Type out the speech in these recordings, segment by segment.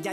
ya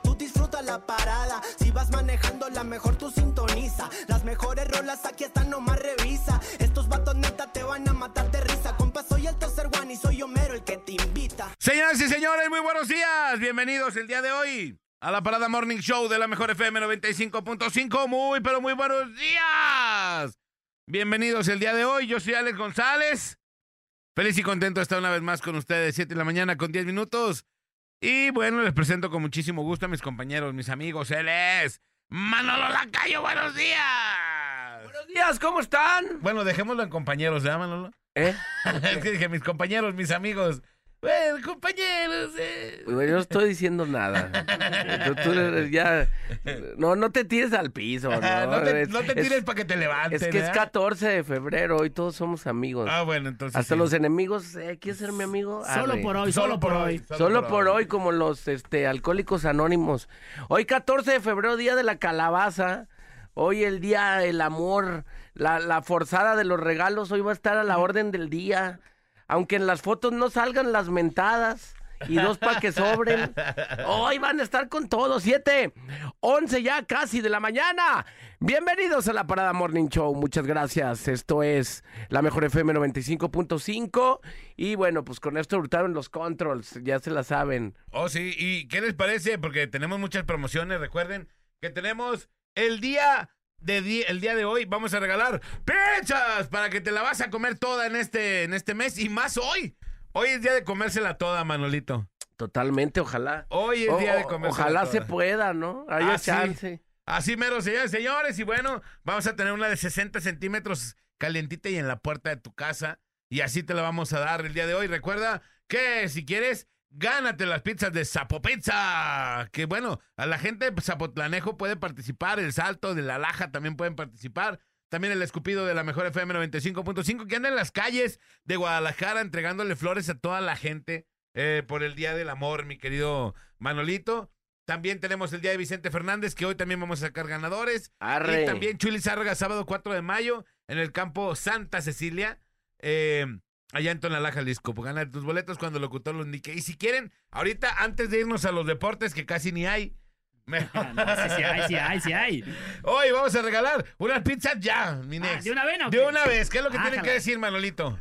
tú disfruta la parada. Si vas manejando, la mejor tú sintoniza. Las mejores rolas aquí están, nomás revisa. Estos vatos neta te van a matar de risa. Compa, soy el tercer one y soy Homero el que te invita. Señoras y señores, muy buenos días. Bienvenidos el día de hoy a la Parada Morning Show de la Mejor FM 95.5. Muy, pero muy buenos días. Bienvenidos el día de hoy. Yo soy Alex González. Feliz y contento de estar una vez más con ustedes. 7 de la mañana con 10 minutos. Y bueno, les presento con muchísimo gusto a mis compañeros, mis amigos. Él es Manolo Lacayo. Buenos días. Buenos días, ¿cómo están? Bueno, dejémoslo en compañeros, ¿verdad, Manolo? ¿Eh? es que dije mis compañeros, mis amigos. Bueno, compañeros. eh. Bueno, yo no estoy diciendo nada. Tú, tú ya, no, no te tires al piso. No, no te, Es- no te es- tires para que te ¿eh? levantes. Es, que es ¿verdad? 14 de febrero y todos somos amigos. Ah, bueno, entonces. Hasta sí. los enemigos, eh, ¿quieres ser mi amigo? Solo Arre. por hoy, solo por hoy. Solo por hoy, como los este, alcohólicos anónimos. Hoy 14 de febrero, día de la calabaza. Hoy el día del amor, la, la forzada de los regalos, hoy va a estar a la orden del día. Aunque en las fotos no salgan las mentadas y dos pa' que sobren, hoy van a estar con todos. Siete, once ya casi de la mañana. Bienvenidos a la Parada Morning Show, muchas gracias. Esto es la mejor FM 95.5. Y bueno, pues con esto hurtaron los controls, ya se la saben. Oh, sí. ¿Y qué les parece? Porque tenemos muchas promociones. Recuerden que tenemos el día de di- el día de hoy. Vamos a regalar pizzas para que te la vas a comer toda en este, en este mes y más hoy. Hoy es día de comérsela toda, Manolito. Totalmente, ojalá. Hoy es O- día de o- comérsela ojalá toda. se pueda, ¿no? Hay Ah, sí. chance. Así mero, señores, señores. Y bueno, vamos a tener una de 60 centímetros calientita y en la puerta de tu casa. Y así te la vamos a dar el día de hoy. Recuerda que si quieres, gánate las pizzas de Zapopizza. Que bueno, a la gente de Zapotlanejo puede participar. El salto de la laja también pueden participar. También el escupido de la mejor FM 95.5 que anda en las calles de Guadalajara entregándole flores a toda la gente eh, por el Día del Amor, mi querido Manolito. También tenemos el día de Vicente Fernández, que hoy también vamos a sacar ganadores. Arre. Y también Chuli Zárraga, sábado 4 de mayo, en el campo Santa Cecilia, eh, allá en Tonalá, Jalisco. Pues, Ganar tus boletos cuando el locutor los indique. Y si quieren, ahorita, antes de irnos a los deportes, que casi ni hay, me- Ah, no, sí, sí hay, sí hay, sí hay. Ah, hoy vamos a regalar unas pizzas ya, mi next. ¿de una vez o De qué? una vez. ¿Qué es lo que Ah, tienen que jala. decir, Manolito?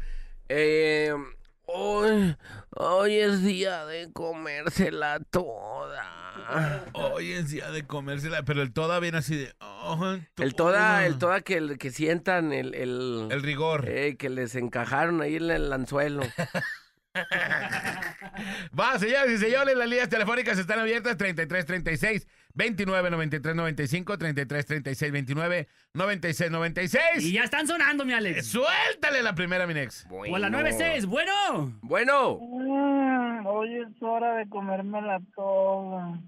Eh, hoy, hoy es día de comérsela toda. Hoy es día de comérsela, pero el toda viene así de... oh, El toda, el toda que, el- que sientan, el, el, El rigor. eh, que les encajaron ahí en el anzuelo. Va, señores y señores, las líneas telefónicas están abiertas 33 36 29 93 95 33 36 29 Y 96 96. ya están sonando, mi Alex. Suéltale la primera, Minex. O la 96, bueno. Bueno. Mm, hoy es hora de comérmela toda.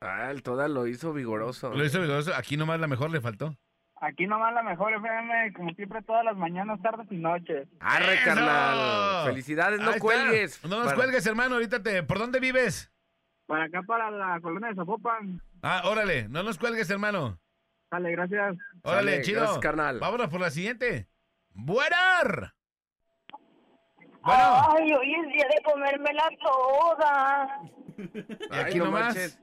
Ah, el toda lo hizo vigoroso. Lo hizo vigoroso. Aquí nomás la mejor le faltó. Aquí nomás la mejor FM, como siempre, todas las mañanas, tardes y noches. Arre, ¡Eso! carnal. Felicidades, no Ahí está. cuelgues. No nos Para- cuelgues, hermano. Ahorita te. ¿Por dónde vives? Para acá, para la colonia de Zapopan. Ah, órale. No nos cuelgues, hermano. Dale, gracias. Órale, Sale, chido. gracias, carnal. Vámonos por la siguiente. ¡Buenar! Ah, Bueno, Ay, hoy es día de comérmela toda. y aquí Ay, no nomás. manches.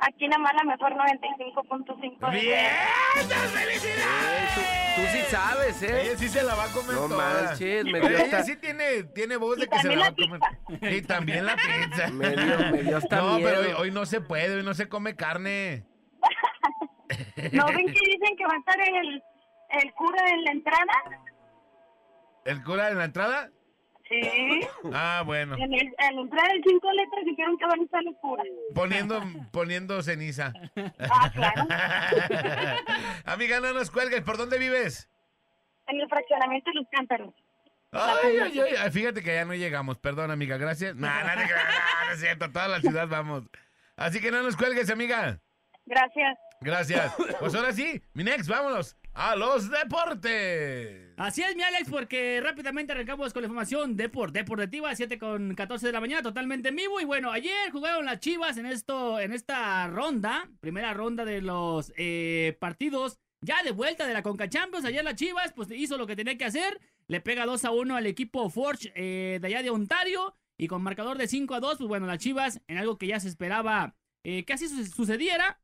Aquí nada más la mejor 95.5. de- ¡Bien! Eh, ¡Felicidades! tú, tú sí sabes, ¿eh? Ella sí se la va a comer No toda. manches, me dio Ella hasta- sí tiene, tiene voz Y de que se también la va a la comer. Y también la pizza. Me dio, me dio hasta no, miedo. pero hoy, hoy no se puede, hoy no se come carne. ¿No ven que dicen que va a estar el, el cura en la entrada? ¿El cura en la entrada? Sí. Ah, bueno. En, el, en la entrada del cinco letras dijeron que van a estar los curas. Poniendo, poniendo ceniza. Ah, claro. Amiga, no nos cuelgues. ¿Por dónde vives? En el fraccionamiento de los cántaros. Ay, ay, ay, ay, Fíjate que ya no llegamos. Perdón, amiga, gracias. No, no, te creas, no, no es cierto. Toda la ciudad vamos. Así que no nos cuelgues, amiga. Gracias. Gracias. Pues ahora sí, mi next, pues vámonos a los deportes. Así es, mi Alex, porque rápidamente arrancamos con la información deport, deportiva, 7 con 14 de la mañana, totalmente en vivo. Y bueno, ayer jugaron las Chivas en, esto, en esta ronda, primera ronda de los eh, partidos, ya de vuelta de la Conca Champions. Ayer las Chivas pues hizo lo que tenía que hacer, le pega 2 a 1 al equipo Forge eh, de allá de Ontario. Y con marcador de 5 a 2, pues bueno, las Chivas, en algo que ya se esperaba eh, que así su- sucediera,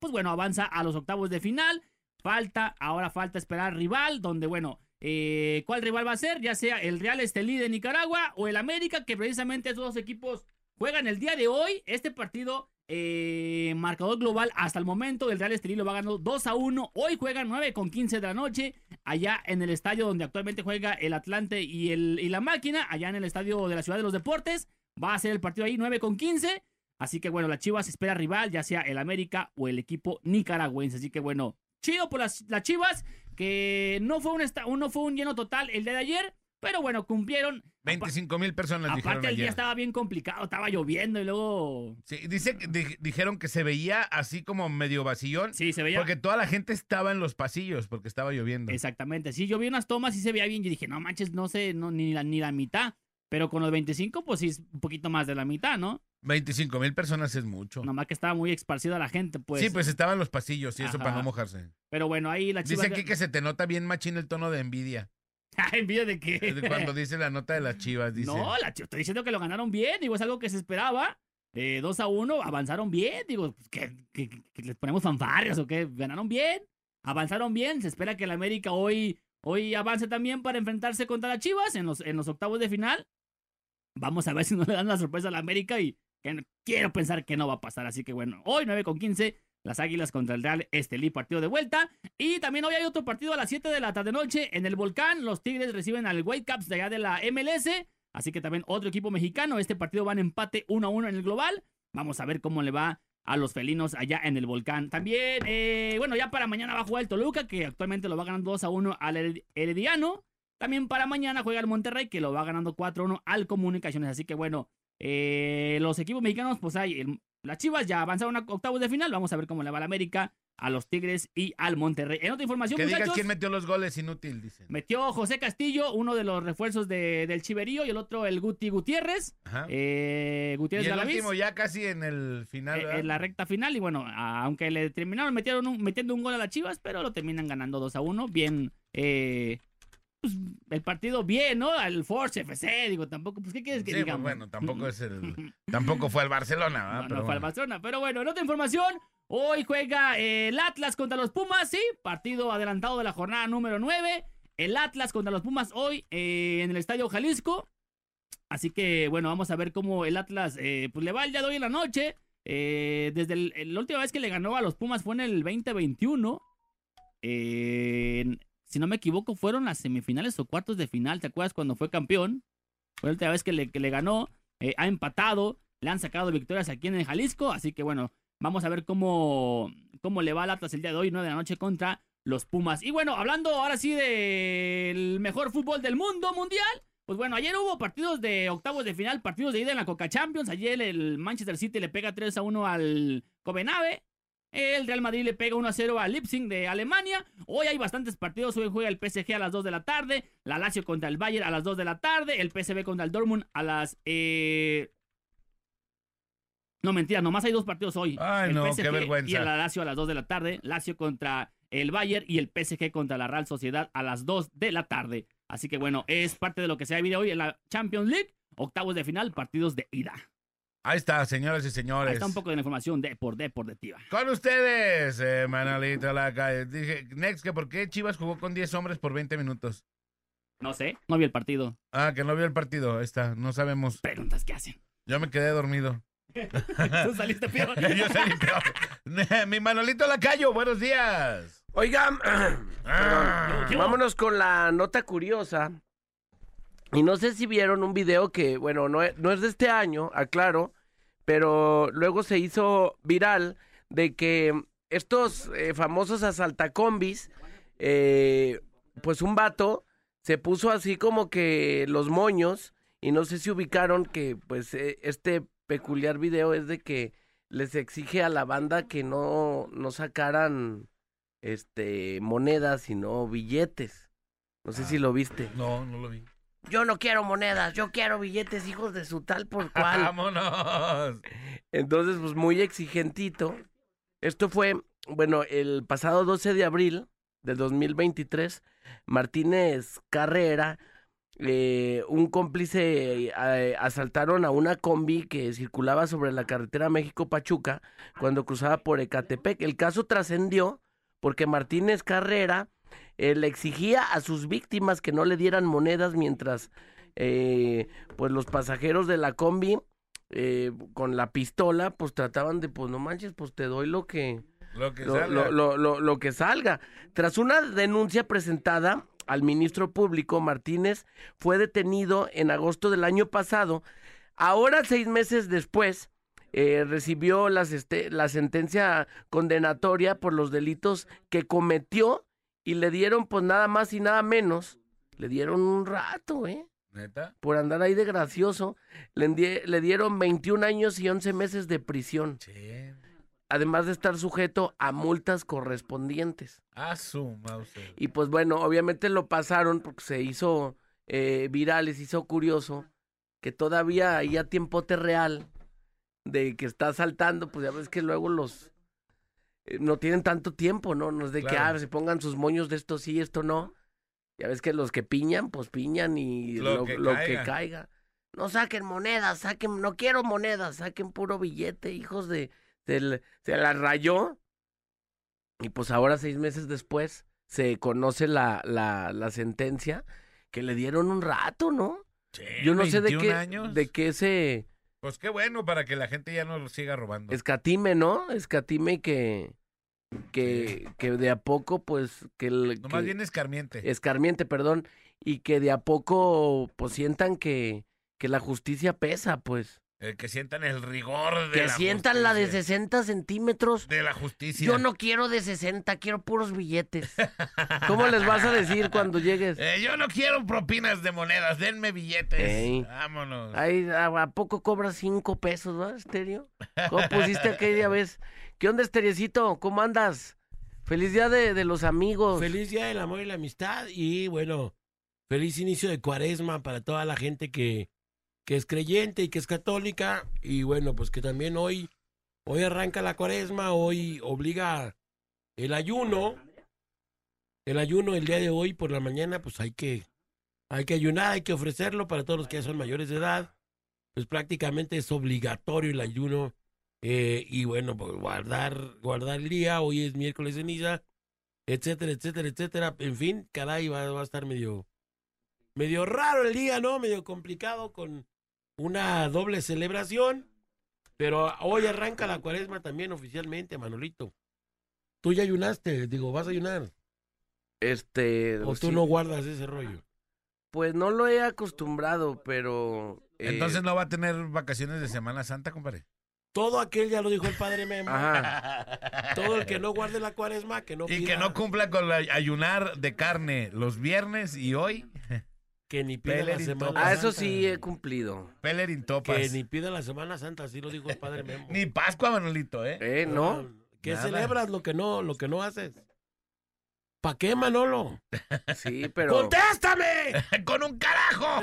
pues bueno, avanza a los octavos de final. Falta, ahora falta esperar rival, donde bueno, eh, ¿cuál rival va a ser? Ya sea el Real Estelí de Nicaragua o el América, que precisamente esos dos equipos juegan el día de hoy. Este partido, eh, marcador global hasta el momento, el Real Estelí lo va ganando 2 a 1. Hoy juegan 9 con 15 de la noche, allá en el estadio donde actualmente juega el Atlante y, el, y la máquina, allá en el estadio de la Ciudad de los Deportes. Va a ser el partido ahí 9 con 15. Así que bueno, las Chivas espera rival, ya sea el América o el equipo nicaragüense. Así que bueno, chido por las, las Chivas, que no fue, un esta- no fue un lleno total el día de ayer, pero bueno, cumplieron. Apa- 25 mil personas dijeron Aparte el día ayer. estaba bien complicado, estaba lloviendo y luego... Sí, dice que di- dijeron que se veía así como medio vacillón. Sí, se veía... Porque toda la gente estaba en los pasillos porque estaba lloviendo. Exactamente, sí, yo vi unas tomas y se veía bien. Yo dije, no manches, no sé, no, ni, la, ni la mitad. Pero con los 25, pues sí, es un poquito más de la mitad, ¿no? 25 mil personas es mucho. Nomás que estaba muy esparcida la gente, pues. sí, pues estaban en los pasillos y eso Ajá. para no mojarse. Pero bueno, ahí la chivas... Dice aquí que se te nota bien machín el tono de envidia. ¿Envidia de qué? Es de Cuando dice la nota de las chivas, dice. No, la chiva, estoy diciendo que lo ganaron bien, digo, es algo que se esperaba. Eh, 2 a 1, avanzaron bien, digo, pues, que, que- que- que les ponemos fanfarrias o qué, ganaron bien, avanzaron bien, se espera que el América hoy, hoy avance también para enfrentarse contra las Chivas en los, en los octavos de final. Vamos a ver si no le dan la sorpresa a la América y que no- quiero pensar que no va a pasar, así que bueno, hoy 9 con 15, las Águilas contra el Real Estelí, partido de vuelta. Y también hoy hay otro partido a las 7 de la tarde noche en el Volcán. Los Tigres reciben al Whitecaps de allá de la MLS. Así que también otro equipo mexicano. Este partido va en empate 1 a 1 en el global. Vamos a ver cómo le va a los felinos allá en el Volcán. También, eh, bueno, ya para mañana va a jugar el Toluca, que actualmente lo va ganando 2 a 1 al Hered- Herediano. También para mañana juega el Monterrey, que lo va ganando 4 a 1 al Comunicaciones. Así que bueno, eh, los equipos mexicanos, pues hay. el- las Chivas ya avanzaron a octavos de final. Vamos a ver cómo le va a la América, a los Tigres y al Monterrey. En otra información, que digas muchachos, quién metió los goles, inútil, dicen. metió José Castillo, uno de los refuerzos de- del Chiverío, y el otro el Guti Gutiérrez. Ajá. Eh, y Gutiérrez el Galaviz, último ya casi en el final. eh, ¿verdad? en la recta final. Y bueno, a- aunque le terminaron metieron un- metiendo un gol a las Chivas, pero lo terminan ganando 2 a 1. Bien, eh, pues, el partido bien, ¿no? Al Force FC, digo, tampoco, pues, ¿qué quieres que Sí, digamos? pues bueno, tampoco es el, tampoco fue al Barcelona, ¿verdad? No, no Pero fue al bueno. Barcelona. Pero bueno, en otra información, hoy juega eh, el Atlas contra los Pumas, sí, partido adelantado de la jornada número 9. El Atlas contra los Pumas hoy eh, en el Estadio Jalisco. Así que bueno, vamos a ver cómo el Atlas eh, pues, le va el día de hoy en la noche. Eh, desde el- el- la última vez que le ganó a los Pumas fue en el 2021. Eh, en- si no me equivoco, fueron las semifinales o cuartos de final. ¿Te acuerdas cuando fue campeón? Fue la última vez que le, que le ganó. eh, ha empatado. Le han sacado victorias aquí en el Jalisco. Así que bueno, vamos a ver cómo, cómo le va al Atlas el día de hoy, 9 de la noche, contra los Pumas. Y bueno, hablando ahora sí del mejor fútbol del mundo mundial. Pues bueno, ayer hubo partidos de octavos de final, partidos de ida en la Coca Champions. Ayer el Manchester City le pega 3 a 1 al Copenhague. El Real Madrid le pega 1 a 0 al Leipzig de Alemania. Hoy hay bastantes partidos. Hoy juega el PSG a las 2 de la tarde. La Lazio contra el Bayern a las 2 de la tarde. El PSV contra el Dortmund a las. eh, No, mentira, nomás hay dos partidos hoy. Ay, el no, qué PSG Y vergüenza. el Lazio a las 2 de la tarde. Lazio contra el Bayern y el PSG contra la Real Sociedad a las 2 de la tarde. Así que bueno, es parte de lo que se ha vivido hoy en la Champions League. Octavos de final, partidos de ida. Ahí está, señoras y Ahí señores. está un poco de la información de por deportiva. Con ustedes, eh, Manolito Lacayo. Dije, Next, que por qué Chivas jugó con 10 hombres por 20 minutos. No sé, no vi el partido. Ah, que no vio el partido. Ahí está, no sabemos. Preguntas que hacen. Yo me quedé dormido. Tú saliste peor. Ah. Yo salí peor. Mi Manolito Lacayo, buenos días. Oigan, Ah. ¿Qué hubo? vámonos con la nota curiosa. Y no sé si vieron un video que, bueno, no es, no es de este año, aclaro, pero luego se hizo viral de que estos eh, famosos asaltacombis, eh, pues un vato se puso así como que los moños y no sé si ubicaron que pues eh, este peculiar e, video es de que les exige a la banda que no, no sacaran este monedas, sino billetes. No sé si lo viste. Ah, No, no lo vi. Yo no quiero monedas, yo quiero billetes, hijos de su tal por cual. ¡Vámonos! Entonces, pues muy exigentito. Esto fue, bueno, el pasado 12 de abril de 2023, Martínez Carrera, eh, un cómplice, eh, asaltaron a una combi que circulaba sobre la carretera México-Pachuca cuando cruzaba por Ecatepec. El caso trascendió porque Martínez Carrera eh, le exigía a sus víctimas que no le dieran monedas mientras eh, pues los pasajeros de la combi eh, con la pistola pues trataban de pues no manches pues te doy lo que Lo que lo, salga. lo- lo- lo- lo que salga. Tras una denuncia presentada al ministro público, Martínez fue detenido en agosto del año pasado. Ahora, seis meses después, eh, recibió las este- la sentencia condenatoria por los delitos que cometió y le dieron pues nada más y nada menos. Le dieron un rato, ¿eh? ¿Neta? Por andar ahí de gracioso. Le, endie- le dieron 21 años y 11 meses de prisión Sí. además de estar sujeto a multas correspondientes. A Ah, su mouse. Y pues bueno, obviamente lo pasaron porque se hizo eh, viral, se hizo curioso, que todavía ahí a tiempote real de que está saltando, pues ya ves que luego los... eh, No tienen tanto tiempo, ¿no? No es de Claro. que ah, se pongan sus moños de esto sí, esto no. Ya ves que los que piñan, pues piñan y Lo lo, que lo que caiga. caiga. No saquen monedas, saquen, no quiero monedas, saquen puro billete, hijos de... del- se la rayó. Y pues ahora, seis meses después, se conoce la, la, la sentencia que le dieron un rato, ¿no? Sí, Yo no sé de 21 qué, años. de qué se Pues qué bueno para que la gente ya no lo siga robando. escatime, ¿no? Escatime que, que, que de a poco, pues, que, el, Nomás que- bien escarmiente. escarmiente, perdón, y que de a poco, pues, sientan que, que la justicia pesa, pues. El que sientan el rigor de Que la sientan la de justicia. 60 centímetros. De la justicia. Yo no quiero de 60, quiero puros billetes. ¿Cómo les vas a decir cuando llegues? Eh, yo no quiero propinas de monedas, denme billetes. Ey. Vámonos. Ay, ¿a, a poco cobras cinco pesos, no, Estéreo? ¿Cómo pusiste aquella vez? ¿Qué onda, Esteriecito? ¿Cómo andas? Feliz día de, de los amigos. Feliz Día del Amor y la Amistad y bueno, feliz inicio de cuaresma para toda la gente que, que es creyente y que es católica y bueno, pues que también hoy, hoy arranca la cuaresma, hoy obliga el ayuno, el ayuno el día de hoy por la mañana, pues hay que, hay que ayunar, hay que ofrecerlo para todos los que ya son mayores de edad, pues prácticamente es obligatorio el ayuno eh, y bueno, pues guardar, guardar el día, hoy es miércoles ceniza etcétera, etcétera, etcétera. En fin, caray, va, va a estar medio, medio raro el día, ¿no? Medio complicado con una doble celebración. Pero hoy arranca la cuaresma también oficialmente, Manolito. Tú ya ayunaste, digo, vas a ayunar. Este. O tú sí, no guardas ese rollo. Pues no lo he acostumbrado, pero. eh, Entonces no va a tener vacaciones de Semana Santa, compadre. Todo aquel ya lo dijo el padre Memo. Ajá. Todo el que no guarde la cuaresma, que no Y pida, que no cumpla con la ayunar de carne los viernes y hoy, que ni pida la Pelerin semana. topa. Ah, eso Santa. sí he cumplido. Pelerin Que Topas. ni Ni... pida la semana santa, así lo dijo el padre Memo. Pascua, Manolito, ¿eh? ¿Eh? ¿No? Que Nada. celebras lo que no, lo que no haces. ¿Pa qué, Manolo? Sí, pero. ¡Contéstame! ¡Con un carajo!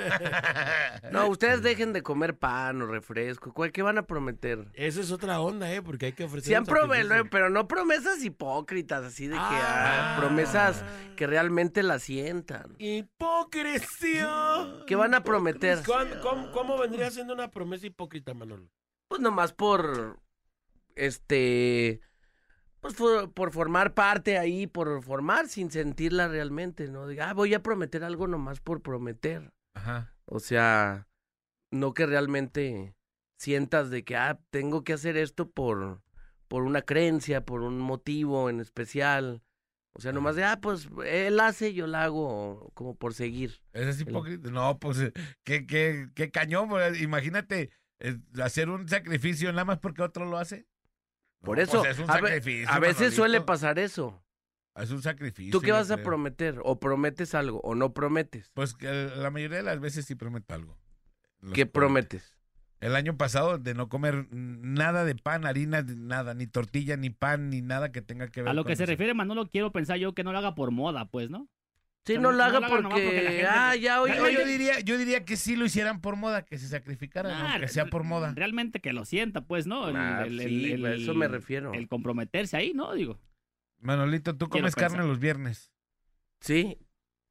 No, ustedes dejen de comer pan o refresco. ¿cuál- ¿Qué van a prometer? Esa es otra onda, ¿eh? Porque hay que ofrecer. Sí han un sacrificio. prometido, pero no promesas hipócritas, así de que Ah. ah, promesas que realmente la sientan. ¡Hipocresía! ¿Qué van a prometer? ¿Cómo, cómo, cómo vendría siendo una promesa hipócrita, Manolo? Pues nomás por este pues por, por formar parte ahí, por formar sin sentirla realmente, ¿no? Diga, ah, voy a prometer algo nomás por prometer. Ajá. O sea, no que realmente sientas de que ah, tengo que hacer esto por por una creencia, por un motivo en especial. O sea, nomás de, ah, pues él hace, yo la hago, o como por seguir. Ese es hipócrita. No, pues, eh, qué, qué, qué cañón. pues, Imagínate eh, hacer un sacrificio nada más porque otro lo hace. Por No, eso, pues, es un a, ve- sacrificio, a veces suele Manolito. pasar eso. Es un sacrificio. ¿Tú qué yo vas a creo. prometer? ¿O prometes algo? ¿O no prometes? Pues que la mayoría de las veces sí prometo algo. Los ¿Qué prometo. prometes? el año pasado de no comer nada de pan, harina, de nada, ni tortilla, ni pan, ni nada que tenga que ver A lo con que se eso. refiere Manolo, quiero pensar yo que no lo haga por moda, pues, ¿no? Sí, O sea, no lo haga nomás porque... porque la gente- Ah, ya, oye, No, oye, yo diría, yo diría que sí lo hicieran por moda, que se sacrificaran, Ah, aunque sea por moda. Realmente que lo sienta, pues, ¿no? Ah, sí, a eso me refiero. El comprometerse ahí, ¿no? Digo. Manolito, tú Quiero comes carne pensar. los viernes. Sí,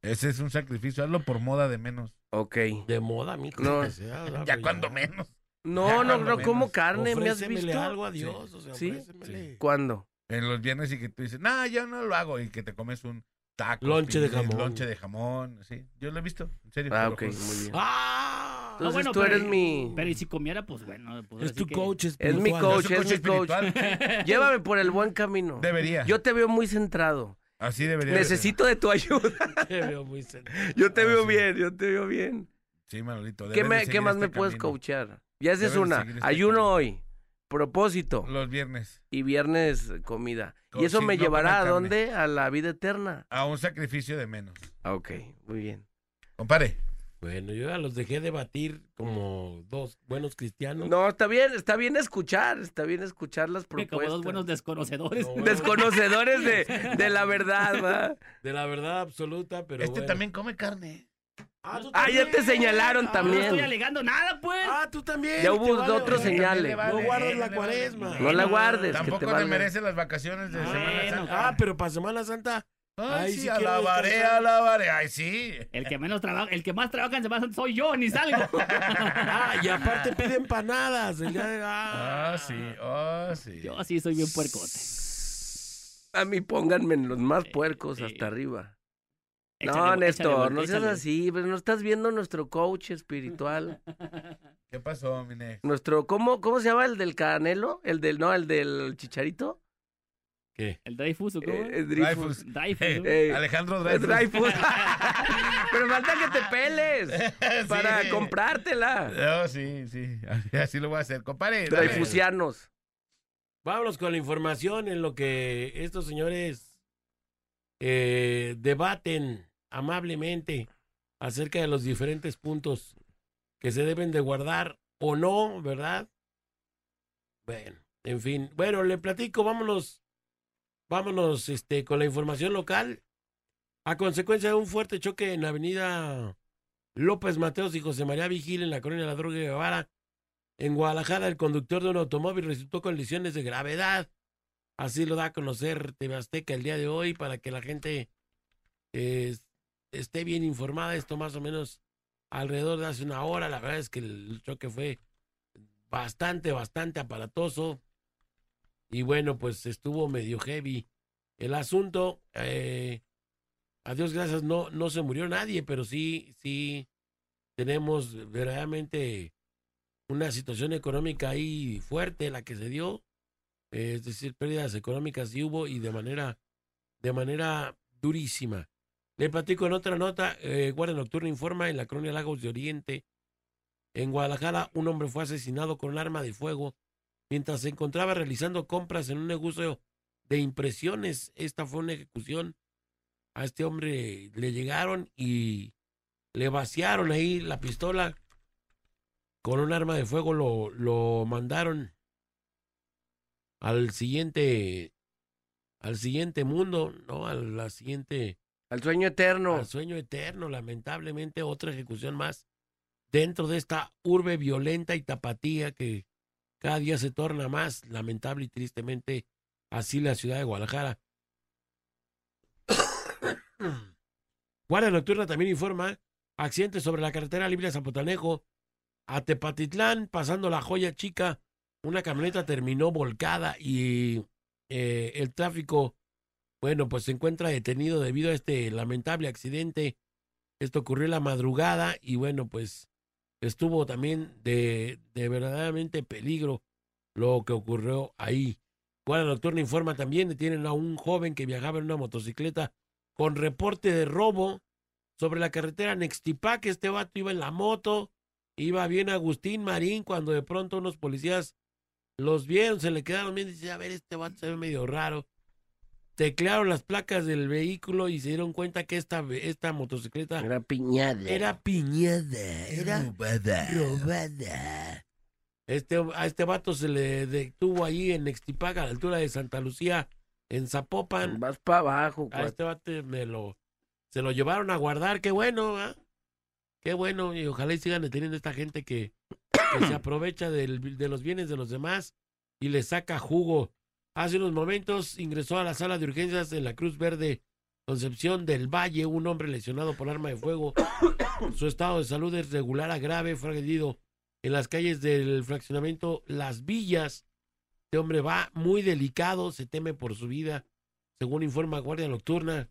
Ese es un sacrificio, hazlo por moda de menos. ok. De moda, mijo. No. que sea, ¿verdad? Ya Pues cuando menos. No, no, cuando no como menos. carne, ¿me has Ofrécemele visto? algo a Dios, o sea, Sí. ofrécemele. ¿Cuándo? En los viernes y que tú dices, no, yo no lo hago. Y que te comes un taco. Lonche de jamón. Lonche de jamón, sí. Yo lo he visto, en serio. te Ah, lo ok, juro. muy bien. ¡Ah! No, Entonces bueno, tú pero- eres mi... Pero y si comiera, pues bueno. Pues, es así tu que- coach Es mi espiritual. coach, Yo soy es coach mi coach. Llévame por el buen camino. Debería. Yo te veo muy centrado. Así debería. de ser. Necesito de tu ayuda. Te veo muy sentado. Yo te Ah, veo sí. bien, yo te veo bien. Sí, Manolito. ¿Qué, debes me- de qué seguir más este me puedes camino. coachar? Ya esa es Debes de una. seguir este Ayuno camino. hoy, propósito Los viernes. y viernes comida. Co- ¿Y eso sí, me no llevará a comer carne. dónde? A la vida eterna. A un sacrificio de menos. Ah, ok, muy bien. Compadre. Bueno, yo ya los dejé debatir como dos buenos cristianos. No, está bien, está bien escuchar, está bien escuchar las que como propuestas. dos buenos desconocedores. No, eh. bueno. Desconocedores de, de la verdad, ¿va? De la verdad absoluta, pero este bueno. también come carne. Ah, ¿tú Ah, ya también? te señalaron Ah, No estoy también. alegando nada, pues. Ah, tú también. Ya te hubo vale, otros güey. También le señales. vale, No guardas eh, la le vale. cuaresma. No la guardes. que te Tampoco te valga. merece las vacaciones de Bueno, Semana Santa. Ah. Ah, pero para Semana Santa. Ay, Ay, sí, sí quiero alabaré, descansar. alabaré. Ay, sí. El que menos trabaja, el que más trabaja en Semana Santa soy yo, ni salgo. Ah, y aparte pide empanadas. El día de... ah. Ah, sí, oh, sí. yo sí soy bien puercote. A mí pónganme en los más puercos eh. hasta arriba. Échale, no, güey, échale, Néstor, güey, no seas échale. así, pero no estás viendo nuestro coach espiritual. ¿Qué pasó, Mine? Nuestro, ¿cómo, ¿cómo se llama el del canelo? El del, no, el del chicharito. ¿Qué? El Dreyfus, ¿o ¿cómo? Eh, eh, Dreyfus. Dreyfus, Dreyfus. ¿no? Eh, eh, Alejandro Eh, Dreyfus. Dreyfus. pero falta que te peles Sí. para comprártela. No, sí, sí. Así, así lo voy a hacer. Compare. dale. Dreyfusianos. Vámonos con la información en lo que estos señores eh, debaten amablemente acerca de los diferentes puntos que se deben de guardar o no, ¿verdad? Bueno, en fin. Bueno, le platico, vámonos, vámonos este, con la información local. A consecuencia de un fuerte choque en la avenida López Mateos y José María Vigil en la colonia La Droga de Guevara, en Guadalajara, el conductor de un automóvil resultó con lesiones de gravedad. Así lo da a conocer TV Azteca el día de hoy para que la gente eh, esté bien informada. Esto más o menos alrededor de hace una hora. La verdad es que el choque fue bastante, bastante aparatoso. Y bueno, pues estuvo medio heavy el asunto. Eh, a Dios gracias, no, no se murió nadie, pero sí, sí tenemos verdaderamente una situación económica ahí fuerte la que se dio, eh, es decir, pérdidas económicas sí hubo y de manera, de manera durísima. Le platico en otra nota, eh, Guardia Nocturna informa en la colonia Lagos de Oriente, en Guadalajara, un hombre fue asesinado con un arma de fuego mientras se encontraba realizando compras en un negocio de impresiones. Esta fue una ejecución. A este hombre le llegaron y le vaciaron ahí la pistola con un arma de fuego lo, lo mandaron al siguiente al siguiente mundo, ¿no? A la siguiente Al sueño eterno. al sueño eterno, lamentablemente otra ejecución más dentro de esta urbe violenta y tapatía que cada día se torna más lamentable y tristemente así la ciudad de Guadalajara. Guardia Nocturna también informa accidentes sobre la carretera libre de Zapotanejo a Tepatitlán, pasando la joya chica, una camioneta terminó volcada y eh, el tráfico bueno, pues se encuentra detenido debido a este lamentable accidente. Esto ocurrió en la madrugada y bueno, pues estuvo también de, de verdaderamente peligro lo que ocurrió ahí. Guardia Nocturna informa también, detienen a un joven que viajaba en una motocicleta con reporte de robo sobre la carretera Nextipac. Este vato iba en la moto, iba bien Agustín Marín, cuando de pronto unos policías los vieron, se le quedaron bien y dice, a ver, este vato se ve medio raro teclearon las placas del vehículo y se dieron cuenta que esta, ve- esta motocicleta Era piñada. era piñada, era robada. Este, a este vato se le detuvo ahí en Extipac, a la altura de Santa Lucía, en Zapopan. Vas para abajo, A cuate. este vato me lo, se lo llevaron a guardar, qué bueno, ¿ah? qué bueno, y ojalá y sigan deteniendo a esta gente que, que se aprovecha del- de los bienes de los demás y le saca jugo. Hace unos momentos ingresó a la sala de urgencias en la Cruz Verde, Concepción del Valle, un hombre lesionado por arma de fuego. Su estado de salud es regular a grave, fue agredido en las calles del fraccionamiento Las Villas. Este hombre va muy delicado, se teme por su vida, según informa Guardia Nocturna.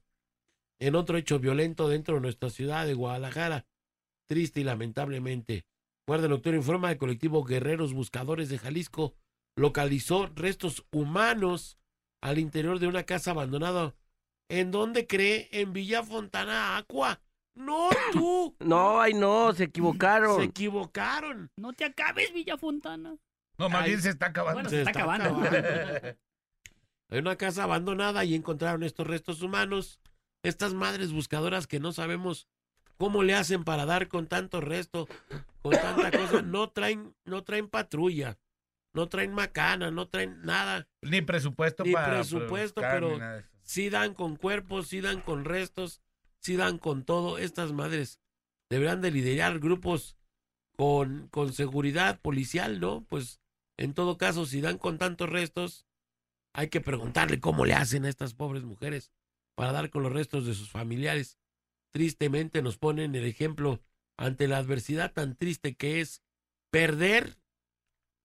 En otro hecho violento dentro de nuestra ciudad de Guadalajara, triste y lamentablemente. Guardia Nocturna informa el colectivo Guerreros Buscadores de Jalisco localizó restos humanos al interior de una casa abandonada. ¿En donde cree? En Villa Fontana Aqua. No tú. No, ay, no, se Se equivocaron. equivocaron. No te acabes, Villa Fontana. No, más Ay. bien se está acabando. Bueno, se está acabando. Hay una casa abandonada y encontraron estos restos humanos. Estas madres buscadoras que no sabemos cómo le hacen para dar con tanto resto, con tanta cosa. No traen, no traen patrulla, no traen macana, no traen nada. Ni presupuesto Ni para. presupuesto, buscar, pero- ni nada de eso. Sí dan con cuerpos, sí dan con restos, sí dan con todo. Estas madres deberán de liderar grupos con, con seguridad policial, ¿no? Pues en todo caso, si dan con tantos restos, hay que preguntarle cómo le hacen a estas pobres mujeres para dar con los restos de sus familiares. Tristemente nos ponen el ejemplo ante la adversidad tan triste que es perder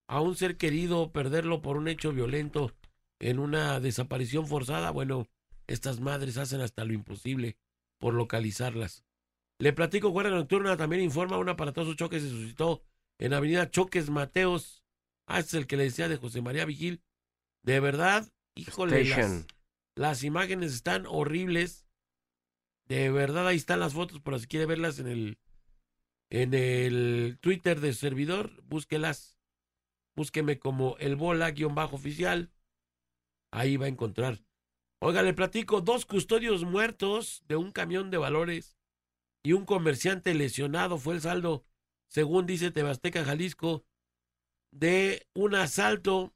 a un ser querido, perderlo por un hecho violento en una desaparición forzada, bueno, estas madres hacen hasta lo imposible por localizarlas. Le platico, Guardia Nocturna también informa un aparatoso choque se suscitó en Avenida Choques Mateos. Ah, este es el que le decía de José María Vigil. De verdad, híjole, las, Station. las imágenes están horribles. De verdad, ahí están las fotos, por si quiere verlas en el, en el Twitter de servidor, búsquelas. Búsqueme como el bola-oficial ahí va a encontrar. Oiga, le platico, dos custodios muertos de un camión de valores y un comerciante lesionado fue el saldo, según dice Tebasteca Jalisco, de un asalto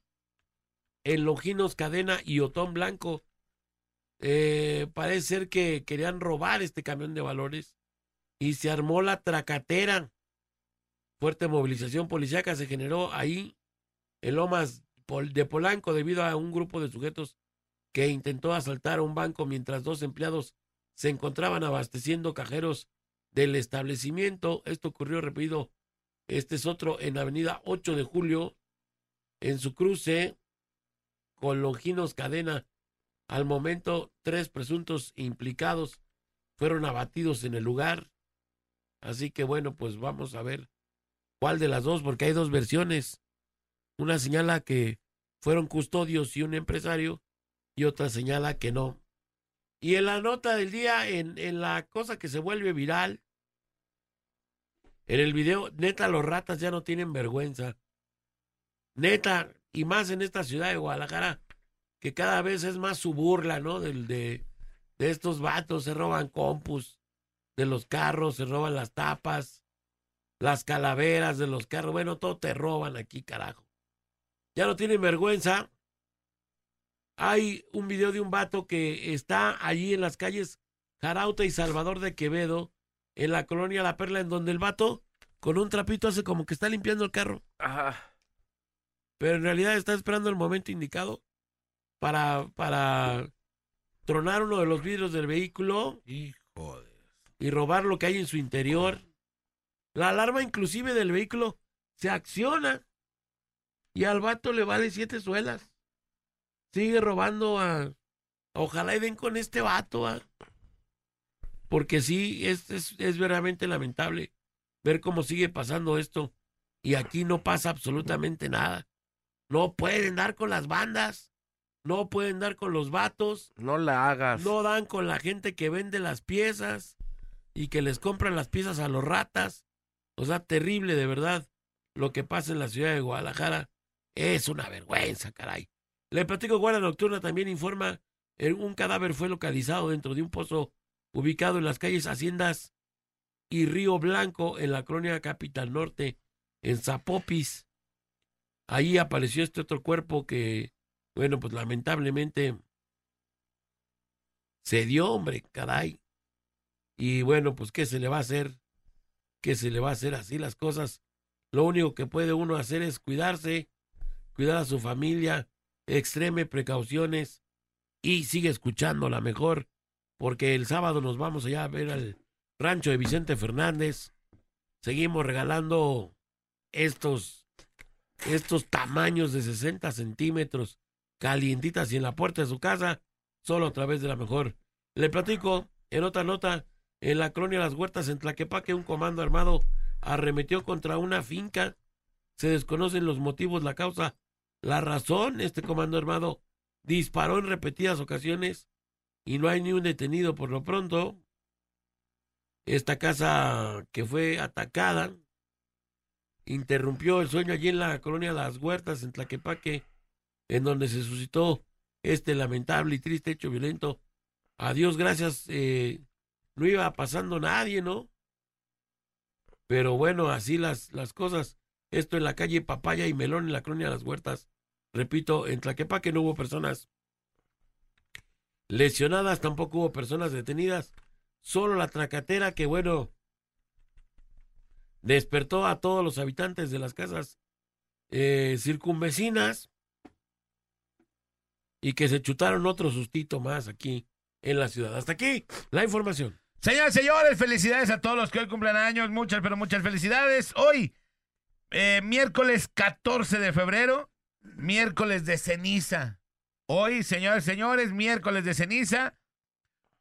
en Longinos Cadena y Otón Blanco. Eh, parece ser que querían robar este camión de valores y se armó la tracatera. Fuerte movilización policíaca se generó ahí en Lomas Pol- de Polanco debido a un grupo de sujetos que intentó asaltar un banco mientras dos empleados se encontraban abasteciendo cajeros del establecimiento. Esto ocurrió, repito, este es otro en Avenida 8 de Julio, en su cruce con Longinos Cadena. Al momento, tres presuntos implicados fueron abatidos en el lugar. Así que bueno, pues vamos a ver cuál de las dos, porque hay dos versiones. Una señala que fueron custodios y un empresario, y otra señala que no. Y en la nota del día, en, en la cosa que se vuelve viral, en el video, neta, los ratas ya no tienen vergüenza. Neta, y más en esta ciudad de Guadalajara, que cada vez es más su burla, ¿no? Del, de, de estos vatos, se roban compus de los carros, se roban las tapas, las calaveras de los carros, bueno, todo te roban aquí, carajo ya no tienen vergüenza. Hay un video de un vato que está allí en las calles Jarauta y Salvador de Quevedo, en la colonia La Perla, en donde el vato con un trapito hace como que está limpiando el carro, Ajá. pero en realidad está esperando el momento indicado para, para tronar uno de los vidrios del vehículo Hijo de. y robar lo que hay en su interior. La alarma inclusive del vehículo se acciona y al vato le vale siete suelas. Sigue robando a... Ojalá y den con este vato. ah. Porque sí, es, es, es verdaderamente lamentable ver cómo sigue pasando esto. Y aquí no pasa absolutamente nada. No pueden dar con las bandas. No pueden dar con los vatos. No la hagas. No dan con la gente que vende las piezas y que les compran las piezas a los ratas. O sea, terrible de verdad lo que pasa en la ciudad de Guadalajara. Es una vergüenza, caray. Le platico, Guardia Nocturna también informa, eh, un cadáver fue localizado dentro de un pozo ubicado en las calles Haciendas y Río Blanco, en la colonia Capital Norte, en Zapopis. ahí apareció este otro cuerpo que, bueno, pues lamentablemente se dio, hombre, caray. Y bueno, pues qué se le va a hacer, qué se le va a hacer así las cosas. Lo único que puede uno hacer es cuidarse, cuidar a su familia, extreme precauciones y sigue escuchando la mejor, porque el sábado nos vamos allá a ver al rancho de Vicente Fernández. Seguimos regalando estos, estos tamaños de 60 centímetros calientitas y en la puerta de su casa, solo a través de la mejor. Le platico en otra nota, en la colonia Las Huertas en Tlaquepaque, un comando armado arremetió contra una finca. Se desconocen los motivos, la causa, la razón. Este comando armado disparó en repetidas ocasiones y no hay ni un detenido por lo pronto. Esta casa que fue atacada interrumpió el sueño allí en la colonia Las Huertas, en Tlaquepaque, en donde se suscitó este lamentable y triste hecho violento. A Dios gracias, eh, no iba pasando nadie, ¿no? Pero bueno, así las, las cosas. Esto en la calle Papaya y Melón, en la colonia Las Huertas. Repito, en Tlaquepaque no hubo personas lesionadas, tampoco hubo personas detenidas. Solo la tracatera que, bueno, despertó a todos los habitantes de las casas eh, circunvecinas y que se chutaron otro sustito más aquí en la ciudad. Hasta aquí la información. Señoras y señores, felicidades a todos los que hoy cumplen años. Muchas, pero muchas felicidades. Hoy, eh, miércoles 14 de febrero, miércoles de ceniza. Hoy, señores, señores, miércoles de ceniza.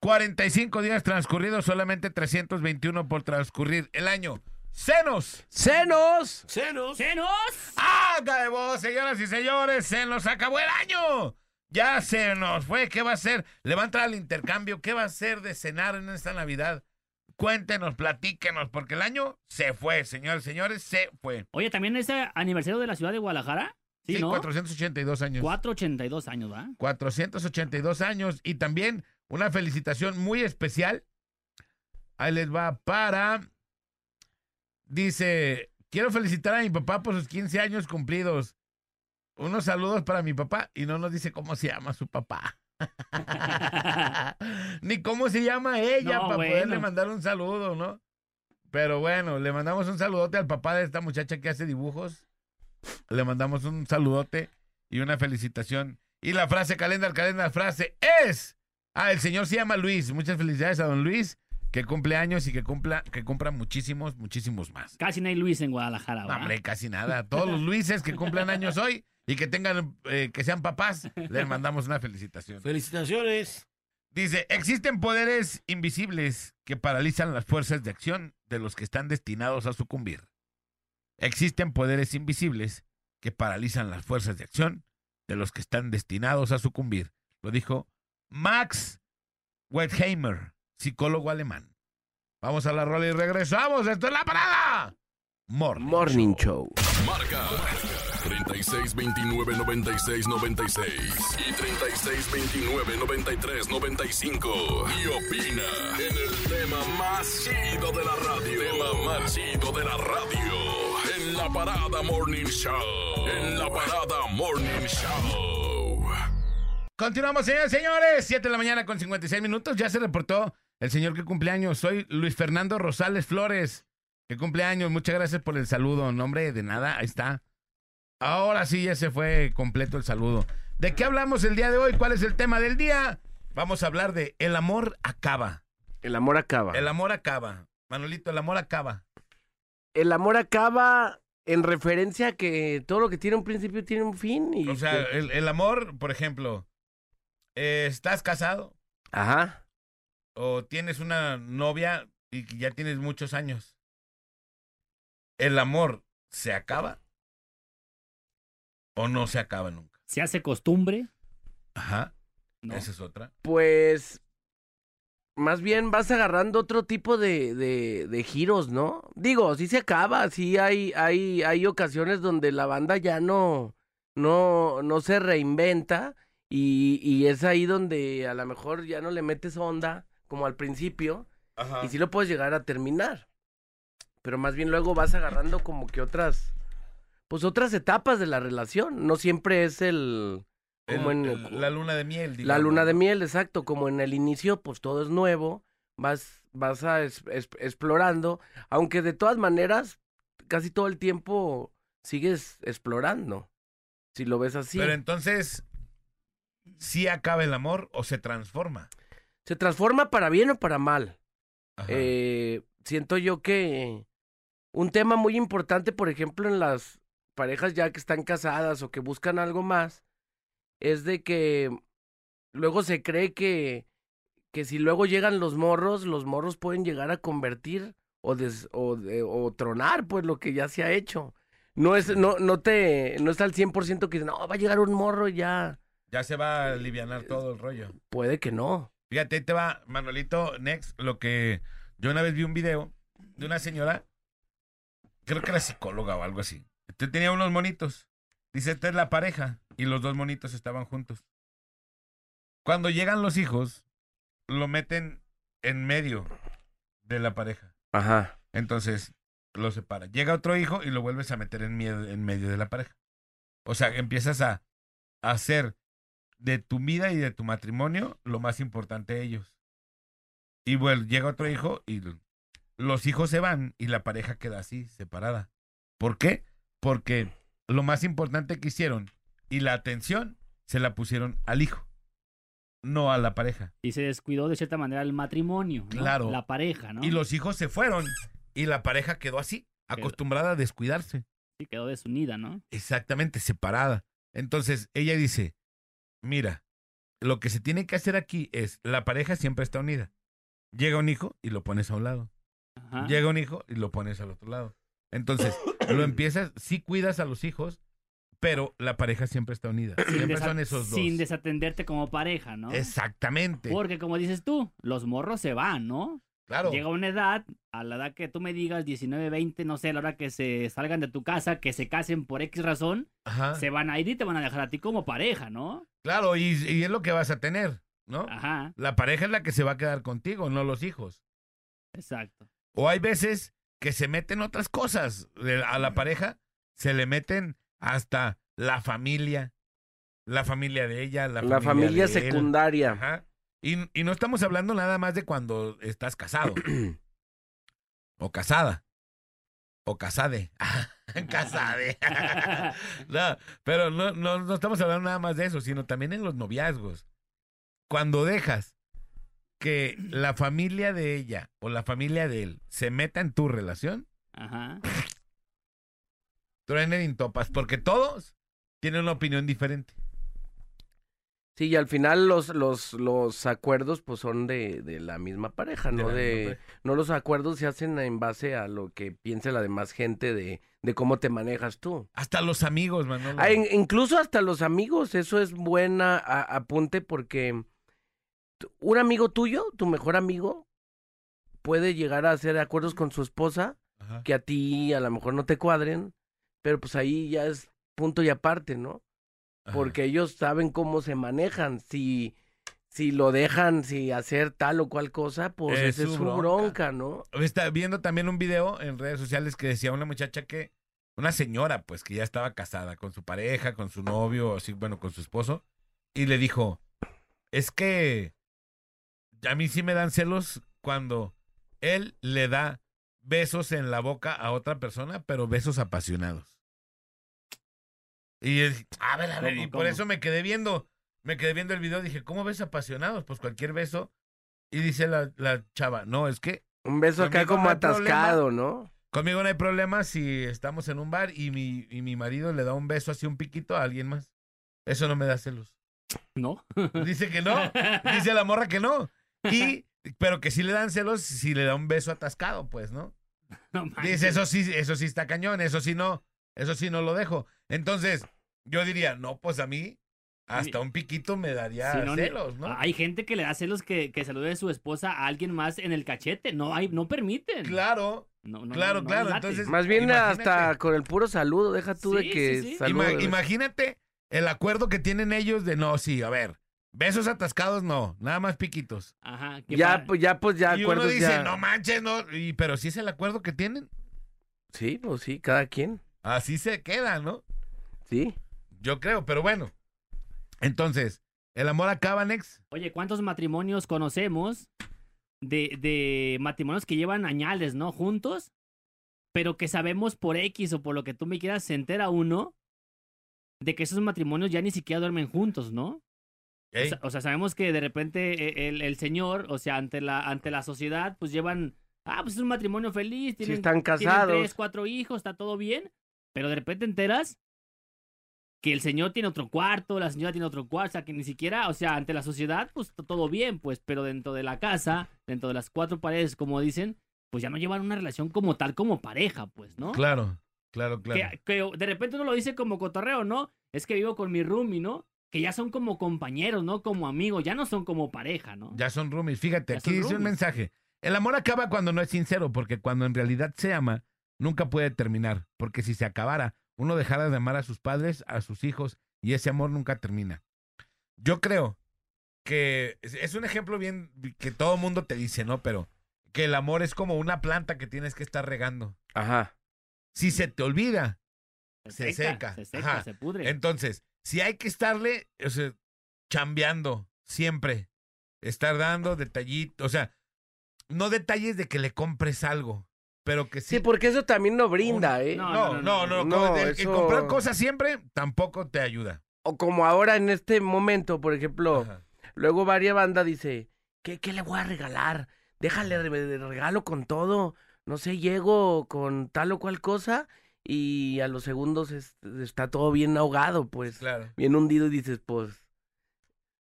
45 días transcurridos, solamente 321 por transcurrir el año. ¡Senos! ¡Senos! Cenos. ¡Senos! ¡Haga de vos, señoras y señores! ¡Se nos acabó el año! Ya se nos fue. ¿Qué va a hacer? ¿Le va a entrar al intercambio? ¿Qué va a hacer de cenar en esta Navidad? Cuéntenos, platíquenos, porque el año se fue, señores, señores, se fue. Oye, también es eh, aniversario de la ciudad de Guadalajara. Sí, Sí, ¿no? 482 años. 482 años, ¿verdad? 482 años. Y también una felicitación muy especial. Ahí les va para. Dice: Quiero felicitar a mi papá por sus 15 años cumplidos. Unos saludos para mi papá. Y no nos dice cómo se llama su papá. Ni cómo se llama ella No, para bueno. poderle mandar un saludo, ¿no? Pero bueno, le mandamos un saludote al papá de esta muchacha que hace dibujos. Le mandamos un saludote y una felicitación. Y la frase, calendar, calendar, frase es. Ah, el señor se llama Luis. Muchas felicidades a don Luis, que cumple años y que cumpla, que compra muchísimos, muchísimos más. Casi no hay Luis en Guadalajara, No, ¿verdad? hombre, casi nada. A Todos los Luises que cumplan años hoy y que tengan, eh, que sean papás, les mandamos una felicitación. Felicitaciones. Dice, existen poderes invisibles que paralizan las fuerzas de acción de los que están destinados a sucumbir. Existen poderes invisibles que paralizan las fuerzas de acción de los que están destinados a sucumbir. Lo dijo Max Wertheimer, psicólogo alemán. Vamos a la rola y regresamos. Esto es la parada. Morning. Morning Show. Marca 36 29 96 96 y 36 29 93 95. Y opina en el tema más chido de la radio. Tema más chido de la radio. En la parada Morning Show. En la parada Morning Show. Continuamos, señores, señores. 7 de la mañana con 56 minutos. Ya se reportó el señor que cumpleaños. Soy Luis Fernando Rosales Flores. Que cumpleaños. Muchas gracias por el saludo. Nombre de nada, ahí está. Ahora sí ya se fue completo el saludo. ¿De qué hablamos el día de hoy? ¿Cuál es el tema del día? Vamos a hablar de El amor acaba. El amor acaba. El amor acaba. Manolito, el amor acaba. El amor acaba en referencia a que todo lo que tiene un principio tiene un fin. Y O sea, el, el amor, por ejemplo, eh, ¿estás casado Ajá. o tienes una novia y que ya tienes muchos años, ¿el amor se acaba? ¿O no se acaba nunca? Se hace costumbre. Ajá. No. Esa es otra. Pues. Más bien vas agarrando otro tipo de, de- de giros, ¿no? Digo, sí se acaba, sí hay, hay, hay ocasiones donde la banda ya no, no, no se reinventa y, y es ahí donde a lo mejor ya no le metes onda, como al principio, Ajá. y sí lo puedes llegar a terminar. Pero más bien luego vas agarrando como que otras pues otras etapas de la relación. No siempre es el como El- en el- la luna de miel. la digamos. luna de miel, exacto, como en el inicio, pues todo es nuevo, vas, vas a es- es- explorando, aunque de todas maneras, casi todo el tiempo sigues explorando, si lo ves así. Pero entonces, ¿sí acaba el amor o se transforma? Se transforma para bien o para mal. Ajá. Eh, siento yo que un tema muy importante, por ejemplo, en las parejas ya que están casadas o que buscan algo más, es de que luego se cree que, que si luego llegan los morros, los morros pueden llegar a convertir o, des- o, de- o tronar, pues lo que ya se ha hecho. No es, no, no te, no está al 100% que no, va a llegar un morro y ya. ya se va a alivianar todo el rollo. Puede que no. Fíjate, ahí te va, Manuelito, next, lo que yo una vez vi un video de una señora, creo que era psicóloga o algo así. Este tenía unos monitos. Dice, esta es la pareja. Y los dos monitos estaban juntos. Cuando llegan los hijos, lo meten en medio de la pareja. Ajá. Entonces, lo separa. Llega otro hijo y lo vuelves a meter en, mie- en medio de la pareja. O sea, empiezas a, a hacer de tu vida y de tu matrimonio lo más importante de ellos. Y bueno, llega otro hijo y l- los hijos se van y la pareja queda así, separada. ¿Por qué? Porque lo más importante que hicieron y la atención se la pusieron al hijo, no a la pareja. Y se descuidó de cierta manera el matrimonio, ¿no? Claro. La pareja, ¿no? Y los hijos se fueron y la pareja quedó así, Quedó. acostumbrada a descuidarse. Sí, quedó desunida, ¿no? Exactamente, separada. Entonces, ella dice, mira, lo que se tiene que hacer aquí es, la pareja siempre está unida. Llega un hijo y lo pones a un lado. Ajá. Llega un hijo y lo pones al otro lado. Entonces, lo empiezas, sí cuidas a los hijos, pero la pareja siempre está unida. Siempre desa- son esos dos. Sin desatenderte como pareja, ¿no? Exactamente. Porque como dices tú, los morros se van, ¿no? claro. Llega una edad, a la edad que tú me digas, 19, 20, no sé, a la hora que se salgan de tu casa, que se casen por X razón, Ajá. se van a ir y te van a dejar a ti como pareja, ¿no? Claro, y, y es lo que vas a tener, ¿no? Ajá, La pareja es la que se va a quedar contigo, no los hijos. exacto. O hay veces que se meten otras cosas de- a la pareja, se le meten hasta la familia, la familia de ella, la, La, familia, de él. secundaria. Ajá. Y, y no estamos hablando nada más de cuando estás casado o casada o casade. casade. No, pero no, no, no estamos hablando nada más de eso, sino también en los noviazgos. Cuando dejas que la familia de ella o la familia de él se meta en tu relación, Ajá. truenen en topas, porque todos tienen una opinión diferente. Sí, y al final los, los, los acuerdos pues son de, de la misma pareja, De ¿no? la misma De, no los acuerdos se hacen en base a lo que piense la demás gente de, de cómo te manejas tú. Hasta los amigos, Manolo. Ah, in- incluso hasta los amigos, eso es buena a- apunte porque tu- un amigo tuyo, tu mejor amigo, puede llegar a hacer acuerdos con su esposa Ajá. que a ti a lo mejor no te cuadren, pero pues ahí ya es punto y aparte, ¿no? Ajá. porque ellos saben cómo se manejan. Si, si lo dejan, si hacer tal o cual cosa, pues Es esa es su su bronca, bronca. ¿no? Está viendo también un video en redes sociales que decía una muchacha que, una señora, pues, que ya estaba casada con su pareja, con su novio, así, bueno, con su esposo, y le dijo, es que a mí sí me dan celos cuando él le da besos en la boca a otra persona, pero besos apasionados. Y es- a ver, a ver, ¿Cómo, y por cómo? eso me quedé viendo, me quedé viendo el video, dije, ¿cómo besos apasionados? Pues cualquier beso. Y dice la, la chava, no, es que Un beso acá Conmigo como no hay atascado, ¿no? Conmigo no hay problema si estamos en un bar y mi, y mi marido le da un beso así un piquito a alguien más. Eso no me da celos. ¿No? Dice que no, dice la morra que no. Y, pero que sí le dan celos si le da un beso atascado, pues, ¿no? No manches. Dice, eso sí, eso sí está cañón, eso sí no, eso sí no lo dejo. Entonces, yo diría, no, pues a mí hasta un piquito me daría Sí, no, ni- celos, ¿no? Hay gente que le da celos que, que salude a su esposa a alguien más en el cachete. No hay, no permiten. Claro, No, no, no, claro, no claro, late. entonces- Más bien Imagínate. hasta con el puro saludo, deja tú Sí, de que sí, sí. saludo. Ima- imagínate el acuerdo que tienen ellos de no, sí, a ver, besos atascados no, nada más piquitos. Ajá. que ya, para- pues, ya, pues ya y uno acuerdos dice, ya. no manches, no, y, pero si es el acuerdo que tienen. Sí, pues sí, cada quien. Así se queda, ¿no? ¿Sí? Yo creo, pero bueno. Entonces, ¿el amor acaba, Nex? Oye, ¿cuántos matrimonios conocemos de, de matrimonios que llevan añales, ¿no? Juntos, pero que sabemos por X o por lo que tú me quieras, se entera uno de que esos matrimonios ya ni siquiera duermen juntos, ¿no? O Ey, sea, o sea, sabemos que de repente eh, el, el señor, o sea, ante la, ante la sociedad, pues llevan, ah, pues es un matrimonio feliz, tienen, están tienen casados. tres, cuatro hijos, está todo bien, pero de repente enteras que el señor tiene otro cuarto, la señora tiene otro cuarto, o sea, que ni siquiera, o sea, ante la sociedad, pues t- todo bien, pues, pero dentro de la casa, dentro de las cuatro paredes, como dicen, pues ya no llevan una relación como tal, como pareja, pues, ¿no? Claro, claro, claro. que, que de repente uno lo dice como cotorreo, ¿no? Es que vivo con mi roomie, ¿no? Que ya son como compañeros, ¿no? Como amigos, ya no son como pareja, ¿no? Ya son roomies. Fíjate, Ya aquí son dice un roomies. mensaje. El amor acaba cuando no es sincero, porque cuando en realidad se ama, nunca puede terminar. Porque si se acabara, uno dejara de amar a sus padres, a sus hijos, y ese amor nunca termina. Yo creo que es- es un ejemplo bien que todo mundo te dice, ¿no? Pero que el amor es como una planta que tienes que estar regando. Ajá. Si se te olvida, se seca, Se seca, ajá. se pudre. Entonces, si hay que estarle, o sea, chambeando siempre, estar dando detallitos, o sea, no detalles de que le compres algo, pero que sí. Sí, porque eso también no brinda, ¿eh? No. No, no, no, no, co- el- el eso- comprar cosas siempre tampoco te ayuda. O como ahora en este momento, por ejemplo, Ajá. luego varias bandas dice, ¿qué, ¿qué le voy a regalar? Déjale re- de regalo con todo. No sé, llego con tal o cual cosa y a los segundos es- está todo bien ahogado, pues. Claro. Bien hundido y dices, pues,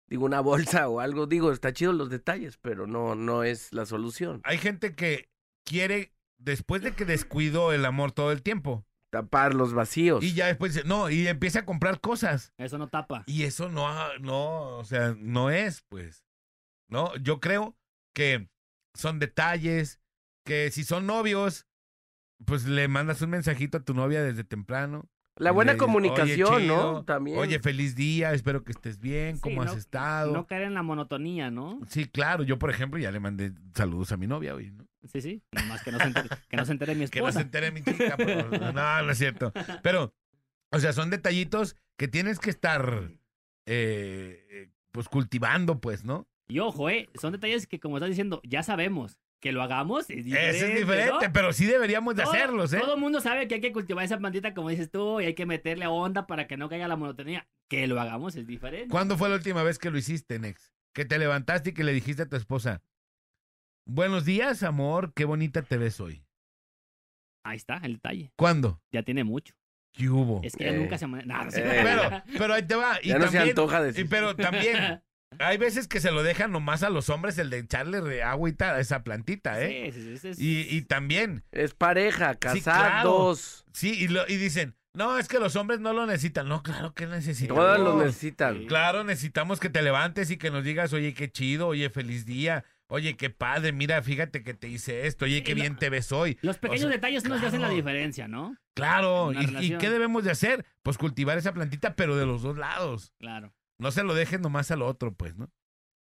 digo, una bolsa o algo. Digo, está chido los detalles, pero no, no es la solución. Hay gente que quiere, después de que descuidó el amor todo el tiempo, Tapar los vacíos. y ya después, dice, no, y empieza a comprar cosas. Eso no tapa. Y eso no, ha- no, o sea, no es, pues. No, yo creo que son detalles, que si son novios, pues le mandas un mensajito a tu novia desde temprano. La y buena le dices, comunicación, "Oye, ¿no? chido, También. Oye, feliz día, espero que estés bien, Sí, ¿cómo has no- estado? No caer en la monotonía, ¿no? Sí, claro, yo por ejemplo ya le mandé saludos a mi novia hoy, ¿no? Sí, sí. Nomás que no se entere, que no se entere mi Que no se esposa. entere mi chica. pero- no, no es cierto. Pero, o sea, son detallitos que tienes que estar, eh, eh, pues, cultivando, pues, ¿no? Y ojo, ¿eh? Son detalles que, como estás diciendo, ya sabemos. Que lo hagamos es diferente. Ese es diferente, ¿no? pero sí deberíamos de Todo- hacerlos, ¿eh? Todo el mundo sabe que hay que cultivar esa plantita, como dices tú, y hay que meterle onda para que no caiga la monotonía. Que lo hagamos es diferente. ¿Cuándo fue la última vez que lo hiciste, Nex? Que te levantaste y que le dijiste a tu esposa, buenos días, amor, qué bonita te ves hoy. Ahí está el detalle. ¿Cuándo? Ya tiene mucho. ¿Qué hubo? Es que ya Eh. nunca se amanece. Nah, no sé. Eh. Pero, pero ahí te va. Y ya no se también, antoja y decir. pero también, hay veces que se lo dejan nomás a los hombres el de echarle re- agüita a esa plantita, Sí, ¿eh? sí, sí, sí, sí. Y, y también, Es pareja, claro. casados. sí, y, lo- y dicen, no, es que los hombres no lo necesitan. No, claro que necesitan. Todas No. los necesitan. Sí. Claro, necesitamos que te levantes y que nos digas, oye, qué chido, oye, feliz día, oye, qué padre, mira, fíjate que te hice esto, oye, qué Y lo- bien te ves hoy. Los pequeños O sea, detalles no nos hacen la claro. diferencia, ¿no? Claro, Una ¿y- ¿y, relación. qué debemos de hacer? Pues cultivar esa plantita, pero de los dos lados. Claro. No se lo dejes nomás al otro, pues, ¿no?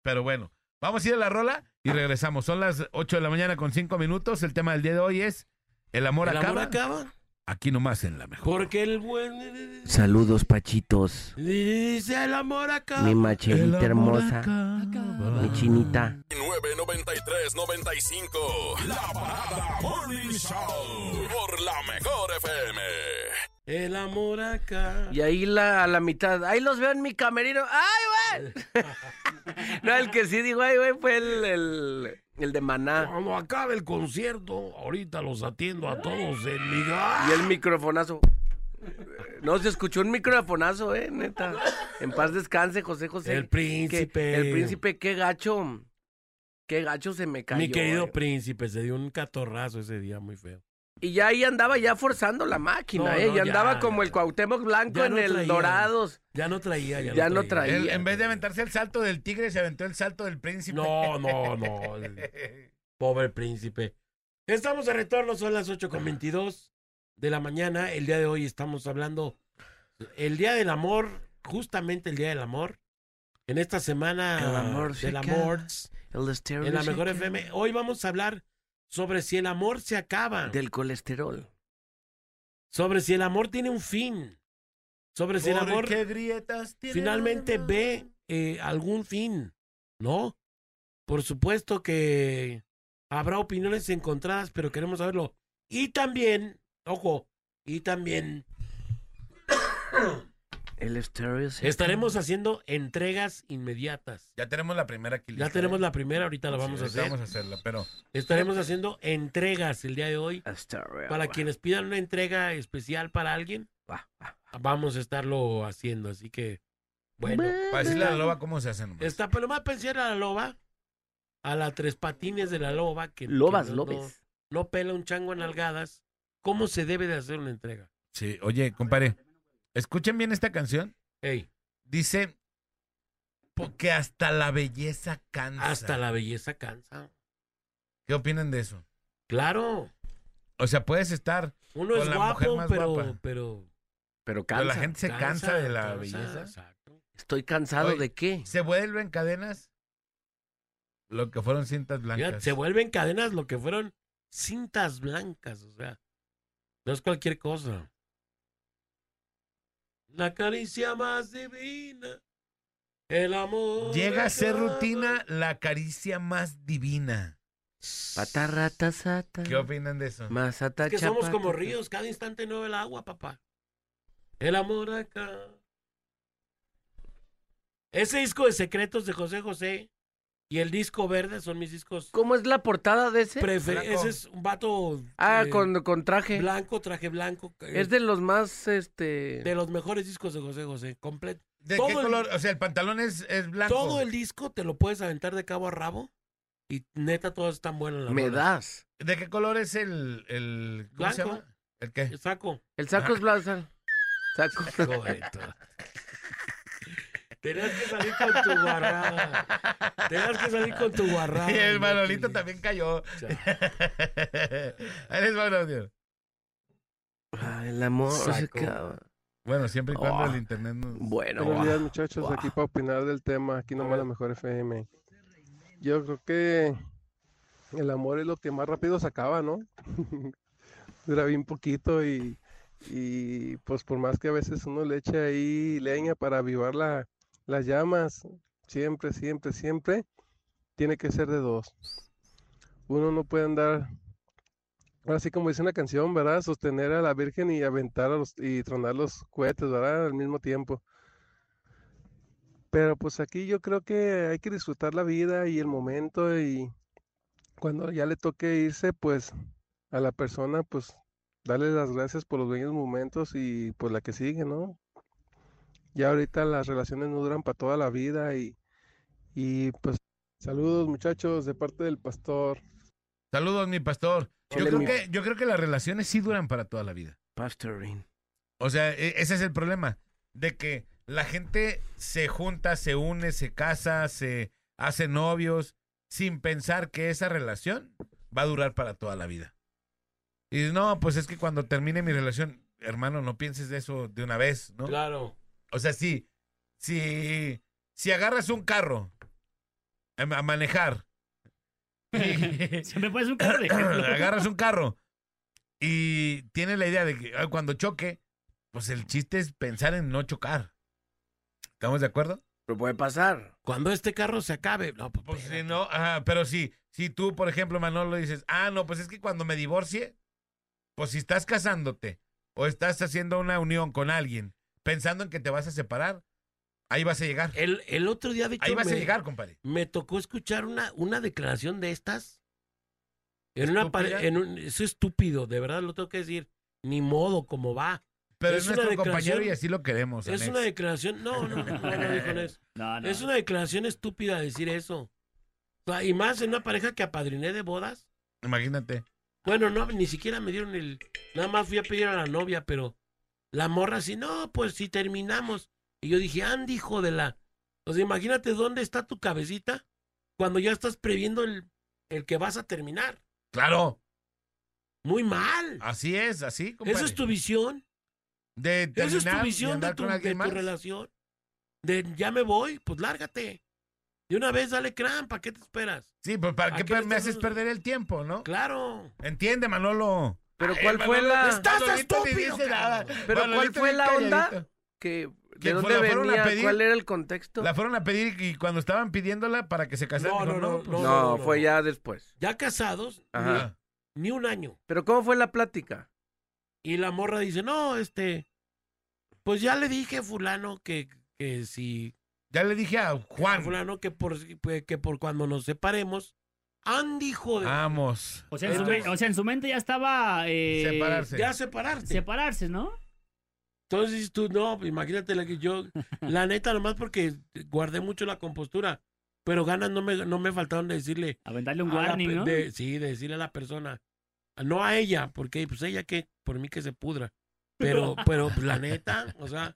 Pero bueno, vamos a ir a la rola y regresamos. Son las 8 de la mañana con 5 minutos. El tema del día de hoy es el amor, ¿El amor acaba. acaba? Aquí nomás en la mejor. Porque el buen... Saludos, Pachitos. Dice el amor acaba. Mi macherita hermosa. acaba. Mi chinita. 993 95 La Parada Morning Show por la mejor FM. El amor acaba. Y ahí la, a la mitad. Ahí los veo en mi camerino. ¡Ay, güey! no, el que sí digo, ¡ay, güey! Fue el, el, el de Maná. Cuando acabe el concierto, ahorita los atiendo a todos en mi gas. Y el microfonazo. No, se escuchó un microfonazo, eh, neta. En paz descanse, José José. El Que- príncipe. el príncipe, qué gacho. Qué gacho se me cayó. Mi querido eh. príncipe se dio un catorrazo ese día muy feo. Y ya ahí andaba ya forzando la máquina, No, ¿eh? no, ya ya, andaba ya, como el ya. Cuauhtémoc Blanco Ya en no el traía. Dorados. Ya no traía, ya, Ya no no traía. traía. Él, en vez de aventarse el salto del tigre, se aventó el salto del príncipe. No, no, no. el Pobre príncipe. Estamos de retorno, son las 8 con 22 de la mañana. El día de hoy estamos hablando el Día del Amor, justamente el Día del Amor. En esta semana El amor se Ah, del acaba. amor El estéreo en la se mejor queda FM. Hoy vamos a hablar sobre si el amor se acaba. Del colesterol. sobre si el amor tiene un fin, sobre si el amor ¿Qué grietas tiene finalmente el amor? ve eh, algún fin, ¿no? Por supuesto que habrá opiniones encontradas, pero queremos saberlo. Y también, ojo, y también El estéreo. estaremos haciendo entregas inmediatas. Ya tenemos la primera aquí. ¿eh? Ya tenemos la primera, ahorita la vamos a hacer. Vamos a hacerla, pero Estaremos haciendo entregas el día de hoy. Estéreo. Para quienes pidan una entrega especial para alguien, Va, va. vamos a estarlo haciendo. Así que, bueno. para decirle a la loba cómo se hace nomás. Está Paloma Pensiera la loba, a la tres patines de la loba, que, que Lobas, no, Lobes. no- no pela un chango en algadas. ¿Cómo se debe de hacer una entrega? Sí, oye, compadre, escuchen bien esta canción. Ey, Dice porque hasta la belleza cansa. hasta la belleza cansa. ¿Qué opinan de eso? Claro, O sea, puedes estar, uno Con es la mujer guapo, más guapa. pero, pero Pero pero cansa. la gente se cansa, de la cansa, belleza. exacto. Estoy cansado Oye, de qué. Se vuelven cadenas lo que fueron cintas blancas. Fíjate, se vuelven cadenas lo que fueron cintas blancas, o sea, no es cualquier cosa. La caricia más divina, el amor. Llega a ser acaba. rutina la caricia más divina. Pataratasata. ¿Qué opinan de eso? Masata Es que somos chapata. como ríos, cada instante no el agua, papá. El amor acá. Ese disco de secretos de José José y el disco verde son mis discos. ¿Cómo es la portada de ese? preferidos. Blanco. Ese es un vato ah, eh, con, con traje. blanco, traje blanco. eh, Es de los más, este... de los mejores discos de José José, completo. ¿De todo qué el- color? O sea, el pantalón es, es blanco. Todo el disco te lo puedes aventar de cabo a rabo y neta todas están buenas las Me rolas. das. ¿De qué color es el. el ¿Cómo se Blanco. llama? ¿El qué? Saco. El saco es blanco. Saco. Joder, Tenías que salir con tu guarrada. Tenías que salir Ah. con tu guarrada. Y el Manolito inútil. también cayó. Ya. Ahí les va el audio. Ah, el amor se Saco. acaba. Bueno, siempre y cuando Oh. el internet nos. Bueno. Buenos va. días muchachos, guau. aquí para opinar del tema, aquí nomás la mejor FM. Yo creo que el amor es lo que más rápido se acaba, ¿no? Dura bien poquito y, y, pues por más que a veces uno le eche ahí leña para avivar la- las llamas, siempre, siempre, siempre, tiene que ser de dos. Uno no puede andar, ahora sí como dice una canción, ¿verdad? Sostener a la Virgen y aventar a los, y tronar los cohetes, ¿verdad? Al mismo tiempo. Pero pues aquí yo creo que hay que disfrutar la vida y el momento y cuando ya le toque irse, pues a la persona, pues darle las gracias por los buenos momentos y pues la que sigue, ¿no? Ya ahorita las relaciones no duran para toda la vida y, y pues saludos muchachos de parte del pastor. Saludos, mi pastor. Yo Chile, creo, mi- que, yo creo que las relaciones sí duran para toda la vida. Pastorín. O sea, e- ese es el problema. De que la gente se junta, se une, se casa, se hace novios, sin pensar que esa relación va a durar para toda la vida. Y no, pues es que cuando termine mi relación, hermano, no pienses de eso de una vez, ¿no? Claro. O sea, si, si, si agarras un carro a, a manejar, Siempre puedes un carro de ejemplo. agarras un carro y tienes la idea de que ah, cuando choque, pues el chiste es pensar en no chocar. ¿Estamos de acuerdo? Pero puede pasar. Cuando este carro se acabe. No, pues, Pues si espérate. no, ajá, pero si, si tú, por ejemplo, Manolo, dices, ah, no, pues es que cuando me divorcie, pues si estás casándote o estás haciendo una unión con alguien pensando en que te vas a separar, ahí vas a llegar. El, el otro día, de hecho, Ahí vas a me- llegar, compadre. me tocó escuchar una, una declaración de estas. En una Estúpida. pare- en un, eso es estúpido, de verdad lo tengo que decir. Ni modo, como va. Pero es, Es una nuestro compañero declaración- y así lo queremos. es Anex. una declaración. No, no, no, no, no dijo eso. No, no. Es una declaración estúpida decir eso. O sea, y más en una pareja que apadriné de bodas. Imagínate. Bueno, no, ni siquiera me dieron el. Nada más fui a pedir a la novia, pero la morra así, no, pues si terminamos. Y yo dije, Andy, hijo de la. O sea, imagínate dónde está tu cabecita cuando ya estás previendo el, el que vas a terminar. Claro, Muy mal. así es, así. Esa compadre. es tu visión. De Esa es tu terminar y visión de andar tu, con de alguien tu más. relación. De ya me voy, pues lárgate. De una vez dale crampa, ¿qué te esperas? Sí, pues ¿para ¿A qué qué le me estás- haces perder el tiempo, no? Claro. Entiende, Manolo. Pero ¿cuál fue la ¡Estás estúpido, pero cuál fue la onda que de ¿Quién fue? dónde ¿La fueron a venía? pedir? ¿Cuál era el contexto? La fueron a pedir y cuando estaban pidiéndola para que se casara, No, dijo, no, no, no, pues, no, no, no. fue ya después. Ya casados, Ajá. ah, ni un año. Pero ¿cómo fue la plática? Y la morra dice, no, este, pues ya le dije a fulano que, que si, Ya le dije a a Juan, fulano que por, que por cuando nos separemos, Andy, hijo de... vamos. O sea, en su, me- o sea, en su mente ya estaba... eh, Separarse. Ya separarte. Separarse, ¿no? Entonces dices tú, no, imagínate la que yo, la neta, nomás porque guardé mucho la compostura, pero ganas no me, no me faltaron de decirle. Aventarle un a la pe- warning, ¿no? de- sí, de decirle a la persona, no a ella, porque pues ella que, por mí que se pudra, pero, pero pues, la neta, o sea,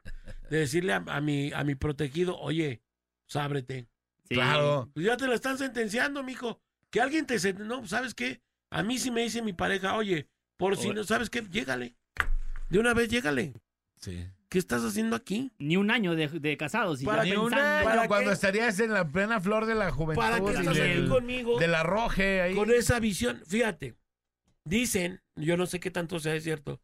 de decirle a, a mi, a mi protegido, oye, sábrete. Sí. Claro. Pues ya te lo están sentenciando, mijo. Que alguien te sen- no, ¿sabes qué? A mí sí me dice mi pareja, oye, por si Oye. no, ¿sabes qué? Llégale. De una vez, llégale. Sí. ¿Qué estás haciendo aquí? Ni un año de, de casados. Y ya Para Ni un pensando- año, ¿para cuando qué? estarías en la plena flor de la juventud. ¿Para qué y estás aquí del- conmigo? Del arroje ahí. Con esa visión. Fíjate, dicen, yo no sé qué tanto sea cierto,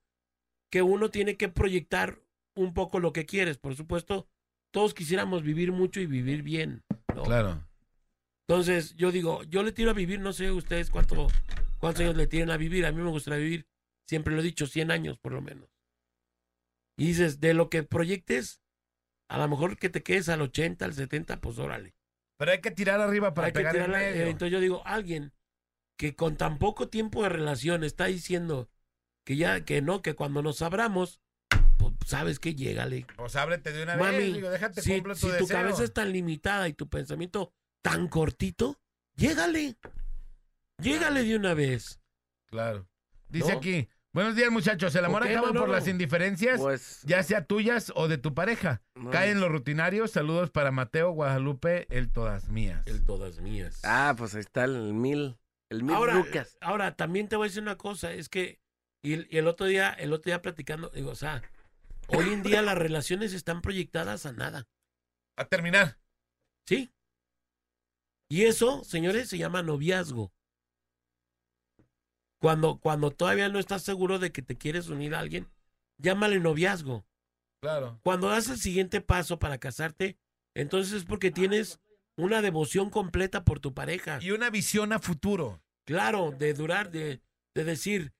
que uno tiene que proyectar un poco lo que quieres. Por supuesto, todos quisiéramos vivir mucho y vivir bien. ¿no? Claro. Entonces, yo digo, yo le tiro a vivir, no sé ustedes cuánto, cuántos años le tienen a vivir. A mí me gustaría vivir, siempre lo he dicho, 100 años por lo menos. Y dices, de lo que proyectes, a lo mejor que te quedes al 80, al 70, pues órale. Pero hay que tirar arriba para Hay que pegar en tirarla, medio. eh, entonces yo digo, alguien que con tan poco tiempo de relación está diciendo que ya, que no, que cuando nos abramos, pues, sabes que llégale. Pues ábrete de una vez. Mami, Digo, déjate si, cumplo tu si tu deseo. cabeza es tan limitada y tu pensamiento tan cortito, llégale. Llégale de una vez. Claro. Dice ¿No? aquí. Buenos días, muchachos. El amor ¿Por qué, acaba por Manolo? las indiferencias, Pues ya sea tuyas o de tu pareja. no. Caen los rutinarios. Saludos para Mateo Guadalupe, el todas mías. El todas mías. Ah, pues ahí está el mil, el mil ahora, lucas. ahora, también te voy a decir una cosa, es que, y, el- y el otro día, el otro día platicando, digo, o sea, hoy en día las relaciones están proyectadas a nada. A terminar. ¿Sí? Y eso, señores, se llama noviazgo. Cuando, cuando todavía no estás seguro de que te quieres unir a alguien, llámale noviazgo. Claro. Cuando das el siguiente paso para casarte, entonces es porque tienes una devoción completa por tu pareja. Y una visión a futuro. Claro, de durar, de, de decir,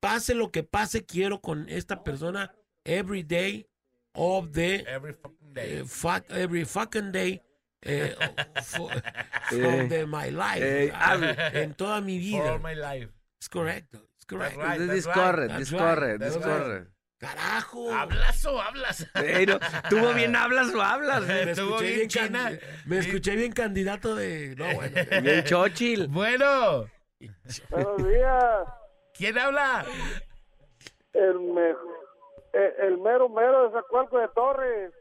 pase lo que pase, quiero con esta persona every day of the Every fucking eh, day. fuck every fucking day eh, fo- Eh, from the- my life. eh, Ah, en toda mi vida. For my life. Es correcto, es correcto. right. Entonces that's discorre, right, that's discorre, right, that's discorre. Carajo. ¿Hablas o hablas? Ey, no, Tuvo bien hablas o hablas. Ah. Me Estuvo escuché, bien bien china. candi- me escuché bien candidato de. No, bueno. Bien chochil. Bueno, Buenos días. ¿quién habla? El, e, el, mero mero de Zacualco de Torres.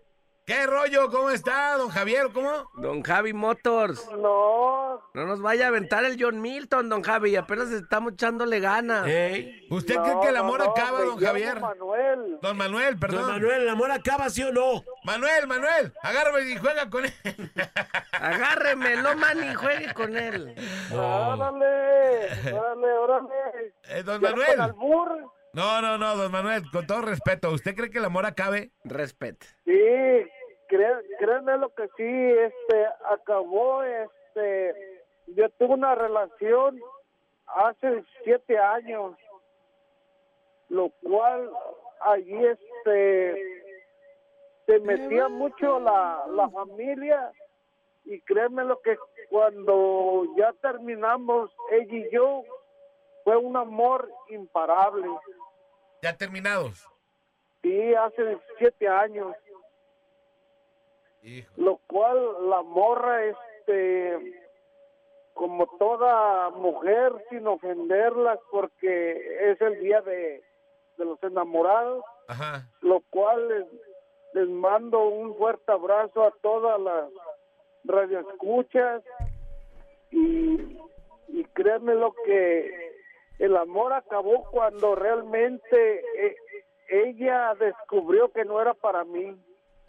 ¿Qué rollo? ¿Cómo está, don Javier? Ah, ¿Cómo? Don Javi Motors. No, No nos vaya a aventar el John Milton, don Javi. Apenas estamos echándole ganas. Ey, ¿Usted cree que el amor acaba, pues, don Javier? Manuel. Don Manuel, perdón. Don Manuel. Manuel, ¿el amor acaba, sí o no? Manuel, agárrame y juega con él. Agárreme, lo man y juegue con él. Ah, Órale, órale, órale. Eh, don Manuel. albur? No, no, no, don Manuel, con todo respeto, ¿usted cree que el amor acabe? Respete. Sí, cré- créeme lo que sí, este, acabó, este, yo tuve una relación hace siete años, lo cual allí, este, se metía mucho la, la familia y créeme lo que cuando ya terminamos, ella y yo, fue un amor imparable. Ya terminados. Sí, hace siete años. Hijo. lo cual la morra, este, como toda mujer, sin ofenderlas, porque es el día de, de los enamorados, Ajá. lo cual les, les mando un fuerte abrazo a todas las radioescuchas y, y créanme lo que el amor acabó cuando realmente eh, ella descubrió que no era para mí,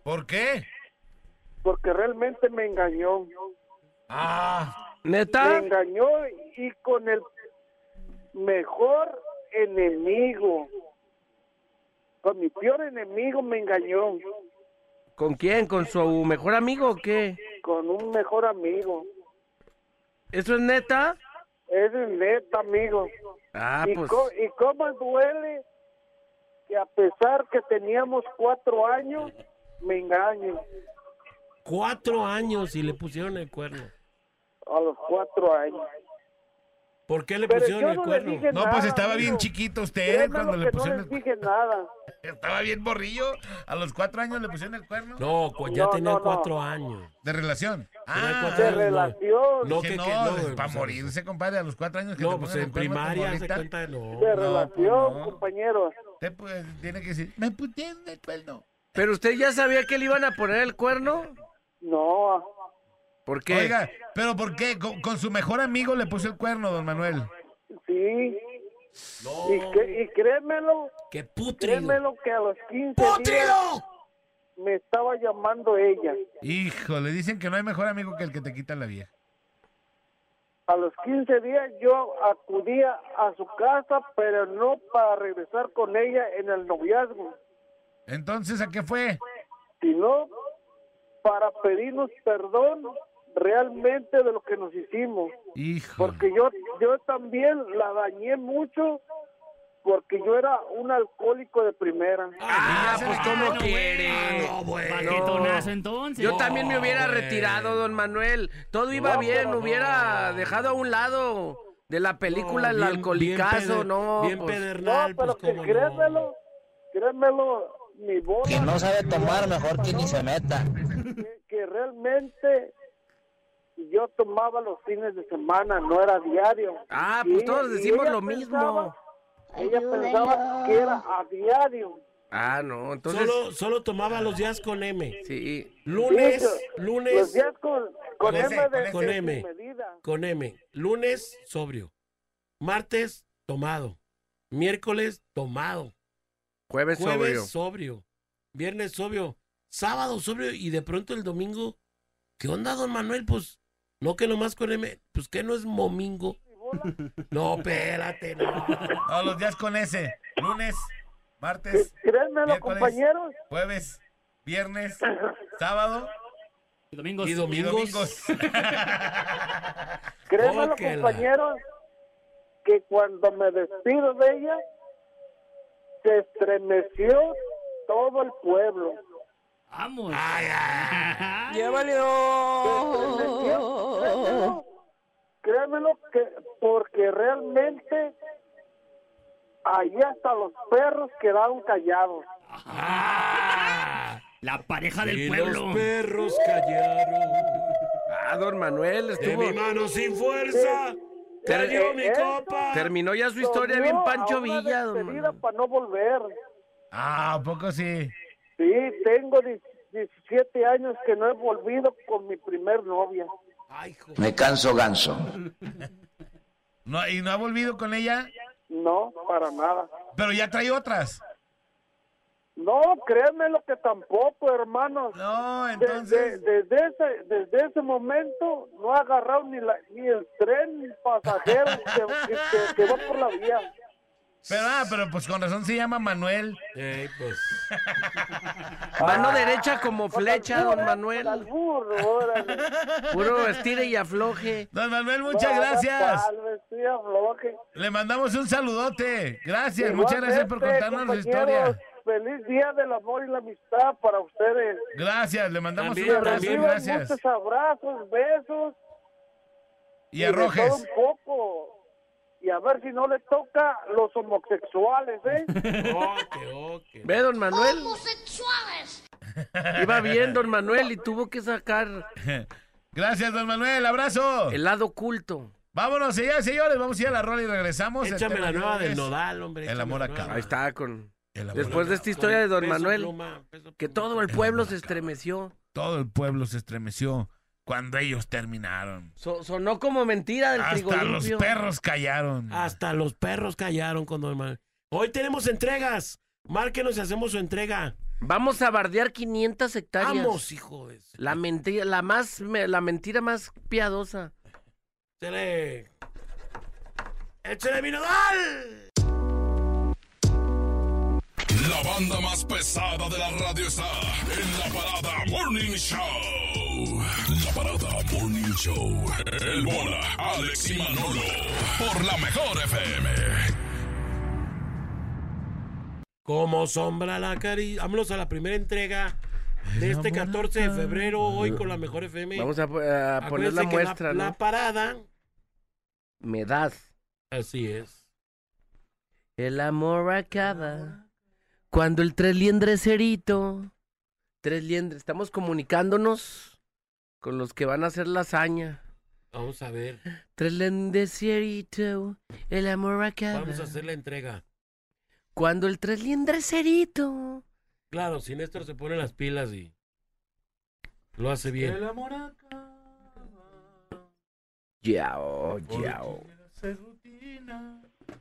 ¿Por qué? porque realmente me engañó. Ah, me ¿Neta? engañó y con el mejor enemigo. Con mi peor enemigo me engañó. ¿Con quién? ¿Con su mejor amigo o qué? Con un mejor amigo. ¿Eso es neta? Es neta, amigo. Ah, y, pues. co- y cómo duele que a pesar que teníamos cuatro años, me engañen Cuatro años y le pusieron el cuerno. a los cuatro años. ¿Por qué le Pero pusieron yo el no le cuerno? dije No, pues nada, estaba bien amigo. chiquito usted Créeme cuando lo le que no pusieron les el dije nada. Estaba bien borrillo. A los cuatro años le pusieron el cuerno. No, cu- ya No, tenía no, no. cuatro años. De relación. Tenía Ah, cuatro De años, no. relación, No, que que, no, que no, para pues, morirse, compadre, a los cuatro años que No, te pues pongan en el cuerno como primaria se ahorita, cuenta no. de Oh, no, relación, pues no. compañeros. Usted pues, tiene que decir, me putearon el cuerno. ¿Pero usted ya sabía que le iban a poner el cuerno? No, ¿Por qué? Oiga, ¿pero por qué? Con, con su mejor amigo le puso el cuerno, don Manuel. sí. Y, que, y créemelo, ¡Qué putrido! créemelo que a los 15 días me estaba llamando ella. Hijo, le dicen que no hay mejor amigo que el que te quita la vieja. A los 15 días yo acudía a su casa, pero no para regresar con ella en el noviazgo, Entonces, ¿a qué fue? sino para pedirnos perdón realmente de lo que nos hicimos. Hijo. Porque yo, yo también la dañé mucho porque yo era un alcohólico de primera. Ah, Y ya pues se cómo le- quiere. Ah, no, bueno. Paquetonazo, entonces. Yo también me Oh, hubiera No, güey. retirado, don Manuel. Todo iba bien, hubiera dejado a un lado de la película El Bien- Alcoholicazo, bien peder- no. Bien pues. No, pedernal, pero pues que cómo créemelo, no. créemelo, mi boda. Quien no sabe tomar, mejor que ni se meta. que, que realmente yo tomaba los fines de semana, no era diario. Ah, Y pues ella- todos y decimos ella lo mismo. pensaba- Ella pensaba que era a diario. Ah, no, entonces. Solo, solo tomaba los días con M. Sí. Lunes, Dicho, Los lunes días con, con, ese, M con de, ese. Con de su M. medida. con M. Lunes, sobrio. Martes, tomado. Miércoles, tomado. Jueves, Jueves, sobrio. sobrio. Viernes, sobrio. Sábado, sobrio. Y de pronto el domingo. ¿Qué onda, don Manuel? Pues, no que nomás con M. Pues, que no es momingo? No, espérate, no. No, los días con ese. Lunes, martes, Créanmelo, Miércoles. compañeros. jueves, viernes, sábado Y domingos. Y y domingos. domingos. Créanmelo, Tóquela. compañeros, que cuando me despido de ella, se estremeció todo el pueblo. Vamos. Créemelo, créemelo que porque realmente ahí hasta los perros quedaron callados. La pareja del Y pueblo. los perros callaron. Ah, don Manuel De mi estuvo. mano sin fuerza. Ter- Cayó mi esto- copa. Terminó ya su historia Tornó bien a Pancho una Villa, don despedida Manuel. para no volver. Ah, ¿a poco sí? Sí, tengo 10 17 años que no he volvido con mi primer novia. Ay, hijo. Me canso ganso. No, ¿Y no ha volvido con ella? No, para nada. Pero ya trae otras. No, créanme lo que tampoco, hermanos. No, De- de- entonces... desde, ese, desde ese momento no ha agarrado ni, la, ni el tren pasajero que, que- que- que va por la vía. Pero, ah, pero pues con razón se llama Manuel. Ey, pues. Mano derecha como Con flecha, albur, don eh, con Manuel. albur, órale. Puro estire y afloje. Don Manuel, muchas No, gracias. tal vez sí afloje. Le mandamos un saludote. Gracias, muchas gracias por Igualmente, contarnos la compañeros, historia. Feliz día del amor y la amistad para ustedes. Gracias, le mandamos También, un abrazo, también, Reciban gracias. Muchos abrazos, besos Y de arrojes. todo un poco. Y a ver si no le toca los homosexuales, ¿eh? Ok, ok. ¿Ve, don Manuel? Iba bien, don Manuel, y tuvo que sacar Gracias, don Manuel, abrazo. el lado oculto. Vámonos allá, señores, vamos a ir a la rola y regresamos. Échame El tema la de nueva hoy del es nodal, hombre. el échame amor la acaba. nueva. Ahí está con... el amor Después de acá. esta historia de don Peso Manuel, pluma, peso que pluma. todo el pueblo se estremeció. Todo el pueblo se estremeció cuando ellos terminaron. So- sonó como mentira del Hasta los trigolimpio. perros callaron. Hasta los perros callaron con don Manuel. Hoy tenemos entregas. Márquenos y hacemos su entrega. Vamos a bardear 500 hectáreas. Vamos, hijo de... La mentira, la más, me- la mentira más piadosa. Échale. Échale mi nodal. La banda más pesada de la radio está en la parada Morning Show. La parada Morning Show. El bola, Alex y Manolo. Por la mejor FM. Como sombra la cari. Vámonos a la primera entrega de este 14 de febrero, hoy con la mejor FM. Vamos a, po- a Acuérdense poner la que muestra, La, ¿no? parada. Me das. Así es. El amor acaba cuando el tres liendres erito. Tres liendres. Estamos comunicándonos con los que van a hacer la hazaña. Vamos a ver. Tres liendres erito. El amor acaba. Vamos a hacer la entrega. Cuando el tres liendres erito. Claro, si Néstor se pone las pilas y lo hace bien. Yao, yao.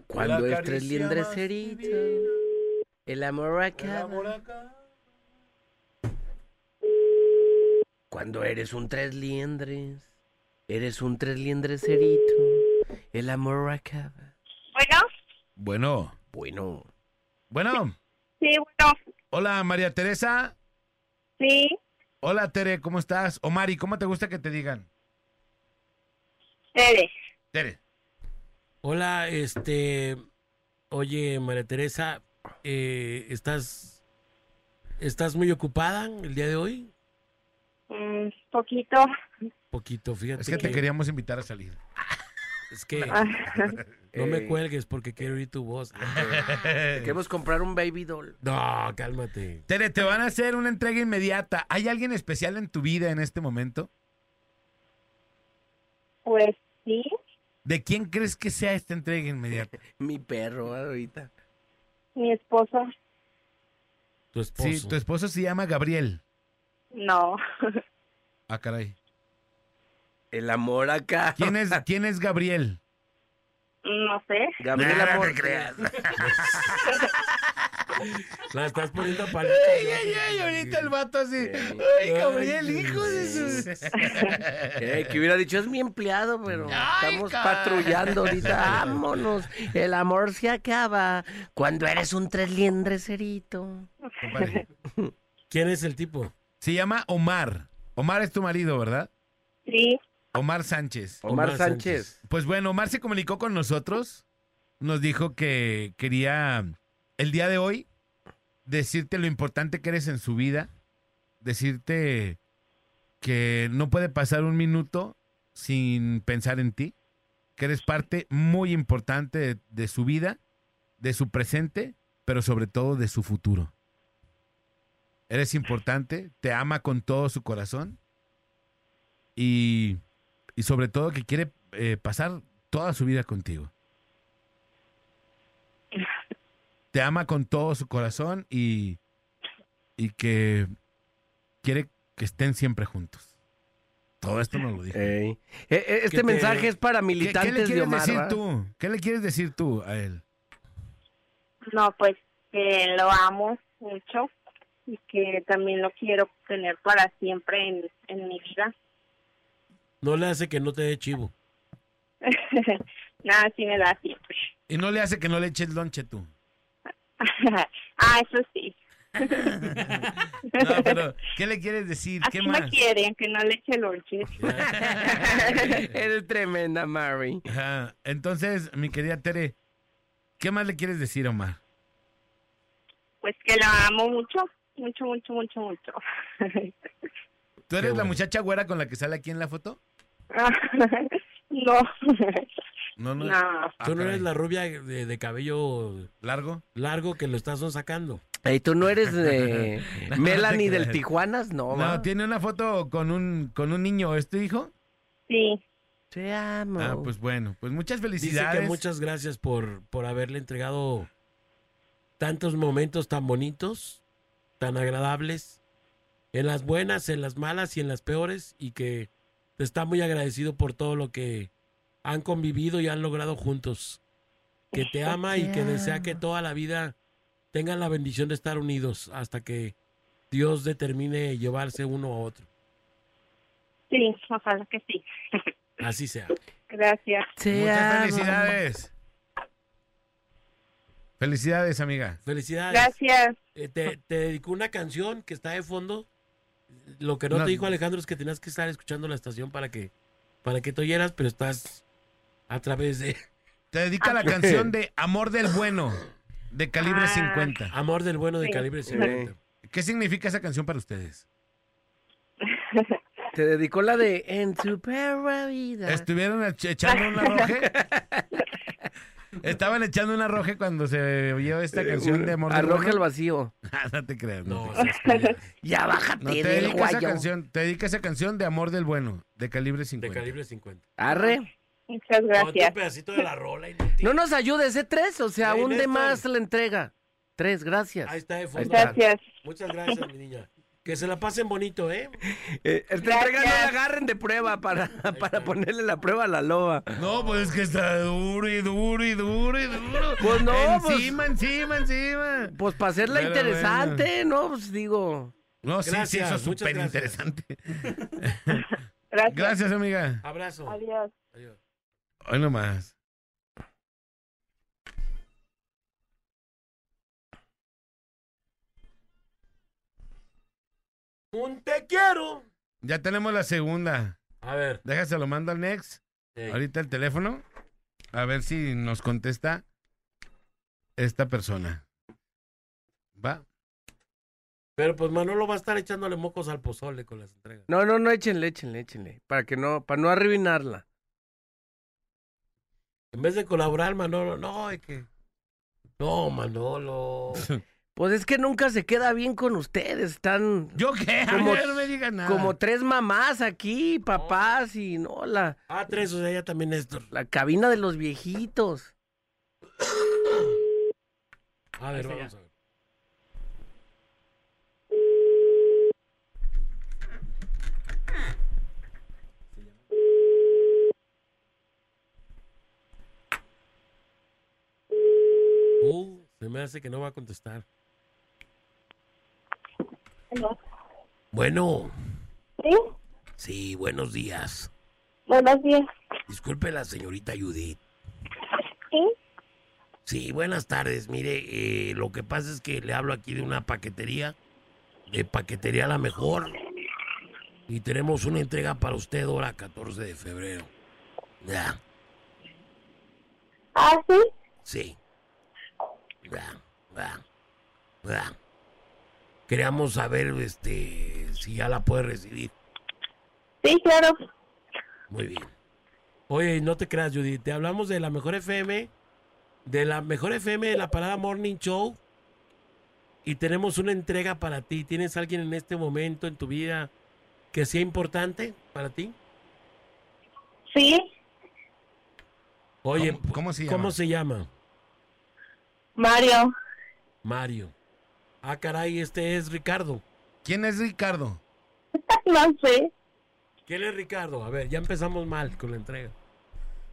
Cuando el tres liendres erito. El amor acaba. Cuando eres un tres liendres. Eres un tres liendres erito. El amor acaba. Bueno, Bueno, Bueno. bueno. sí, bueno, Hola, María Teresa. sí, Hola, Tere, ¿cómo estás? O Mari, ¿cómo te gusta que te digan? Tere. Tere. Hola, este. Oye, María Teresa, eh, ¿estás. ¿Estás muy ocupada el día de hoy? Un mm, poquito. Poquito, fíjate. Es que te queríamos invitar a salir. Es que Ah, no me Eh. cuelgues porque quiero oír tu voz. Queremos comprar un baby doll. No, cálmate. Tere, te van a hacer una entrega inmediata. ¿Hay alguien especial en tu vida en este momento? Pues sí, ¿De quién crees que sea esta entrega inmediata? Mi perro ¿eh? ahorita. mi esposo, Tu esposo. Sí, tu esposo se llama Gabriel. no. Ah, caray. El amor acaba. ¿Quién es, ¿quién es Gabriel? No sé, Gabriel Nah, no amor. te creas. La estás poniendo a palito. vato así. Sí. Ay, Gabriel, hijo de Eh, que hubiera dicho, es mi empleado, pero Ay, estamos ca- patrullando ahorita. Vámonos. El amor se acaba cuando eres un tres liendres erito. Compadre. ¿Quién es el tipo? Se llama Omar. Omar es tu marido, ¿verdad? sí, Omar Sánchez. Omar, Omar Sánchez. Pues bueno, Omar se comunicó con nosotros. Nos dijo que quería el día de hoy decirte lo importante que eres en su vida. Decirte que no puede pasar un minuto sin pensar en ti. Que eres parte muy importante de, de su vida, de su presente, pero sobre todo de su futuro. Eres importante, te ama con todo su corazón. Y y sobre todo que quiere eh, pasar toda su vida contigo. Te ama con todo su corazón y, y que quiere que estén siempre juntos. Todo esto nos lo dijo. Ey. Eh, eh, Que este te- mensaje es para ¿Qué, qué le militantes de quieres Omar. decir ¿va? tú? ¿Qué le quieres decir tú a él? no, pues que lo amo mucho y que también lo quiero tener para siempre en, en mi vida. No le hace que no te dé chivo. Nada, sí me da siempre. Y no le hace que no le eches lonche tú. ah, eso sí. No, pero ¿qué le quieres decir? ¿Qué Así más? me quieren, que no le eche lonche. Eres tremenda, Mary. Ajá. Entonces, mi querida Tere, ¿qué más le quieres decir a Omar? Pues que lo amo mucho, mucho, mucho, mucho, mucho. ¿Tú eres Qué la bueno. muchacha güera con la que sale aquí en la foto? no, No, no. no. Ah, Tú no eres caray. la rubia de, de cabello largo. largo que lo estás sacando. Ey, ¿Tú no eres de No, Melanie no te del creas. Tijuanas? No, No, va. tiene una foto con un con un niño, ¿es tu hijo? Sí, Te amo. Ah, pues bueno, pues muchas Dice felicidades. que muchas gracias por, por haberle entregado tantos momentos tan bonitos, tan agradables, en las buenas, en las malas y en las peores, y que te está muy agradecido por todo lo que han convivido y han logrado juntos. Que te ama y que desea que toda la vida tengan la bendición de estar unidos hasta que Dios determine llevarse uno a otro. sí, ojalá que sí. Así sea. Gracias. Te Muchas amo. felicidades. Felicidades, amiga. Felicidades. Gracias. Eh, te, te dedicó una canción que está de fondo. Lo que no, No. te dijo Alejandro es que tenías que estar escuchando la estación para que, para que te oyeras, pero estás a través de Te Ah, dedica la canción de Amor del Bueno, de calibre Ah. 50. Amor del Bueno de Sí. Calibre 50. ¿Qué significa esa canción para ustedes? Te dedicó la de En tu perra vida. ¿Estuvieron ech- echando una roje? Estaban echando una roje cuando se oyó Eh, esta canción de Amor del Arroja el Bueno. Ah, vacío. no te creas, no, No, te creas. seas culera. Ya bájate No, te del dedica esa guayo. canción, te dedica esa canción de Amor del Bueno, de calibre de 50. Calibre 50. Arre. Muchas Ponte un gracias. pedacito de la rola. inútil. No nos ayudes, ¿eh? Tres, o sea, Ey, un de Néstor. más la entrega. Tres, gracias. Ahí está de fondo. está. Gracias. Muchas gracias, mi niña. Que se la pasen bonito, ¿eh? Eh, esta Gracias. entrega no la agarren de prueba para, para ponerle la prueba a la loba. No, pues es que está duro y duro y duro y duro. Pues no, encima, encima, encima. Pues para hacerla Bueno, interesante, ¿no? Pues digo. No, sí, sí, Gracias, eso es muchas súper interesante. Gracias. Gracias, amiga. Abrazo. Adiós. Adiós. Hoy nomás. Un te quiero. Ya tenemos la segunda. A ver. Déjase, lo mando al Next. eh, Ahorita el teléfono. A ver si nos contesta esta persona. ¿Va? Pero pues Manolo va a estar echándole mocos al pozole con las entregas. No, no, no, échenle, échenle, échenle. Para que no, para no arruinarla. En vez de colaborar, Manolo, no, es que. No, Manolo. Pues es que nunca se queda bien con ustedes. Están ¿Yo qué? A Como- ver, Eh, no me digas nada. como tres mamás aquí, papás y no, la, Ah, tres, o sea, ya también Néstor. la cabina de los viejitos. A ver, está vamos a ver. Uh, se me hace que no va a contestar. Hola. Bueno, Sí, sí, buenos días. buenos días. Disculpe la señorita Judith. Sí, Sí, buenas tardes. Mire, eh, lo que pasa es que le hablo aquí de una paquetería, de paquetería la mejor. Y tenemos una entrega para usted ahora 14 de febrero. Ya, ah, sí, sí. Ya, ya, ya. Queríamos saber este, si ya la puede recibir. sí, claro. Muy bien. Oye, no te creas, Judy. Te hablamos de la mejor FM, de la mejor FM de la parada Morning Show. Y tenemos una entrega para ti. ¿Tienes alguien en este momento en tu vida que sea importante para ti? Sí, Oye, ¿Cómo, cómo se llama? ¿cómo se llama? Mario. Mario. Ah, caray, este es Ricardo. ¿Quién es Ricardo? No sé, ¿Quién es Ricardo? A ver, ya empezamos mal con la entrega.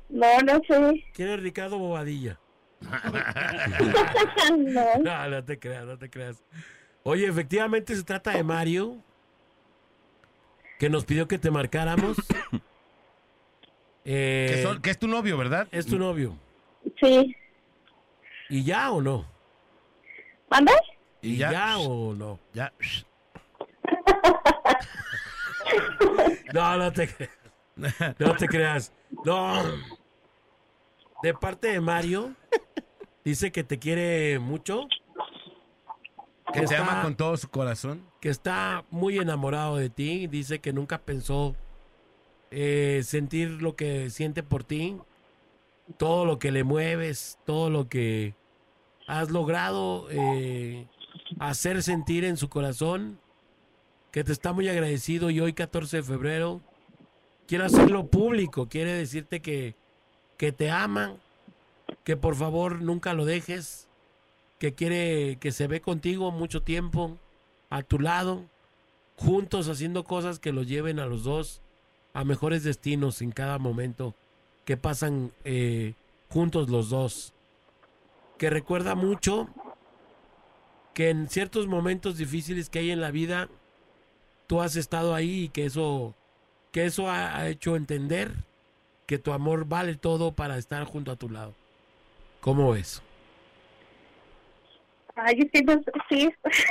no, no sé. ¿Quién es Ricardo Bobadilla? no. No, no te creas, no te creas. Oye, efectivamente se trata de Mario, que nos pidió que te marcáramos. Eh, que, son- que es tu novio, ¿verdad? Es tu novio. Sí, ¿Y ya o no? ¿manda? ¿Y ya, o no? Ya. No, no te creas. No te creas. No. De parte de Mario, dice que te quiere mucho, Que te Está- ama con todo su corazón. que está muy enamorado de ti, dice que nunca pensó eh, sentir lo que siente por ti, todo lo que le mueves, todo lo que has logrado eh, hacer sentir en su corazón, que te está muy agradecido y hoy 14 de febrero quiere hacerlo público, quiere decirte que, que te aman, que por favor nunca lo dejes, que quiere que se ve contigo mucho tiempo a tu lado, juntos haciendo cosas que los lleven a los dos a mejores destinos en cada momento que pasan eh, juntos los dos. Que recuerda mucho que en ciertos momentos difíciles que hay en la vida, tú has estado ahí y que eso, que eso ha, ha hecho entender que tu amor vale todo para estar junto a tu lado. ¿Cómo ves? Ay, yo siento, sí. pues,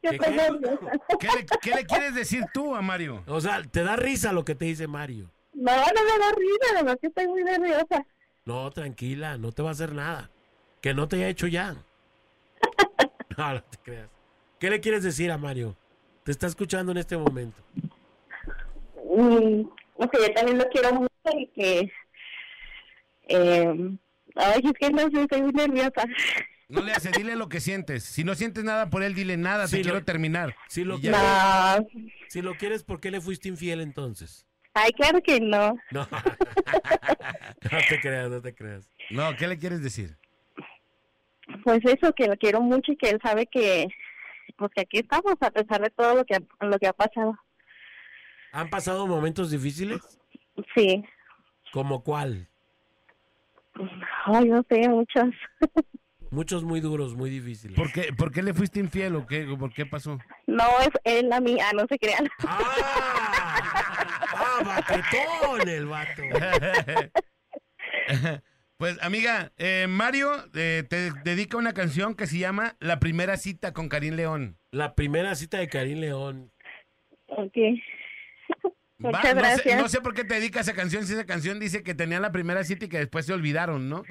yo ¿Qué estoy qué? nerviosa. ¿Qué le, qué le quieres decir tú a Mario? O sea, te da risa lo que te dice Mario. No, no me da risa, nomás que estoy muy nerviosa. No, tranquila, no te va a hacer nada. Que no te haya hecho ya. No, no te creas. ¿Qué le quieres decir a Mario? Te está escuchando en este momento. Mm, no sé, yo también lo quiero mucho y que... Eh, ay, es que no sé, estoy muy nerviosa. No le hace, dile lo que sientes. Si no sientes nada por él, dile nada, te Sí, lo- quiero terminar. Si lo, Y ya. quieres, No, si lo quieres, ¿por qué le fuiste infiel entonces? ay, claro que no. No. no te creas, no te creas. No, ¿qué le quieres decir? Pues eso, que lo quiero mucho y que él sabe que... Pues que aquí estamos a pesar de todo lo que, ha- lo que ha pasado. ¿Han pasado momentos difíciles? Sí. ¿Como cuál? Ay, no sé, muchas. Muchos muy duros, muy difíciles. ¿Por qué, por qué le fuiste infiel o qué, por qué pasó? No, es él a mí, ah, no se crean. ¡Ah! ¡Ah, baquetón el vato! pues, amiga, eh, Mario eh, te dedica una canción que se llama La primera cita con Karim León. La primera cita de Karim León. Ok. Va, Muchas no sé- gracias. no sé por qué te dedica esa canción, si esa canción dice que tenía la primera cita y que después se olvidaron, ¿no?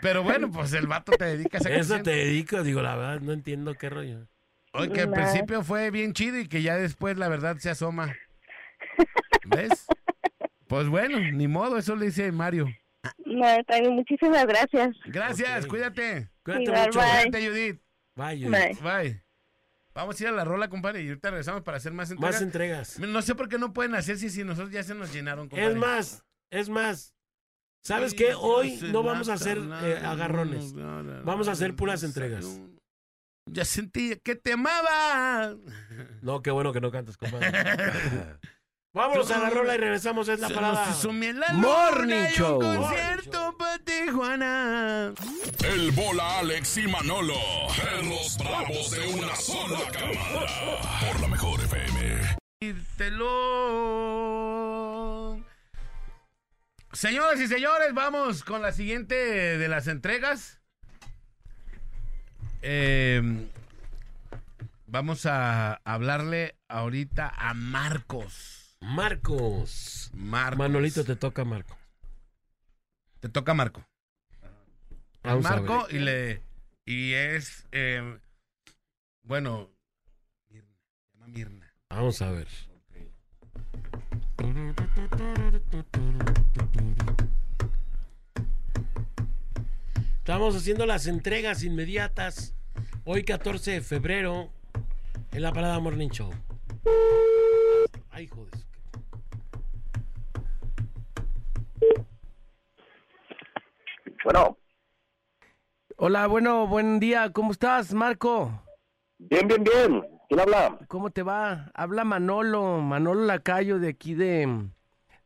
Pero bueno, pues el vato te dedica esa Eso canción. te dedico, digo, la verdad, no entiendo qué rollo. Oye, que al Nah. principio fue bien chido y que ya después la verdad se asoma. ¿Ves? Pues bueno, ni modo, eso le dice Mario. No, también muchísimas gracias. Gracias, Ok. cuídate. Cuídate Igual, mucho. bye. Cuídate, Judith. Bye, Judith. Bye. Bye. Vamos a ir a la rola, compadre, y ahorita regresamos para hacer más entregas. Más entregas. No sé por qué no pueden hacer si, si nosotros ya se nos llenaron, compadre. Es más, es más. ¿Sabes Ay, qué? Hoy se no vamos a mata, hacer na- eh, agarrones. na- na- Vamos a hacer na- puras na- entregas. Ya sentí que te amaba. No, qué bueno que no cantas, compadre. Vámonos a la rola y regresamos. Es la Se parada. nos hizo miel la Morning luna y un Show. concierto pa' Tijuana. El bola Alex y Manolo. Perros bravos de una sola camada. Por la mejor FM. Dírtelo. Señoras y señores, vamos con la siguiente de las entregas. Eh, vamos a hablarle ahorita a Marcos. Marcos. Marcos. Manolito, te toca, Marco. Te toca Marco. A Vamos a Marco y le. Y es. eh, bueno. Mirna. Se llama Mirna. Vamos a ver. Estamos haciendo las entregas inmediatas. Hoy 14 de febrero en la parada Morning Show. Ay, joder. Bueno, Hola, bueno, buen día. ¿Cómo estás, Marco? bien, bien, bien. ¿Quién habla? ¿Cómo te va? Habla Manolo, Manolo Lacayo de aquí de,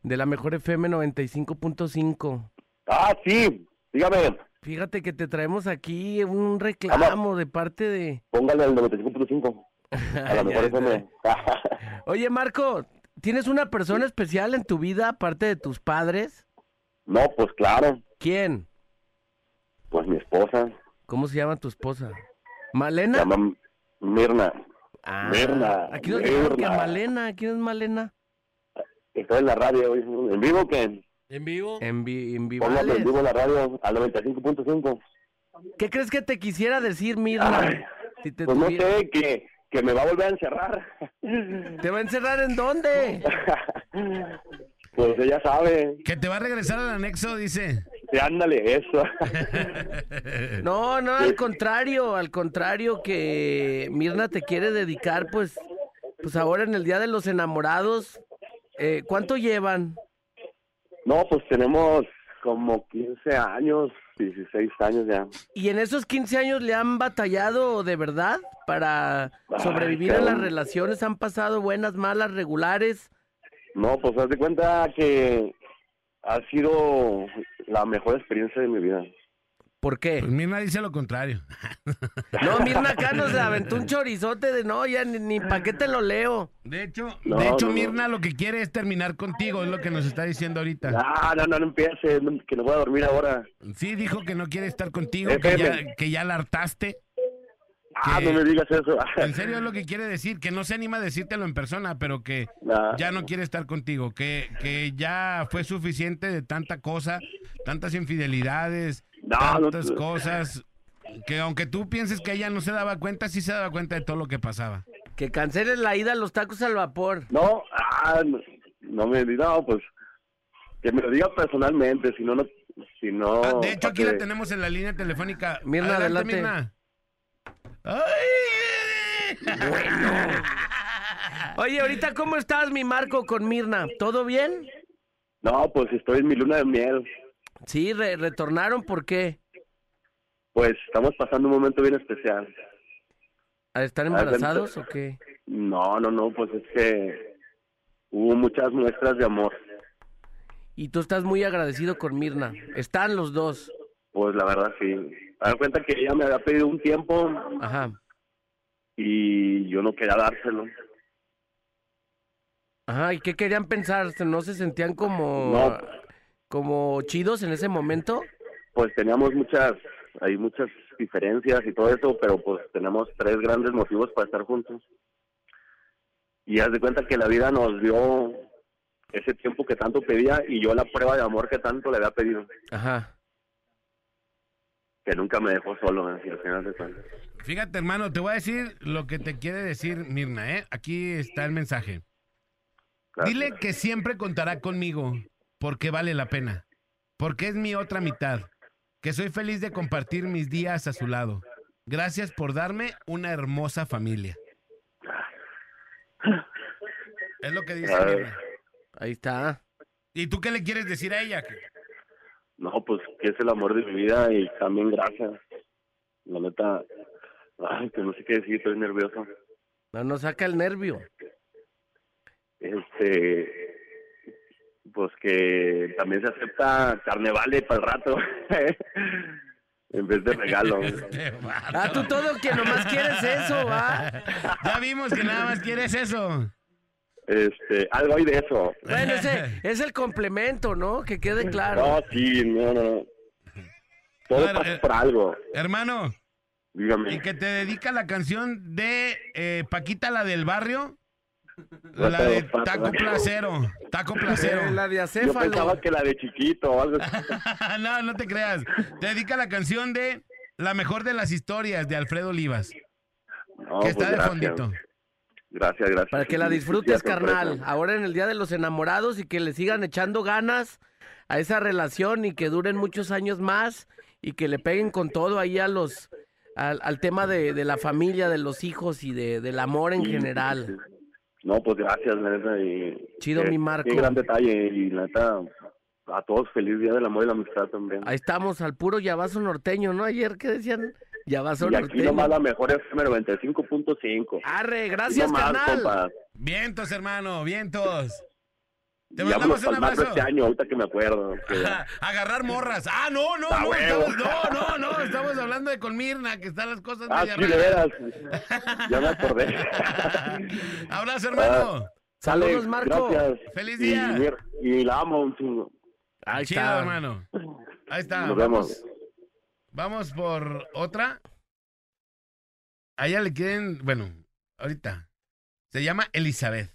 de la Mejor FM 95.5. Ah, sí, dígame, Fíjate que te traemos aquí un reclamo de parte de... póngale al 95.5. A la mejor FM. Oye, Marco, ¿tienes una persona especial en tu vida aparte de tus padres? no, pues claro, ¿Quién? pues mi esposa, ¿Cómo se llama tu esposa? se ¿Malena? llama Mirna. Ah, Mirna, Aquí nos dijeron que Mirna. Malena. ¿Quién es Malena? Está en la radio hoy, en vivo que ¿En vivo? En, vi- en póngale en Vivales. vivo la radio al 95.5. ¿Qué crees que te quisiera decir, Mirna? Ay, Si te, Pues no tuviera- sé, que, que me va a volver a encerrar. ¿Te va a encerrar en dónde? pues ella sabe, Que te va a regresar al anexo, dice. Sí, ándale, eso. No, no, al contrario, al contrario que Mirna te quiere dedicar, pues, pues ahora en el Día de los Enamorados, eh, ¿cuánto llevan? No, pues tenemos como 15 años, 16 años ya. ¿Y en esos 15 años le han batallado de verdad para Ay, sobrevivir a las cabrón. relaciones? ¿Han pasado buenas, malas, regulares? No, pues haz de cuenta que ha sido la mejor experiencia de mi vida. ¿Por Pues qué? Mirna dice lo contrario. No, Mirna acá nos aventó un chorizote de no, ya ni, ni pa' qué te lo leo. De hecho, No, de hecho no, no. Mirna lo que quiere es terminar contigo, es lo que nos está diciendo ahorita. Ah, no, no, no empieces, no, que no voy a dormir ahora. Sí, dijo que no quiere estar contigo, que FM. ya, que ya la hartaste. Ah, que- no me digas eso. En serio es lo que quiere decir, que no se anima a decírtelo en persona, pero que Nah. ya no quiere estar contigo, que, que ya fue suficiente de tanta cosa, tantas infidelidades, No, no tantas te- cosas, que aunque tú pienses que ella no se daba cuenta, sí se daba cuenta de todo lo que pasaba. Que canceles la ida a los tacos al vapor. No, ah, no, no me digas, no, pues que me lo diga personalmente, si no, no, si no. Ah, de hecho, aquí ¿para la qué? tenemos en la línea telefónica. Mirna, adelante. Mirna. ¡Ay! Oye, ahorita, ¿cómo estás, mi Marco, con Mirna? ¿Todo bien? No, pues estoy en mi luna de miel. Sí, re- retornaron, ¿por qué? Pues estamos pasando un momento bien especial. ¿Están ver, embarazados o permíteme. qué? No, no, no, pues es que hubo muchas muestras de amor. Y tú estás muy agradecido con Mirna. Están los dos. Pues la verdad sí. A dar cuenta que ella me había pedido un tiempo Ajá. y yo no quería dárselo. Ajá, ¿y qué querían pensar? ¿No se sentían como, No. como chidos en ese momento? Pues teníamos muchas, hay muchas diferencias y todo eso, pero pues tenemos tres grandes motivos para estar juntos. Y haz de cuenta que la vida nos dio ese tiempo que tanto pedía y yo la prueba de amor que tanto le había pedido, Ajá. que nunca me dejó solo, ¿eh? Y al final de cuentas. Fíjate, hermano, te voy a decir lo que te quiere decir Mirna, ¿eh? Aquí está el mensaje. Claro. Dile que siempre contará conmigo, porque vale la pena, porque es mi otra mitad, que soy feliz de compartir mis días a su lado. Gracias por darme una hermosa familia. Es lo que dice Ay. Mirna. Ahí está. ¿Y tú qué le quieres decir a ella? No, pues que es el amor de mi vida y también gracias. La neta, ay, que no sé qué decir, estoy nervioso. No nos saca el nervio. Este, pues que también se acepta carnevale para el rato, en vez de regalo. Este vato. Ah, tú todo que nomás quieres eso, ¿va? Ya vimos que nada más quieres eso. Este, algo hay de eso. Bueno, ese es el complemento, ¿no? Que quede claro. No, sí, no, no, no. Todo Claro, eh. pasa por algo, Hermano, y dígame. que te dedica la canción de eh, Paquita, la del barrio. La La de de Paco. Taco Placero. Taco Eh, Placero. la de Yo acéfalo. pensaba que la de chiquito o algo. así. no, no te creas. Te dedica la canción de La mejor de las historias de Alfredo Olivas. No, pues que está de gracias. fondito. Gracias, gracias. Para que la Sí, disfrutes, sí, sorpresa. carnal. Ahora en el Día de los Enamorados y que le sigan echando ganas a esa relación y que duren muchos años más y que le peguen con todo ahí a los al, al tema de, de la familia, de los hijos y de, del amor en Sí, sí, general. sí. No, pues gracias, la neta, y- Chido, qué- mi Marco. Qué gran detalle, y la neta, a todos feliz Día del Amor y la Amistad también. Ahí estamos al puro Yabazo norteño, ¿no? Ayer que decían Yabazo y aquí norteño. nomás la mejor FM 95.5. Arre, Aquí gracias, nomás, carnal. compa. Vientos, hermano, vientos. Ya Te mandamos vamos un palmando abrazo. este año, ahorita que me acuerdo. que- Ajá, agarrar morras. Ah, no, no, Ah, no, huevo. estamos, no, no, no, estamos hablando de con Mirna, que están las cosas ah, media sí, de raras. veras. ya me acordé. Ah. Abrazo, hermano. Saludos, Marco. Gracias. Feliz Y día. mira, Y, la amo un chingo. Ahí Chido, está. hermano. Ahí está. Nos vemos. Vamos por otra. A ella le quieren, bueno, ahorita. Se llama Elizabeth.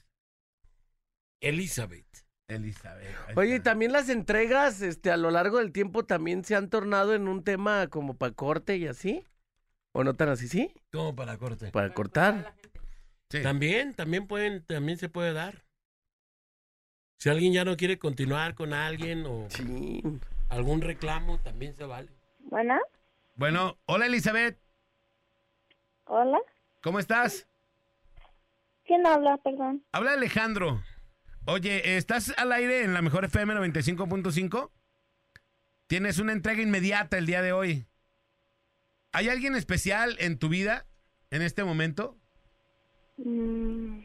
Elizabeth. Elizabeth. ahí Oye, y está. también las entregas, este, a lo largo del tiempo también se han tornado en un tema como para corte y así. ¿O no tan así, sí? ¿Cómo para corte? Para cortar. Sí. También, también pueden, también se puede dar. Si alguien ya no quiere continuar con alguien o Chin. algún reclamo, también se vale. Bueno, Bueno, hola Elizabeth, hola. ¿cómo estás? ¿Quién habla, perdón? Habla Alejandro. Oye, ¿estás al aire en la mejor FM 95.5? Tienes una entrega inmediata el día de hoy. ¿Hay alguien especial en tu vida en este momento? Mm,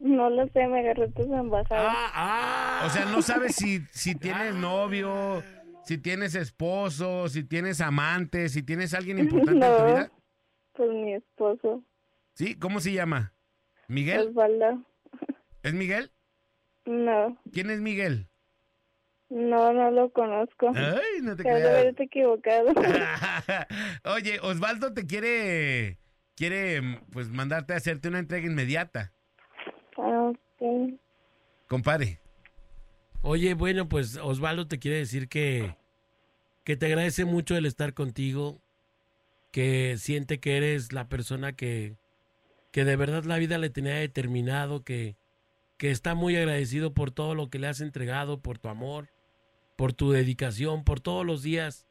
no lo sé, me agarré tus embajadas. Ah, O sea, no sabes si, si tienes novio, si tienes esposo, si tienes amante, si tienes alguien importante en tu No. vida. Pues mi esposo, ¿Sí? ¿Cómo se llama? ¿Miguel? Osvaldo. ¿Es Miguel? No, ¿Quién es Miguel? no, no lo conozco. Ay, no te Ah. Te has de creas. haberte equivocado. Oye, Osvaldo te quiere quiere mm, pues mandarte a hacerte una entrega inmediata. Ah, Ok. Compadre, Oye, bueno, pues Osvaldo te quiere decir que, que te agradece mucho el estar contigo, que siente que eres la persona que, que de verdad la vida le tenía determinado, que, que está muy agradecido por todo lo que le has entregado, por tu amor, por tu dedicación, por todos los días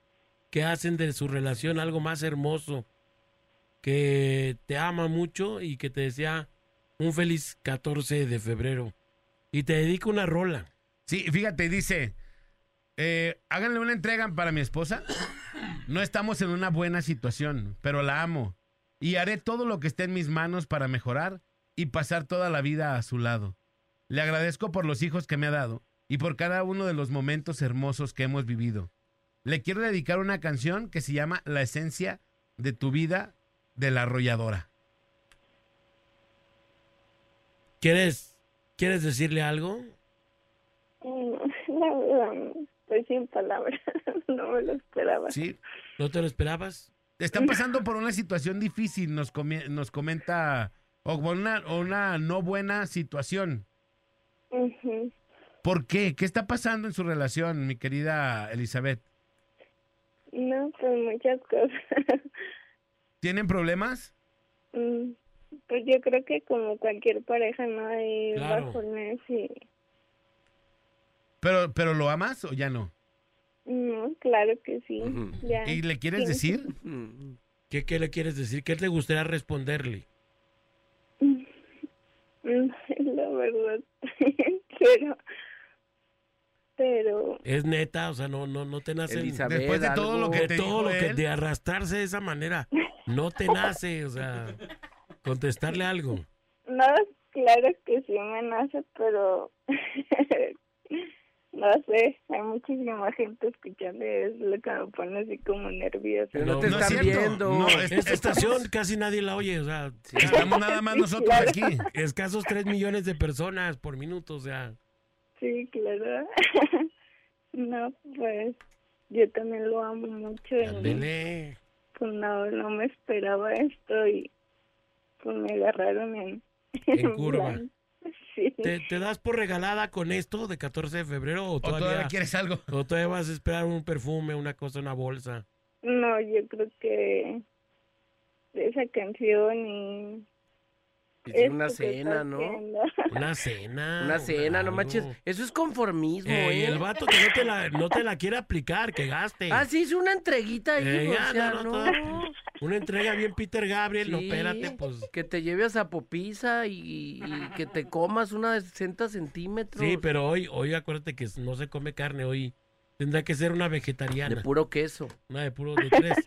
que hacen de su relación algo más hermoso, que te ama mucho y que te desea un feliz 14 de febrero. Y te dedico una rola. sí, fíjate, dice, eh, háganle una entrega para mi esposa. No estamos en una buena situación, pero la amo y haré todo lo que esté en mis manos para mejorar y pasar toda la vida a su lado. Le agradezco por los hijos que me ha dado y por cada uno de los momentos hermosos que hemos vivido. Le quiero dedicar una canción que se llama La esencia de tu vida de la arrolladora. ¿Quieres, ¿Quieres decirle algo? Mm, La verdad, estoy sin palabras. No me lo esperaba. Sí, ¿No te lo esperabas? están pasando por una situación difícil, nos, comie- nos comenta, o por una, o una no buena situación. Ujú. ¿Por qué? ¿Qué está pasando en su relación, mi querida Elizabeth? No, pues muchas cosas. ¿Tienen problemas? Mm, Pues yo creo que como cualquier pareja, ¿no? Hay Claro. bajones y... ¿Pero, pero lo amas o ya no? No, claro que sí. Ujú. Ya. ¿Y le quieres Sí. decir? Mm. ¿Qué, qué le quieres decir? ¿Qué te gustaría responderle? Mm, La verdad, pero... Pero... Es neta, o sea, no, no, no te nace. el- Elizabeth, Después de todo algo. lo que de te todo dijo lo que él. de arrastrarse de esa manera, no te nace, o sea, contestarle algo. No, claro que sí me nace, pero... No sé, hay muchísima gente escuchando y es lo que me pone así como nerviosa. Pero no, No, te no es están cierto. viendo. No, es- Esta estación casi nadie la oye, o sea, Estamos nada más nosotros Claro. aquí. escasos 3 millones de personas por minuto, o sea, Sí, claro. no, pues yo también lo amo mucho y ándele. pues no, no me esperaba esto y pues me agarraron en, En curva. blanco. Sí. ¿Te, te das por regalada con esto de 14 de febrero o ¿O todavía, todavía, quieres algo? o todavía vas a esperar un perfume, una cosa, una bolsa? No, yo creo que de esa canción y... Y Una esto que cena, estás ¿no? haciendo. Una cena. Una cena, no algo. manches. Eso es conformismo, Ey, ¿eh? el vato que no te, la, no te la quiere aplicar, que gaste. Ah, sí, es una entreguita ahí, Ey, o Eh, ya, sea, no, no, no. todo- Una entrega bien Peter Gabriel, no, Sí. espérate, pues. Que te lleves a Popisa y, y que te comas una de 60 centímetros. Sí, pero hoy, hoy acuérdate que no se come carne, hoy tendrá que ser una De vegetariana. puro queso. Una de puro, de tres,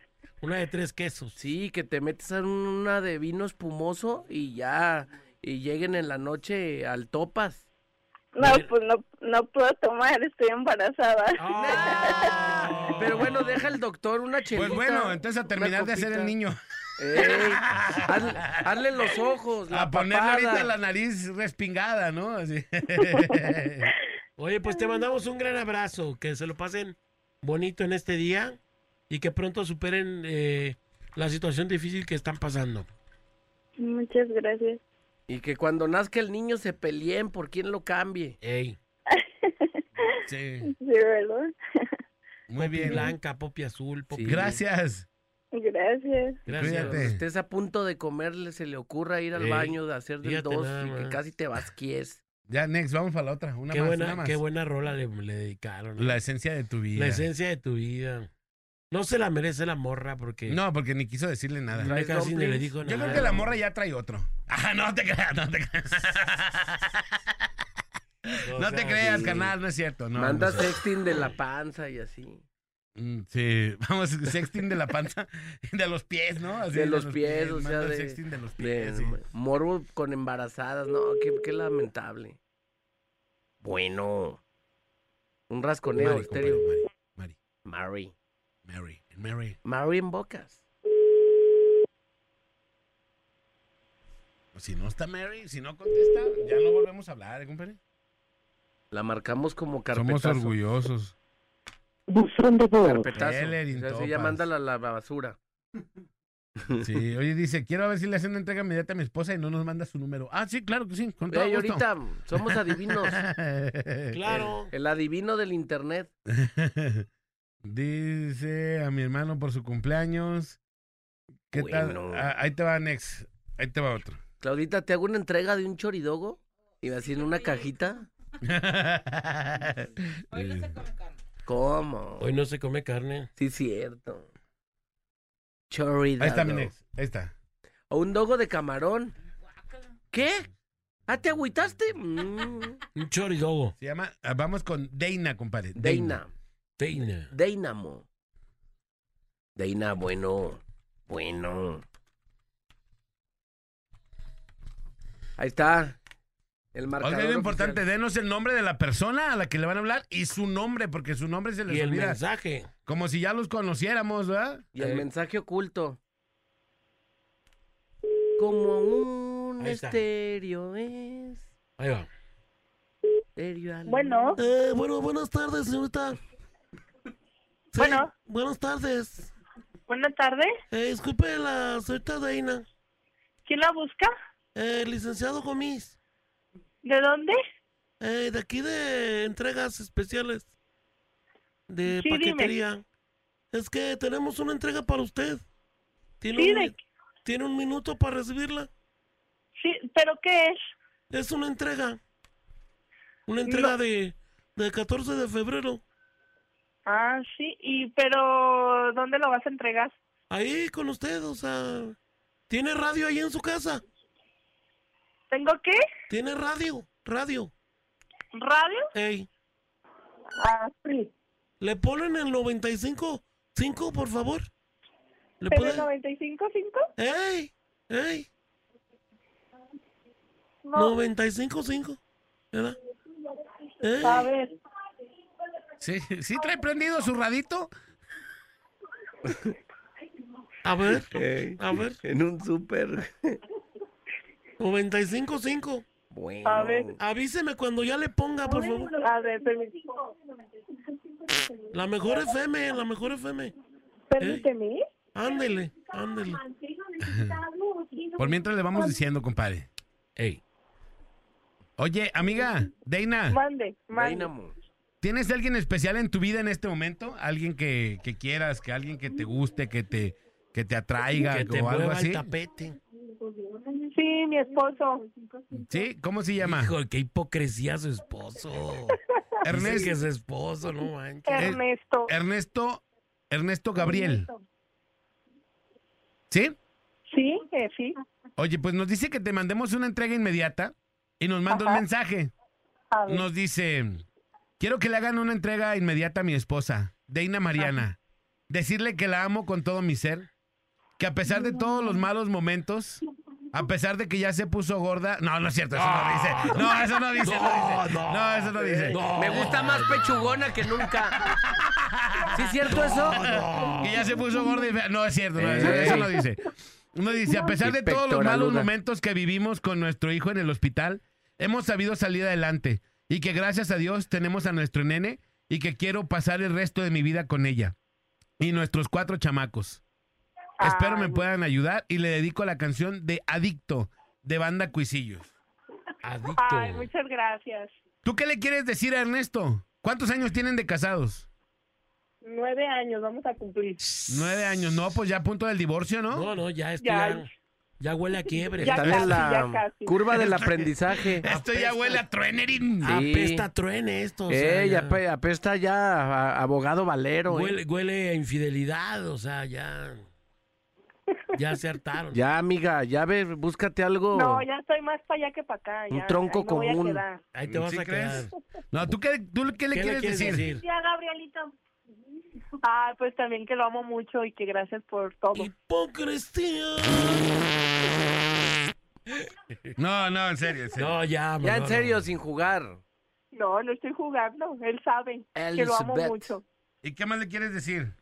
una de tres quesos. Sí, que te metes a una de vino espumoso y ya. Y lleguen en la noche al topas. No, pues no, no puedo tomar, estoy embarazada. Ah. Pero bueno, deja el doctor una chelita. Pues bueno, entonces a una terminar de hacer copita. el niño. Ey, hazle, hazle los ojos, la a ponerle ahorita papada. la nariz respingada, ¿no? Así. Oye, pues te mandamos un gran abrazo, que se lo pasen bonito en este día y que pronto superen eh, la situación difícil que están pasando. Muchas gracias. Y que cuando nazca el niño se peleen por quién lo cambie. Ey, Sí. Sí, ¿verdad? Muy popi bien. blanca, popi azul, popi... Sí. Gracias. Gracias. Gracias. Cuídate. Cuando estés a punto de comerle, se le ocurra ir al Ey, baño, de hacer del fíjate dos nada y que más. casi te vasquies. Ya, next, vamos para la otra. Una Qué más, una buena, más. qué buena rola le, le dedicaron. ¿eh? La esencia de tu vida. La esencia de tu vida. No se la merece la morra porque No, porque ni quiso decirle nada. Ay, casi ni le dumplings. dijo nada. Yo creo que la morra ya trae otro. Ah, no te creas, no te creas. O No te sea, creas, sí. canal, no es cierto. No, Manda no sé. sexting de la panza y así. Mm, Sí, vamos, sexting de la panza, de los pies, ¿no? Así, De los pies, o sea, manda de- sexting de los De pies. sí. morbo con embarazadas, no, qué, qué lamentable. Bueno. Un rasconeo, Mari, estéreo. compadre, Mari, Mary. Mari, Mary, Mary. Mary en bocas. Si no está Mary, si no contesta, ya no volvemos a hablar, ¿eh, compadre. La marcamos como carpetazo. orgullosos. Carpetazo. Helen O sea, sí, ya Topas. mándala a la basura. Sí, oye, dice, quiero a ver si le hacen una entrega inmediata a mi esposa y no nos manda su número. Ah, sí, claro que sí, con todo Ey, gusto. ahorita somos adivinos. Claro. El adivino del internet. Dice a mi hermano por su cumpleaños. ¿Qué Bueno. tal? Ah, ahí te va, Nex. Ahí te va otro. Claudita, ¿te hago una entrega de un choridogo? Y así en una cajita. ¿Cómo? Hoy no se come carne. Sí, cierto. Choridogo. Ahí está mi Nex. Ahí está. O un dogo de camarón. ¿Qué? ¿Ah, te agüitaste? Mm, Un choridogo. Se llama, ah, vamos con Deina, compadre. Deina. Teina. Deinamo. Deina, bueno. Bueno. Ahí está. El marcador. Oiga, es oficial. importante, denos el nombre de la persona a la que le van a hablar y su nombre, porque su nombre se Y les el olvida. mensaje. Como si ya los conociéramos, ¿verdad? Y el Eh. mensaje oculto. Como un Ahí está. estéreo es. Ahí va. estéreo al- Bueno, Eh, bueno, buenas tardes, señorita. Sí, Bueno. Buenas tardes. buena tarde. Eh, disculpe, la señorita Deina. ¿Quién la busca? Eh, licenciado Gomis. ¿De dónde? Eh, de aquí de entregas especiales. De Sí, dime. paquetería. Es que tenemos una entrega para usted. ¿Tiene, Sí, un, de- mi- ¿Tiene un minuto para recibirla? Sí, ¿pero qué es? Es una entrega. Una entrega de, de 14 de febrero. Ah, sí, y pero ¿dónde lo vas a entregar? Ahí con usted, o sea. ¿Tiene radio ahí en su casa? ¿Tengo qué? ¿Tiene radio? Radio. ¿Radio? Ey. Ah, sí. ¿Le ponen el 95 5, por favor? ¿Le ¿Pero el puede? 95.5? ¡Ey! ¡Ey! No, 95 5. ¿Verdad? a ¡Ey! ver. Sí, sí trae prendido su radito. A ver, Ey, a ver. En un súper. 95 5. Bueno. A ver. Avíseme cuando ya le ponga, por favor. A ver, permí- La mejor FM, la mejor FM. permíteme. Ándele, ándele. Por mientras le vamos diciendo, compadre. ¡Ey! Oye, amiga, Deina, Mande, mande. Dynamo. ¿tienes alguien especial en tu vida en este momento? ¿Alguien que, que quieras, que alguien que te guste, que te, que te atraiga Que te o algo mueva el así? tapete. Sí, mi esposo. ¿Sí? ¿Cómo se llama? Hijo, qué hipocresía su esposo. Dice que Ernesto, es esposo, no manches. Ernesto. Ernesto, Ernesto Gabriel. ¿Sí? Sí, eh, sí. Oye, pues nos dice que te mandemos una entrega inmediata y nos manda un Ajá. mensaje. A ver. Nos dice, quiero que le hagan una entrega inmediata a mi esposa, Deina Mariana. Decirle que la amo con todo mi ser, que a pesar de todos los malos momentos, a pesar de que ya se puso gorda... No, no es cierto, eso Ah. no dice. No, eso no dice. No, dice. no. no eso no dice. No. Me gusta más pechugona que nunca. ¿Sí es cierto eso? Que ya se puso gorda y fea. No, es cierto, no, eso, Ey. eso no dice. No dice, a pesar de todos los malos Pectoraluda. momentos que vivimos con nuestro hijo en el hospital, hemos sabido salir adelante y que gracias a Dios tenemos a nuestro nene y que quiero pasar el resto de mi vida con ella y nuestros cuatro chamacos. Espero me puedan ayudar y le dedico la canción de Adicto de Banda Cuisillos. Ay, Adicto. muchas gracias. ¿Tú qué le quieres decir a Ernesto? ¿Cuántos años tienen de casados? Nueve años, vamos a cumplir. Nueve años. No, pues ya a punto del divorcio, ¿no? No, no, ya esto Ya. ya, ya huele a quiebre. Ya Están en casi, ya la casi. curva del aprendizaje. Esto ya huele a truenerín. Sí. Eh, Apesta truene esto. o sea, Ey, ya. ape- apesta ya a- a abogado valero. eh. Huele, huele a infidelidad, o sea, ya. Ya se hartaron. Ya, amiga, ya ve, búscate Oh. algo. No, ya estoy más para allá que para acá. Un ya, tronco ahí me voy a común. quedar. Ahí te vas ¿Sí a crees? quedar. No, ¿tú qué, tú qué le ¿Qué quieres, le quieres decir? decir? Ya, Gabrielito. Ah, pues también que lo amo mucho y que gracias por todo. Hipocresía. No, no, en serio, en serio. No, ya, Ya mejor en no. serio, sin jugar. No, no estoy jugando. Él sabe que lo amo Elizabeth. mucho. ¿Y qué más le quieres decir?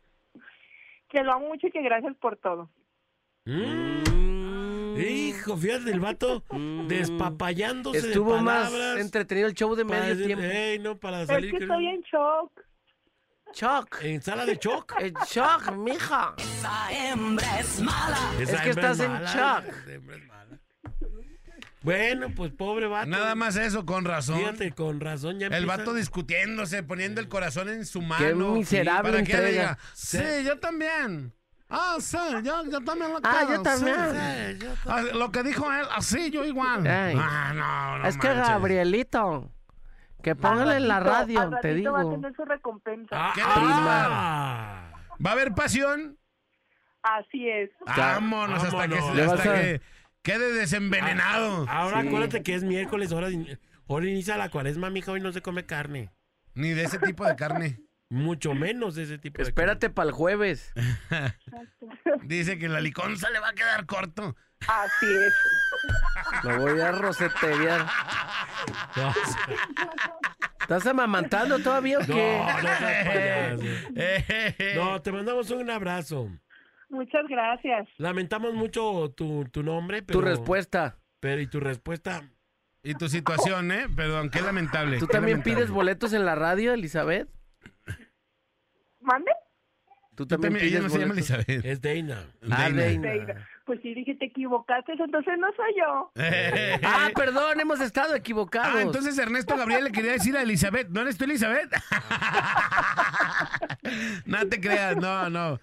Que lo amo mucho y que gracias por todo. Mm. Hijo, fíjate, el vato despapallándose Mm. Estuvo de más palabras. entretenido el show de para medio decir, tiempo. "Ey, no, para Es salir que con- estoy en shock. Choc. En sala de shock. En shock, mija. Esa Es hembra que estás en mala, shock. esa hembra es mala. Bueno, pues pobre vato. Nada más eso, con razón. Fíjate, con razón ya El empieza- vato discutiéndose, poniendo el corazón en su mano. Qué miserable Para que ella entrega. diga, sí, yo también. Ah, sí, yo, yo también lo Ah, creo, yo también. sí, sí, yo también. Ah, lo que dijo él, así yo igual. Ay. Ah, no, no es que manches. Gabrielito, que póngale en la radio, Al ratito te va digo. a tener su recompensa. Ah, ¿Qué ah, ah. ¿Va a haber pasión? Así es. Vámonos, hasta que, vámonos. hasta Le vas a- que quede desenvenenado. Ah, Ahora Sí. acuérdate que es miércoles, ahora, in- ahora inicia la cuaresma, mija, hoy no se come carne. Ni de ese tipo de carne. Mucho menos de ese tipo de Espérate para el jueves. Dice que la liconza le va a quedar corto. Así es. Lo voy a rosetear. carne. ¿Estás amamantando todavía o No, qué? no, no, seas payaso. No. No, te mandamos un abrazo. Muchas gracias. Lamentamos mucho tu, tu nombre, pero... tu respuesta. Pero y tu respuesta... Y tu situación, ¿eh? Perdón, qué lamentable. ¿Tú qué también lamentable. pides boletos en la radio, Elizabeth? ¿Mande? Tú ¿Tú también, también- ella pides no se llama boletos? Elizabeth. Es Deina. Ah, Reina. Reina. Pues sí, dije, te equivocaste, entonces no soy yo. Eh, Ah, perdón, hemos estado equivocados. Ah, entonces Ernesto Gabriel le quería decir a Elizabeth, ¿no eres tú Elizabeth? no te creas, no, no.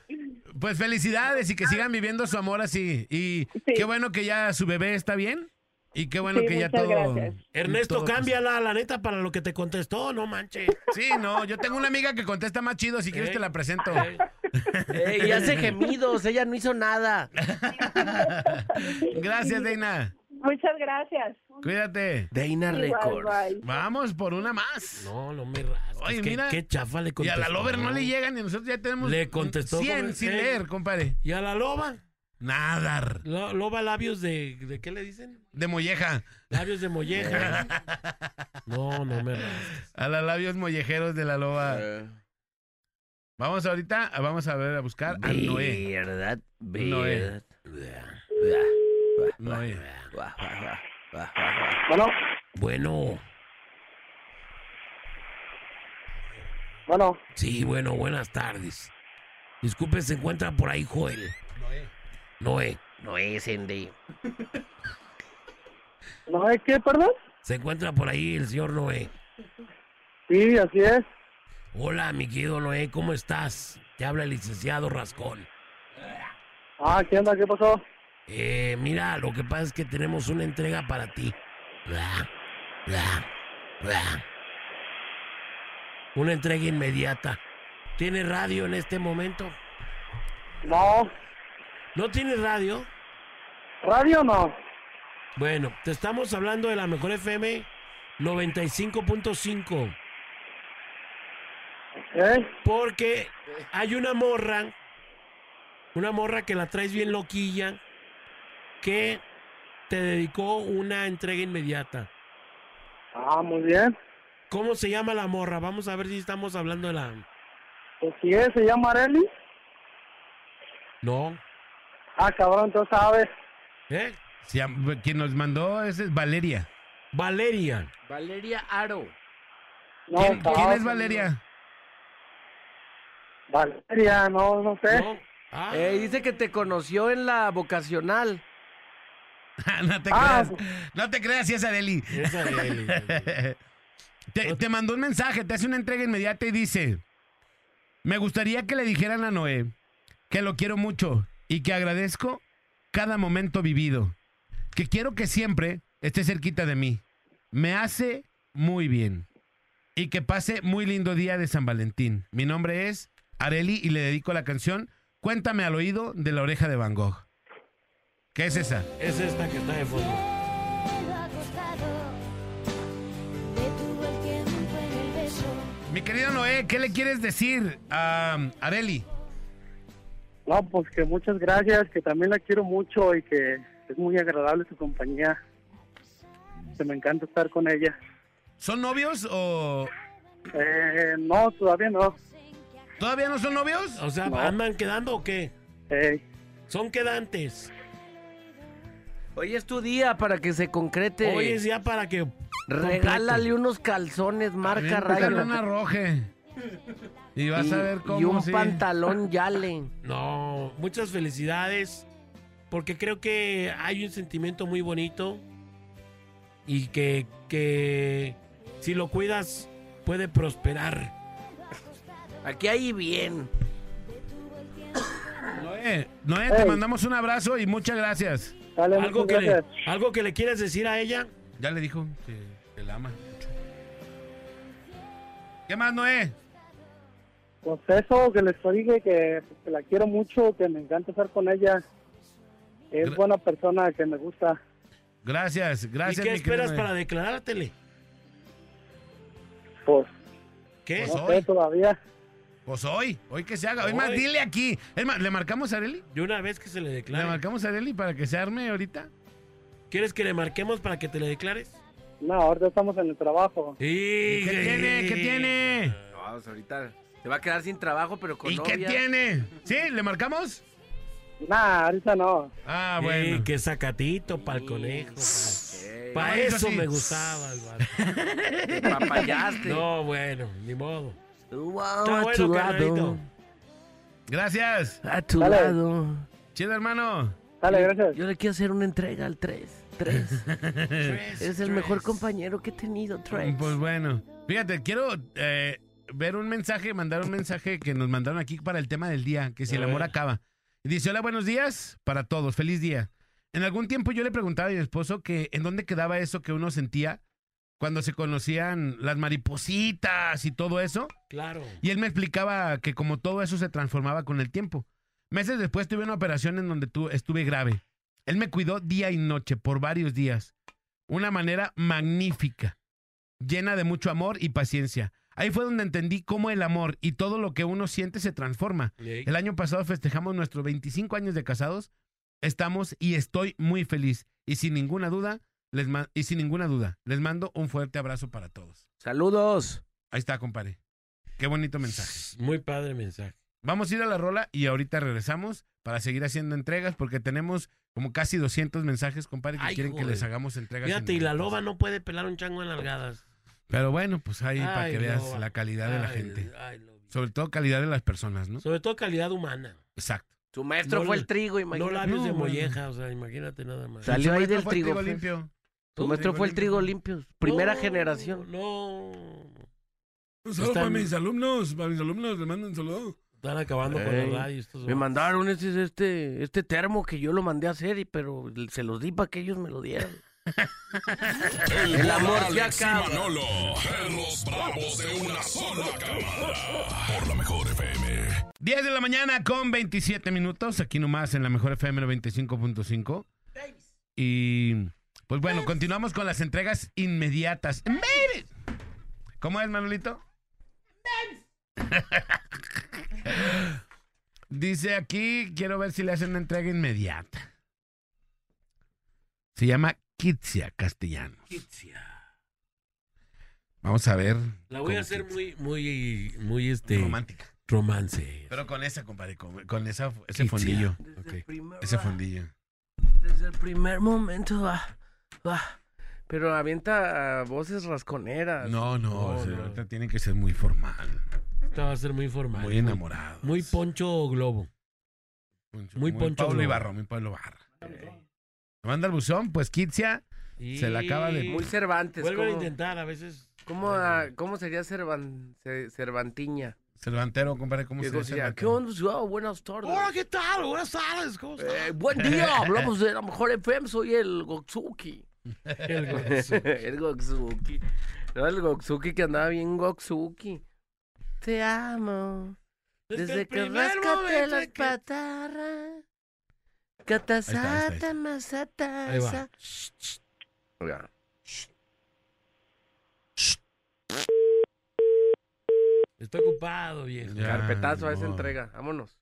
Pues felicidades y que sigan viviendo su amor así. Y qué bueno que ya su bebé está bien. Y qué bueno Sí, que ya muchas todo. gracias. Ernesto, todo- cámbiala, la neta, para lo que te contestó, no manches. Sí, no, yo tengo una amiga que contesta más chido. Si quieres, Eh. te la presento. Eh, Eh, y hace gemidos, ella no hizo nada. Gracias, Deina. Muchas gracias. Cuídate. Deina Igual, Records. bye. Vamos por una más. No, no me rasques. Oye, qué, mira, qué chafa le Y a contestó. la Lover no le llegan y nosotros ya tenemos Le contestó 100 con- sin eh. leer, compadre. ¿Y a la loba? Nada. Lo- loba labios de... ¿De qué le dicen? De molleja. Labios de Eh. molleja. No, no me rasques. A los labios mollejeros de la loba. Eh. Vamos ahorita, vamos a ver, a buscar a Noé. Verdad, Noé. verdad. Noé. Guau, guau, guau. Bueno, Bueno, bueno, sí, bueno, buenas tardes. Disculpe, se encuentra por ahí Joel. Noé. No es, Andy. ¿no es que, perdón? Se encuentra por ahí el señor Noé. Sí, así es. Hola, mi querido Noé, ¿cómo estás? Te habla el licenciado Rascón. Ah, ¿qué onda? ¿Qué pasó? Eh, mira, lo que pasa es que tenemos una entrega para ti. Bla, bla, bla. Una entrega inmediata. ¿Tienes radio en este momento? No, ¿No tienes radio? radio no. Bueno, te estamos hablando de la mejor FM 95.5. ¿Eh? Porque hay una morra, una morra que la traes bien loquilla, que te dedicó una entrega inmediata. Ah, muy bien. ¿Cómo se llama la morra? Vamos a ver si estamos hablando de la... Pues si es, se llama Areli. No. Ah, cabrón, tú sabes. ¿Eh? Se llama- Quien nos mandó ese es Valeria. Valeria. Valeria Aro. No, ¿Quién, cabrón, quién es Valeria? Valeria, no, no sé. ¿No? Ah, Eh, dice que te conoció en la vocacional. no te Ah. creas. No te creas, si es Areli. es Areli. Te, te mandó un mensaje, te hace una entrega inmediata y dice: Me gustaría que le dijeran a Noé que lo quiero mucho y que agradezco cada momento vivido. Que quiero que siempre esté cerquita de mí. Me hace muy bien. Y que pase muy lindo día de San Valentín. Mi nombre es Areli y le dedico la canción Cuéntame al oído de la oreja de Van Gogh. ¿Qué es esa? Es esta que está de fondo. Mi querido Noé, ¿qué le quieres decir a Areli? No, pues que muchas gracias, que también la quiero mucho y que es muy agradable su compañía. Que me encanta estar con ella. ¿Son novios o Eh, no, todavía no. todavía no son novios? O sea, ¿andan quedando o qué? Eh, Son quedantes. Hoy es tu día para que se concrete. Hoy es ya para que... Regálale unos calzones, marca pues, Bien, búscale rayo. una roje. Y vas y, a ver y cómo. un sí. pantalón yale. No, muchas felicidades, porque creo que hay un sentimiento muy bonito y que, que si lo cuidas puede prosperar. Aquí hay bien. Noé, Eh, Noé, te Ey. mandamos un abrazo y muchas gracias. Dale, ¿Algo que, muchas le, gracias. ¿Algo que le quieres decir a ella? Ya le dijo que, que la ama. ¿Qué más, Noé? Pues eso que les dije, que, que la quiero mucho, que me encanta estar con ella. Es Gra- buena persona, que me gusta. Gracias, gracias. ¿Y qué mi querido esperas Noé. para declarártele? Pues ¿Qué? Pues, no hoy. sé todavía. Pues hoy, hoy que se haga. Hoy más, Hoy. dile aquí. Es más, ¿le marcamos a Areli? De una vez que se le ¿Le declare. marcamos a Areli para que se arme ahorita? ¿Quieres que le marquemos para que te le declares? No, ahorita estamos en el trabajo. ¿Y ¿Qué Eh, tiene? ¿Qué tiene? Vamos, pues, ahorita se va a quedar sin trabajo, pero con ¿Y qué novia. tiene? ¿Sí? ¿Le marcamos? Nah, ahorita no. Ah, Sí, bueno. qué sacatito para el conejo. Eh, Para No, eso eso sí. me gustaba. el vato. te papayaste. No, bueno, ni modo. Wow, Está a bueno, tu lado. carnalito. Gracias. A tu Dale. lado. Chido, hermano. Dale, gracias. Yo le quiero hacer una entrega al 3. 3. Eres el mejor compañero que he tenido, 3. Pues bueno. Fíjate, quiero eh, ver un mensaje, mandar un mensaje que nos mandaron aquí para el tema del día, que si A el amor ver. acaba. Dice, hola, buenos días para todos, feliz día. En algún tiempo yo le preguntaba a mi esposo que en dónde quedaba eso que uno sentía cuando se conocían las maripositas y todo eso. Claro. Y él me explicaba que como todo eso se transformaba con el tiempo. Meses después tuve una operación en donde tu- estuve grave. Él me cuidó día y noche por varios días. Una manera magnífica, llena de mucho amor y paciencia. Ahí fue donde entendí cómo el amor y todo lo que uno siente se transforma. El año pasado festejamos nuestros 25 años de casados. Estamos y estoy muy feliz. Y sin ninguna duda, les ma- y sin ninguna duda, les mando un fuerte abrazo para todos. Saludos. Ahí está, compadre. Qué bonito mensaje. Muy padre mensaje. Vamos a ir a la rola y ahorita regresamos para seguir haciendo entregas porque tenemos como casi 200 mensajes, compadre, que Ay, quieren que joder. les hagamos entregas. Fíjate, en y la directo. loba no puede pelar un chango en largadas. Pero bueno, pues ahí para Ay, que veas loba. la calidad de la Ay, gente. ay, lobi. Sobre todo calidad de las personas, ¿no? Sobre todo calidad humana. Exacto. Su maestro No fue le- el trigo, No imagínate. labios No, de bueno. molleja, o sea, imagínate nada más. Salió Su ahí maestro del fue trigo, fue. limpio. Su maestro fue el trigo limpio. Primera No, generación. No. Un saludo Están- para mis alumnos, para mis alumnos les mando un saludo. Están acabando con Ey, los radios. estos Me vatos. mandaron este, este, este termo que yo lo mandé a hacer, y, pero se los di para que ellos me lo dieran. El, El amor Morales se y acaba. Manolo, en los bravos de una sola cámara. Por la mejor FM. 10 de la mañana con 27 minutos, aquí nomás en la mejor FM 95.5. Y pues bueno, continuamos con las entregas inmediatas. Made it. ¿Cómo es, Manolito? Dice aquí, quiero ver si le hacen una entrega inmediata. Se llama Kitsia Castellanos. Vamos a ver. La voy con a hacer Kitsia. muy, muy, muy, este, romántica. romance. Pero con esa, compadre, con, con esa, ese Kitsia. fondillo. Desde, Ok, primer, Ese fondillo. desde el primer momento va. va. Pero avienta ah, voces rasconeras. No, Oh, no, No, o sea, no. ahorita tiene que ser muy formal, Esta va a ser muy formal. muy enamorado. Muy poncho globo. muy Poncho Pablo Globo. Ibarra, muy Pablo Ibarra. ¿Me manda el buzón? Pues Kitsia. Se la acaba de- Muy Cervantes. Vuelve a ¿cómo, intentar, a veces. cómo, ah, cómo sería Cervan- Ce- Cervantiña? Cervantero, compadre, ¿cómo Que se dice? decía, ¿Qué onda? ciudad? Buenas tardes. Hola, ¿qué tal? Buenas tardes, ¿cómo estás? Eh, buen día, hablamos de la mejor FM, soy el Goksuki. El gozo. el Goksuki. No, el Goksuki que andaba bien Goksuki. Te amo. Desde que rescaté las patarras. Ahí está, ahí Catasata, está. Ahí va. masatasa. Oiga. Estoy ocupado, viejo. Ya, Carpetazo a esa no. entrega, vámonos.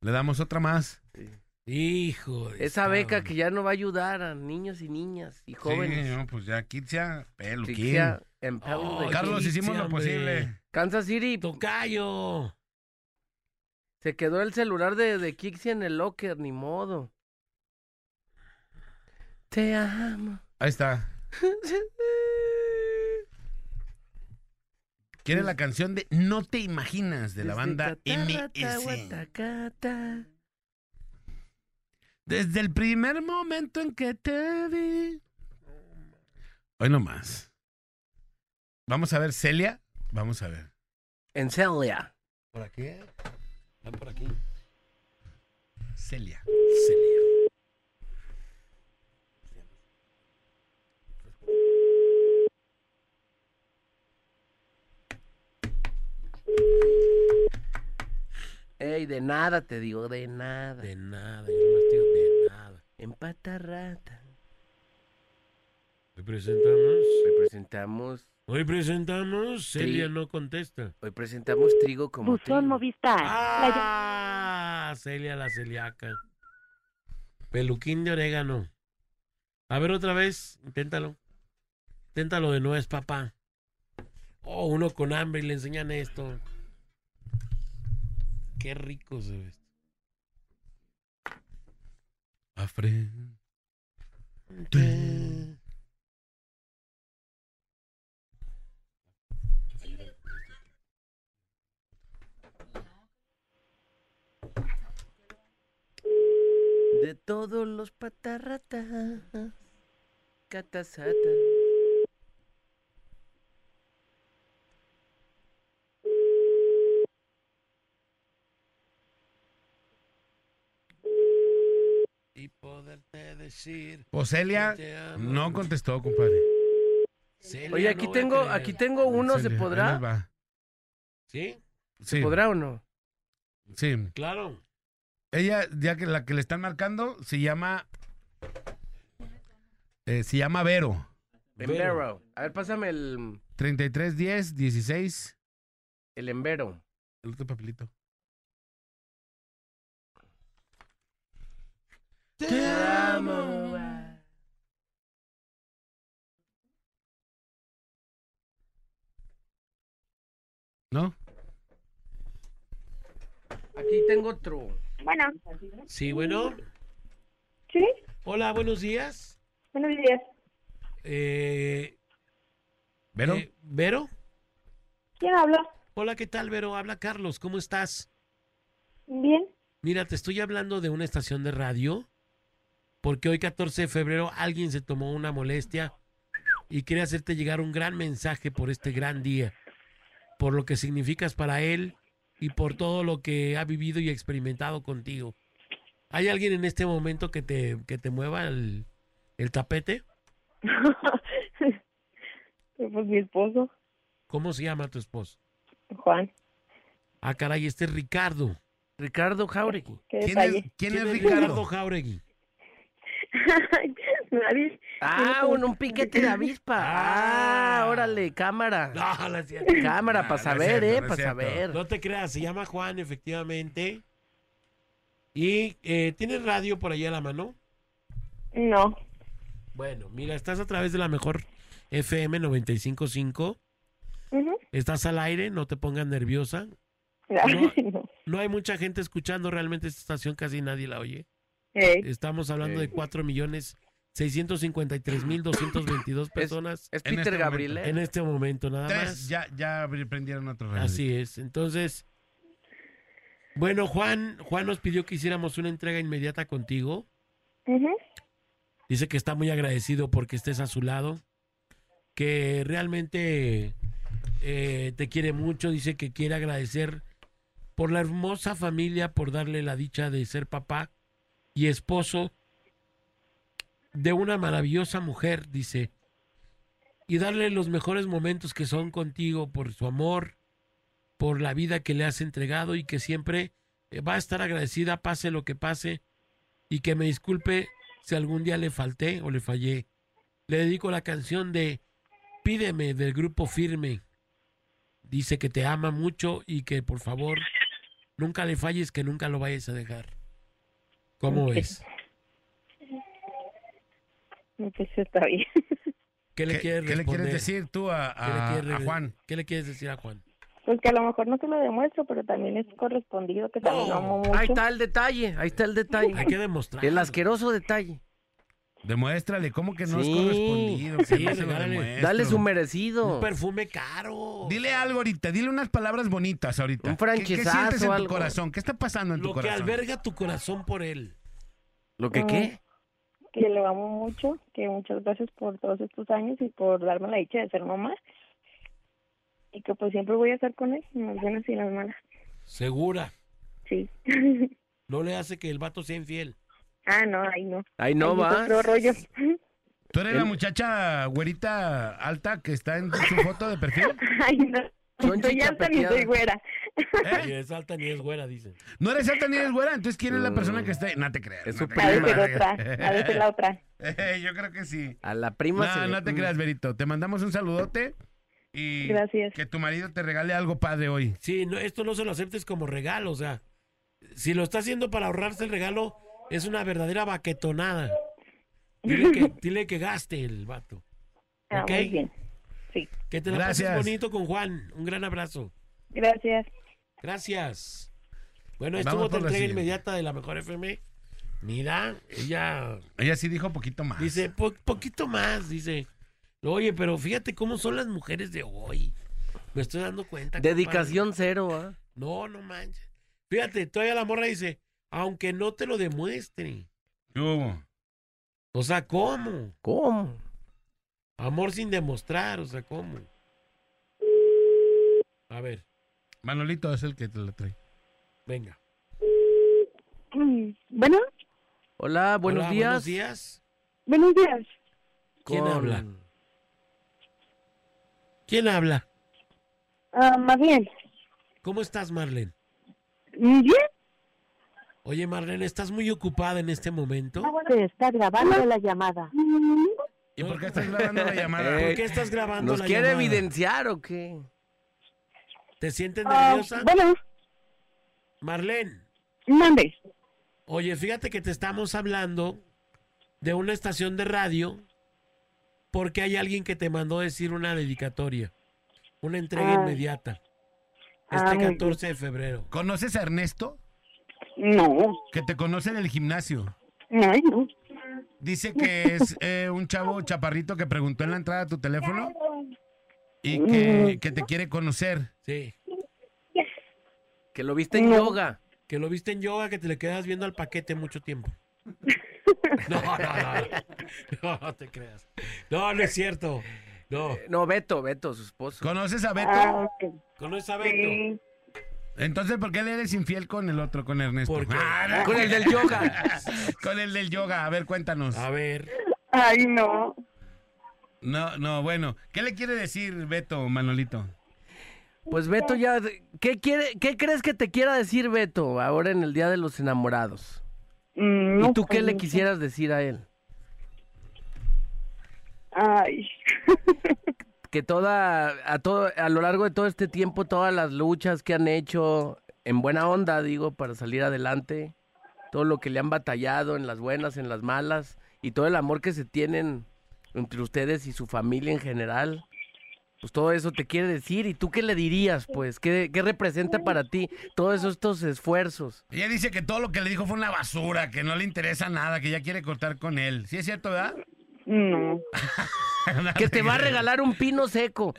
Le damos otra más. Hijo. de Esa beca estado. que ya no va a ayudar a niños y niñas y Sí, jóvenes. no, pues ya Kitsia, peluquín. Asfixia, Empower Ay, the Carlos, Kids. hicimos lo Kitsia, hombre. posible. Kansas City Tocayo. Se quedó el celular de, de Kixi en el locker, ni modo. Te amo. Ahí está. quiere la canción de No te imaginas de la banda MS. Desde el primer momento en que te vi. Hoy nomás. Vamos a ver, Celia. Vamos a ver. En Celia. ¿Por aquí? Van por aquí. Celia. Celia. Ey, de nada te digo, de nada. De nada, yo no estoy de nada. Empata rata. Hoy presentamos. Hoy presentamos, Hoy presentamos. Celia Sí. no contesta. hoy presentamos trigo como Buzón trigo. Movistar. La Ah, Celia la celiaca. Peluquín de orégano. A ver otra vez, inténtalo. Inténtalo de nuez, papá. Oh, uno con hambre y le enseñan esto. Qué rico se ve esto. A fre- De todos los patarratas. Catasata. Y poderte decir. Pues Celia que te amo. no contestó, compadre. Celia, Oye, no aquí voy a tengo, creer. aquí tengo uno, ¿se Celia, ahí podrá? les va. Sí, Sí, ¿Podrá o no? sí. claro. Ella, ya que la que le están marcando, se llama. eh, se llama Vero. Vero. Embero. A ver, pásame el, 33, 10, 16. el embero. El otro papelito. Te amo. ¿No? Aquí tengo otro. ya- Bueno, Sí, bueno. sí, Hola, buenos días. buenos días. Eh, ¿Vero? eh, ¿Vero? ¿Quién habló? Hola, ¿qué tal, Vero? Habla Carlos, ¿cómo estás? Bien. Mira, te estoy hablando de una estación de radio, porque hoy 14 de febrero alguien se tomó una molestia y quiere hacerte llegar un gran mensaje por este gran día, por lo que significas para él y por todo lo que ha vivido y experimentado contigo. ¿Hay alguien en este momento que te, que te mueva el, el tapete? pues mi esposo, ¿Cómo se llama tu esposo? Juan. Ah, caray, este es Ricardo. Ricardo Jauregui. Qué ¿Quién es, detalle. quién es Ricardo Ricardo? Jauregui. Nadie- Ah, un, un piquete de avispa. Ah, órale, cámara. Ah, No, la cierta. Cámara, No, para no es saber, cierto, eh, no es para cierto. saber. No te creas, se llama Juan, efectivamente. Y eh, tienes radio por allá a la mano. No. Bueno, mira, estás a través de la mejor FM 955. Ujú. Estás al aire, no te pongas nerviosa. Ay, no. No hay mucha gente escuchando realmente esta estación, casi nadie la oye. Ey, Estamos hablando Ey. de 4 millones 653 mil 222 personas Es En Peter este Gabriel, momento. ¿eh? en este momento, nada Tres, más. ya, ya abri- prendieron otro radio. Así es. Entonces, bueno, Juan, Juan nos pidió que hiciéramos una entrega inmediata contigo. ujú. Dice que está muy agradecido porque estés a su lado, que realmente eh, te quiere mucho, dice que quiere agradecer por la hermosa familia, por darle la dicha de ser papá y esposo de una maravillosa mujer, dice, y darle los mejores momentos que son contigo por su amor, por la vida que le has entregado y que siempre eh, va a estar agradecida, pase lo que pase, y que me disculpe si algún día le falté o le fallé. Le dedico la canción de Pídeme del grupo Firme. Dice que te ama mucho y que por favor nunca le falles, que nunca lo vayas a dejar. ¿Cómo Ok. ves? No, Pues está bien. ¿Qué le ¿Qué, quieres qué le responder? quieres decir tú a, ¿Qué le a- quieres a re- Juan? ¿Qué le quieres decir a Juan? Pues que a lo mejor no te lo demuestro, pero también es correspondido, que también lo amo mucho. Ahí está el detalle, ahí está el Hay detalle. que demostrar. El asqueroso detalle. Demuéstrale, ¿cómo que no Sí. es correspondido? Sí, Que no se lo regálale. demuestro. Dale su Un merecido. perfume caro. Dile algo ahorita, dile unas palabras bonitas ahorita. Un ¿Qué- ¿Qué, franchizazo, sientes en tu algo. corazón? ¿Qué está pasando en Lo tu que corazón? alberga tu corazón por él. ¿Lo que qué? que lo amo mucho, que muchas gracias por todos estos años y por darme la dicha de ser mamá. Y que pues siempre voy a estar con él, en las buenas y en las malas. Segura. Sí. No le hace que el vato sea infiel. ah, no, ahí no. Ahí no Ahí es va. otro rollo. ¿Tú eres la muchacha güerita alta que está en su foto de perfil? Ay, no. Son soy alta ni chichapeteadas. soy güera. ¿Eh? Ni es alta ni es güera, dicen. No eres alta ni eres güera, entonces ¿quién es la persona que está ahí? No te creas. Mm. Es no su te Ha de creas. ser otra, ha de ser la otra. Eh, Yo creo que sí. A la prima se No, le- Mm. no te creas, Berito. Te mandamos un saludote y Gracias. que tu marido te regale algo padre hoy. Sí, no, esto no se lo aceptes como regalo, o sea, si lo está haciendo para ahorrarse el regalo, es una verdadera baquetonada. Dile que, dile que gaste el vato. Ah, Ok. muy bien. Que te la Gracias. pases bonito con Juan. Un gran abrazo. Gracias. Gracias. Bueno, ahí Vamos estuvo tu por la entrega siguiente. inmediata de la mejor FM. Mira, ella Ella sí dijo poquito más. dice, "Po- poquito más, dice. Oye, pero fíjate cómo son las mujeres de hoy. Me estoy dando cuenta. compadre. Dedicación cero, ¿ah? No, no manches. Fíjate, todavía la morra dice, aunque no te lo demuestre. ¿Qué hubo? O sea, ¿cómo? ¿Cómo? Amor sin demostrar, o sea, ¿cómo? A ver, Manolito es el que te lo trae. venga. Bueno, Hola, buenos Hola, Buenos días. días. buenos días. ¿Quién Con- habla? ¿Quién habla? Ah, más bien. ¿Cómo estás, Marlene? Bien. Oye, Marlene, ¿estás muy ocupada en este momento? Ah, Se está grabando la llamada. Mm, ¿Y por qué estás grabando la llamada? Eh, ¿Por qué estás grabando ¿Nos la quiere llamada? evidenciar o qué? ¿Te sientes Ah, nerviosa? bueno, Marlene, mande. Oye, fíjate que te estamos hablando de una estación de radio porque hay alguien que te mandó decir una dedicatoria, una entrega Ah. inmediata, este Ah, muy 14 de febrero. ¿Conoces a Ernesto? No, Que te conoce en el gimnasio. ay, no. Dice que es eh, un chavo chaparrito que preguntó en la entrada a tu teléfono y Mm. que, que te quiere conocer. Sí, Que lo viste en No. yoga. que lo viste en yoga, que te le quedas viendo al paquete mucho tiempo. No, no, no, no, no, no te creas. No, no es cierto. No, Eh, No, Beto, Beto, su esposo. ¿Conoces a Beto? Ah, ok. conoces a Beto. Sí. Entonces, ¿por qué le eres infiel con el otro, con Ernesto? ¿Por qué? Ah, Con el del yoga. con el del yoga. A ver, cuéntanos. A ver, Ay, no. No, no, bueno. ¿Qué le quiere decir Beto, Manolito? Pues Beto ya... ¿Qué, quiere, ¿Qué crees que te quiera decir Beto ahora en el Día de los Enamorados? Mm, ¿Y no, tú qué pues, le no. quisieras decir a él? Ay. Que toda, a todo, a lo largo de todo este tiempo, todas las luchas que han hecho, en buena onda, digo, para salir adelante, todo lo que le han batallado, en las buenas, en las malas, y todo el amor que se tienen entre ustedes y su familia en general, pues todo eso te quiere decir. ¿Y tú qué le dirías, pues? ¿Qué, qué representa para ti todos estos esfuerzos? Ella dice que todo lo que le dijo fue una basura, que no le interesa nada, que ya quiere cortar con él. ¿Sí es cierto, verdad? No. Que te va a regalar un pino seco.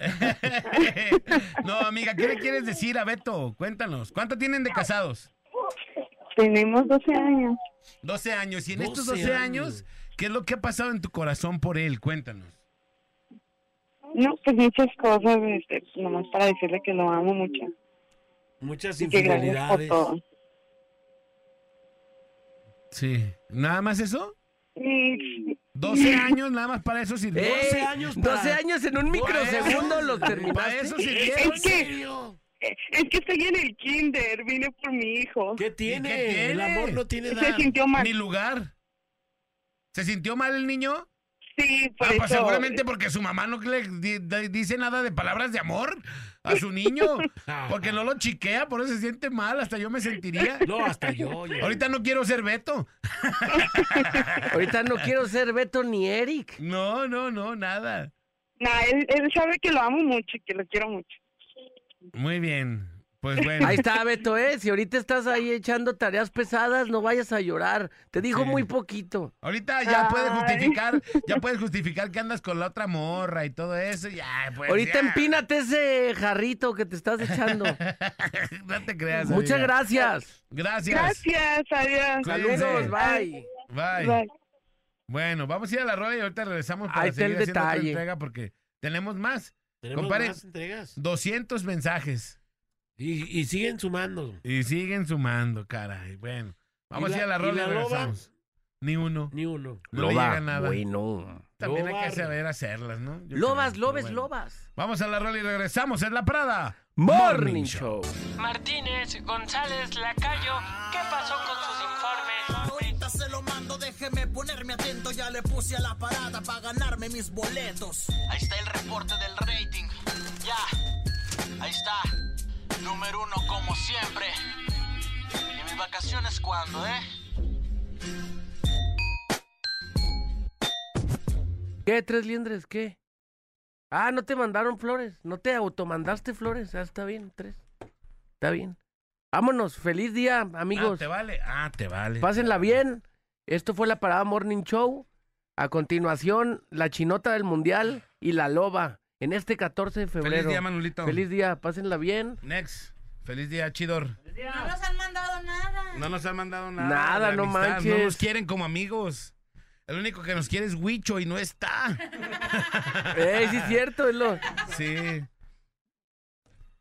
no, amiga, ¿qué le quieres decir a Beto? Cuéntanos. ¿Cuánto tienen de casados? Tenemos 12 años. 12 años. Y en estos 12 12 años, años. ¿qué es lo que ha pasado en tu corazón por él? Cuéntanos. No, pues muchas cosas, este, pues, nomás para decirle que lo amo mucho. muchas Y que gracias por infidelidades. todo. Sí. ¿Nada más eso? Sí, 12 años, nada más para eso sirvió. 12 años para- 12 años en un microsegundo lo Para terminaste. eso sirvieron. Es que- Es que estoy en el kinder, vine por mi hijo. ¿Qué tiene? ¿Y qué tiene? El amor no tiene Se edad. sintió mal. Ni lugar. ¿Se sintió mal el niño? Sí, por Ah, eso. pues seguramente porque su mamá no le di- di- dice nada de palabras de amor a su niño. Ah. Porque no lo chiquea, por eso se siente mal. Hasta yo me sentiría. No, hasta yo. oye. Ahorita no quiero ser Beto. Ahorita no quiero ser Beto ni Eric. No, no, no, nada. Nah, él, él sabe que lo amo mucho y que lo quiero mucho. Muy bien. Pues bueno. Ahí está, Beto, ¿eh? Si ahorita estás ahí echando tareas pesadas, no vayas a llorar. Te dijo Sí. muy poquito. Ahorita ya puedes Ay. justificar, ya puedes justificar que andas con la otra morra y todo eso. Ya, pues. ahorita ya. empínate ese jarrito que te estás echando. no te creas. Muchas amiga. gracias. Gracias. Gracias, adiós. Cuídense. Saludos, bye. Bye. Bye. Bueno, vamos a ir a la rueda y ahorita regresamos para Ahí está el seguir haciendo otra detalle. entrega porque tenemos más. Tenemos Compare- más entregas. 200 mensajes. Y, y siguen sumando. Y siguen sumando, caray. Bueno, vamos ¿Y a ir a la la- y rueda y, la loba? regresamos. Ni uno. Ni uno. No le Loba, llega nada. Bueno. También hay que Lobar. saber hacerlas, ¿no? Yo creo, Lobas, pero lobes, bueno. lobas. Vamos a la rueda y regresamos. Es la Prada. Morning Show. Martínez, González, Lacayo, ¿qué pasó con sus informes? Ahorita se lo mando, déjeme ponerme atento. Ya le puse a la parada para ganarme mis boletos. Ahí está el reporte del rating. Ya, ahí está. Número uno como siempre. ¿Y mis vacaciones cuándo, eh? ¿Qué? ¿Tres liendres? ¿Qué? Ah, no te mandaron flores. No te automandaste flores. Ah, está bien, tres. Está bien. Vámonos. Feliz día, Ah, amigos. te vale. Ah, te vale. Pásenla bien. Esto fue la parada Morning Show. A continuación, la chinota del mundial y la loba. En este 14 de febrero. Feliz día, Manolito. Feliz día. Pásenla bien. Next. Feliz día, Chidor. No nos han mandado nada. No nos han mandado nada. Nada, de no amistad. manches. No nos quieren como amigos. El único que nos quiere es Huicho y no está. Ey, sí es cierto. es lo- Sí.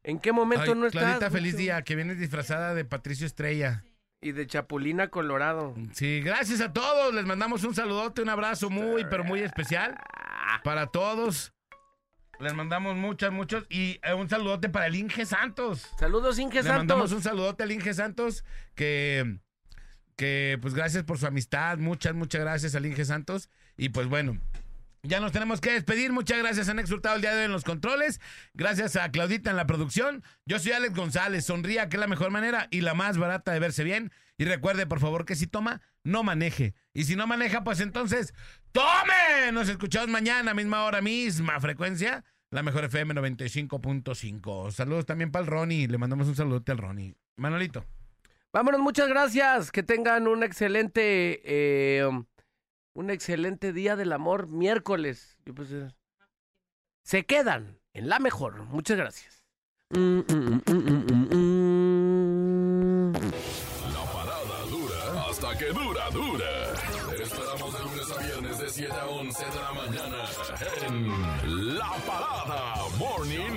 ¿En qué momento Ay, no estás? Clarita, feliz Mucho. día, que vienes disfrazada de Patricio Estrella. Y de Chapulina, Colorado. Sí, gracias a todos. Les mandamos un saludote, un abrazo muy, pero muy especial para todos. Les mandamos muchas, muchos. Y eh, un saludote para el Inge Santos. Saludos, Inge Le mandamos Santos. un saludote al Inge Santos, que, que pues gracias por su amistad, muchas, muchas gracias al Inge Santos. Y pues bueno, ya nos tenemos que despedir. Muchas gracias, han exhortado el día de hoy en los controles. Gracias a Claudita en la producción. Yo soy Alex González, sonría que es la mejor manera y la más barata de verse bien. Y recuerde, por favor, que si toma, no maneje. Y si no maneja, pues entonces, ¡tome! Nos escuchamos mañana, misma hora, misma frecuencia. La mejor FM 95.5. Saludos también para el Ronnie. Le mandamos un saludote al Ronnie. Manolito. Vámonos, muchas gracias. Que tengan un excelente, eh, un excelente día del amor miércoles. Yo pensé- se quedan en la mejor. Muchas gracias. Mm, mm, mm, mm, mm, mm. La parada dura hasta que dura, dura. Te Esperamos de lunes a viernes de 7 a 11 de la mañana en La Parada Morning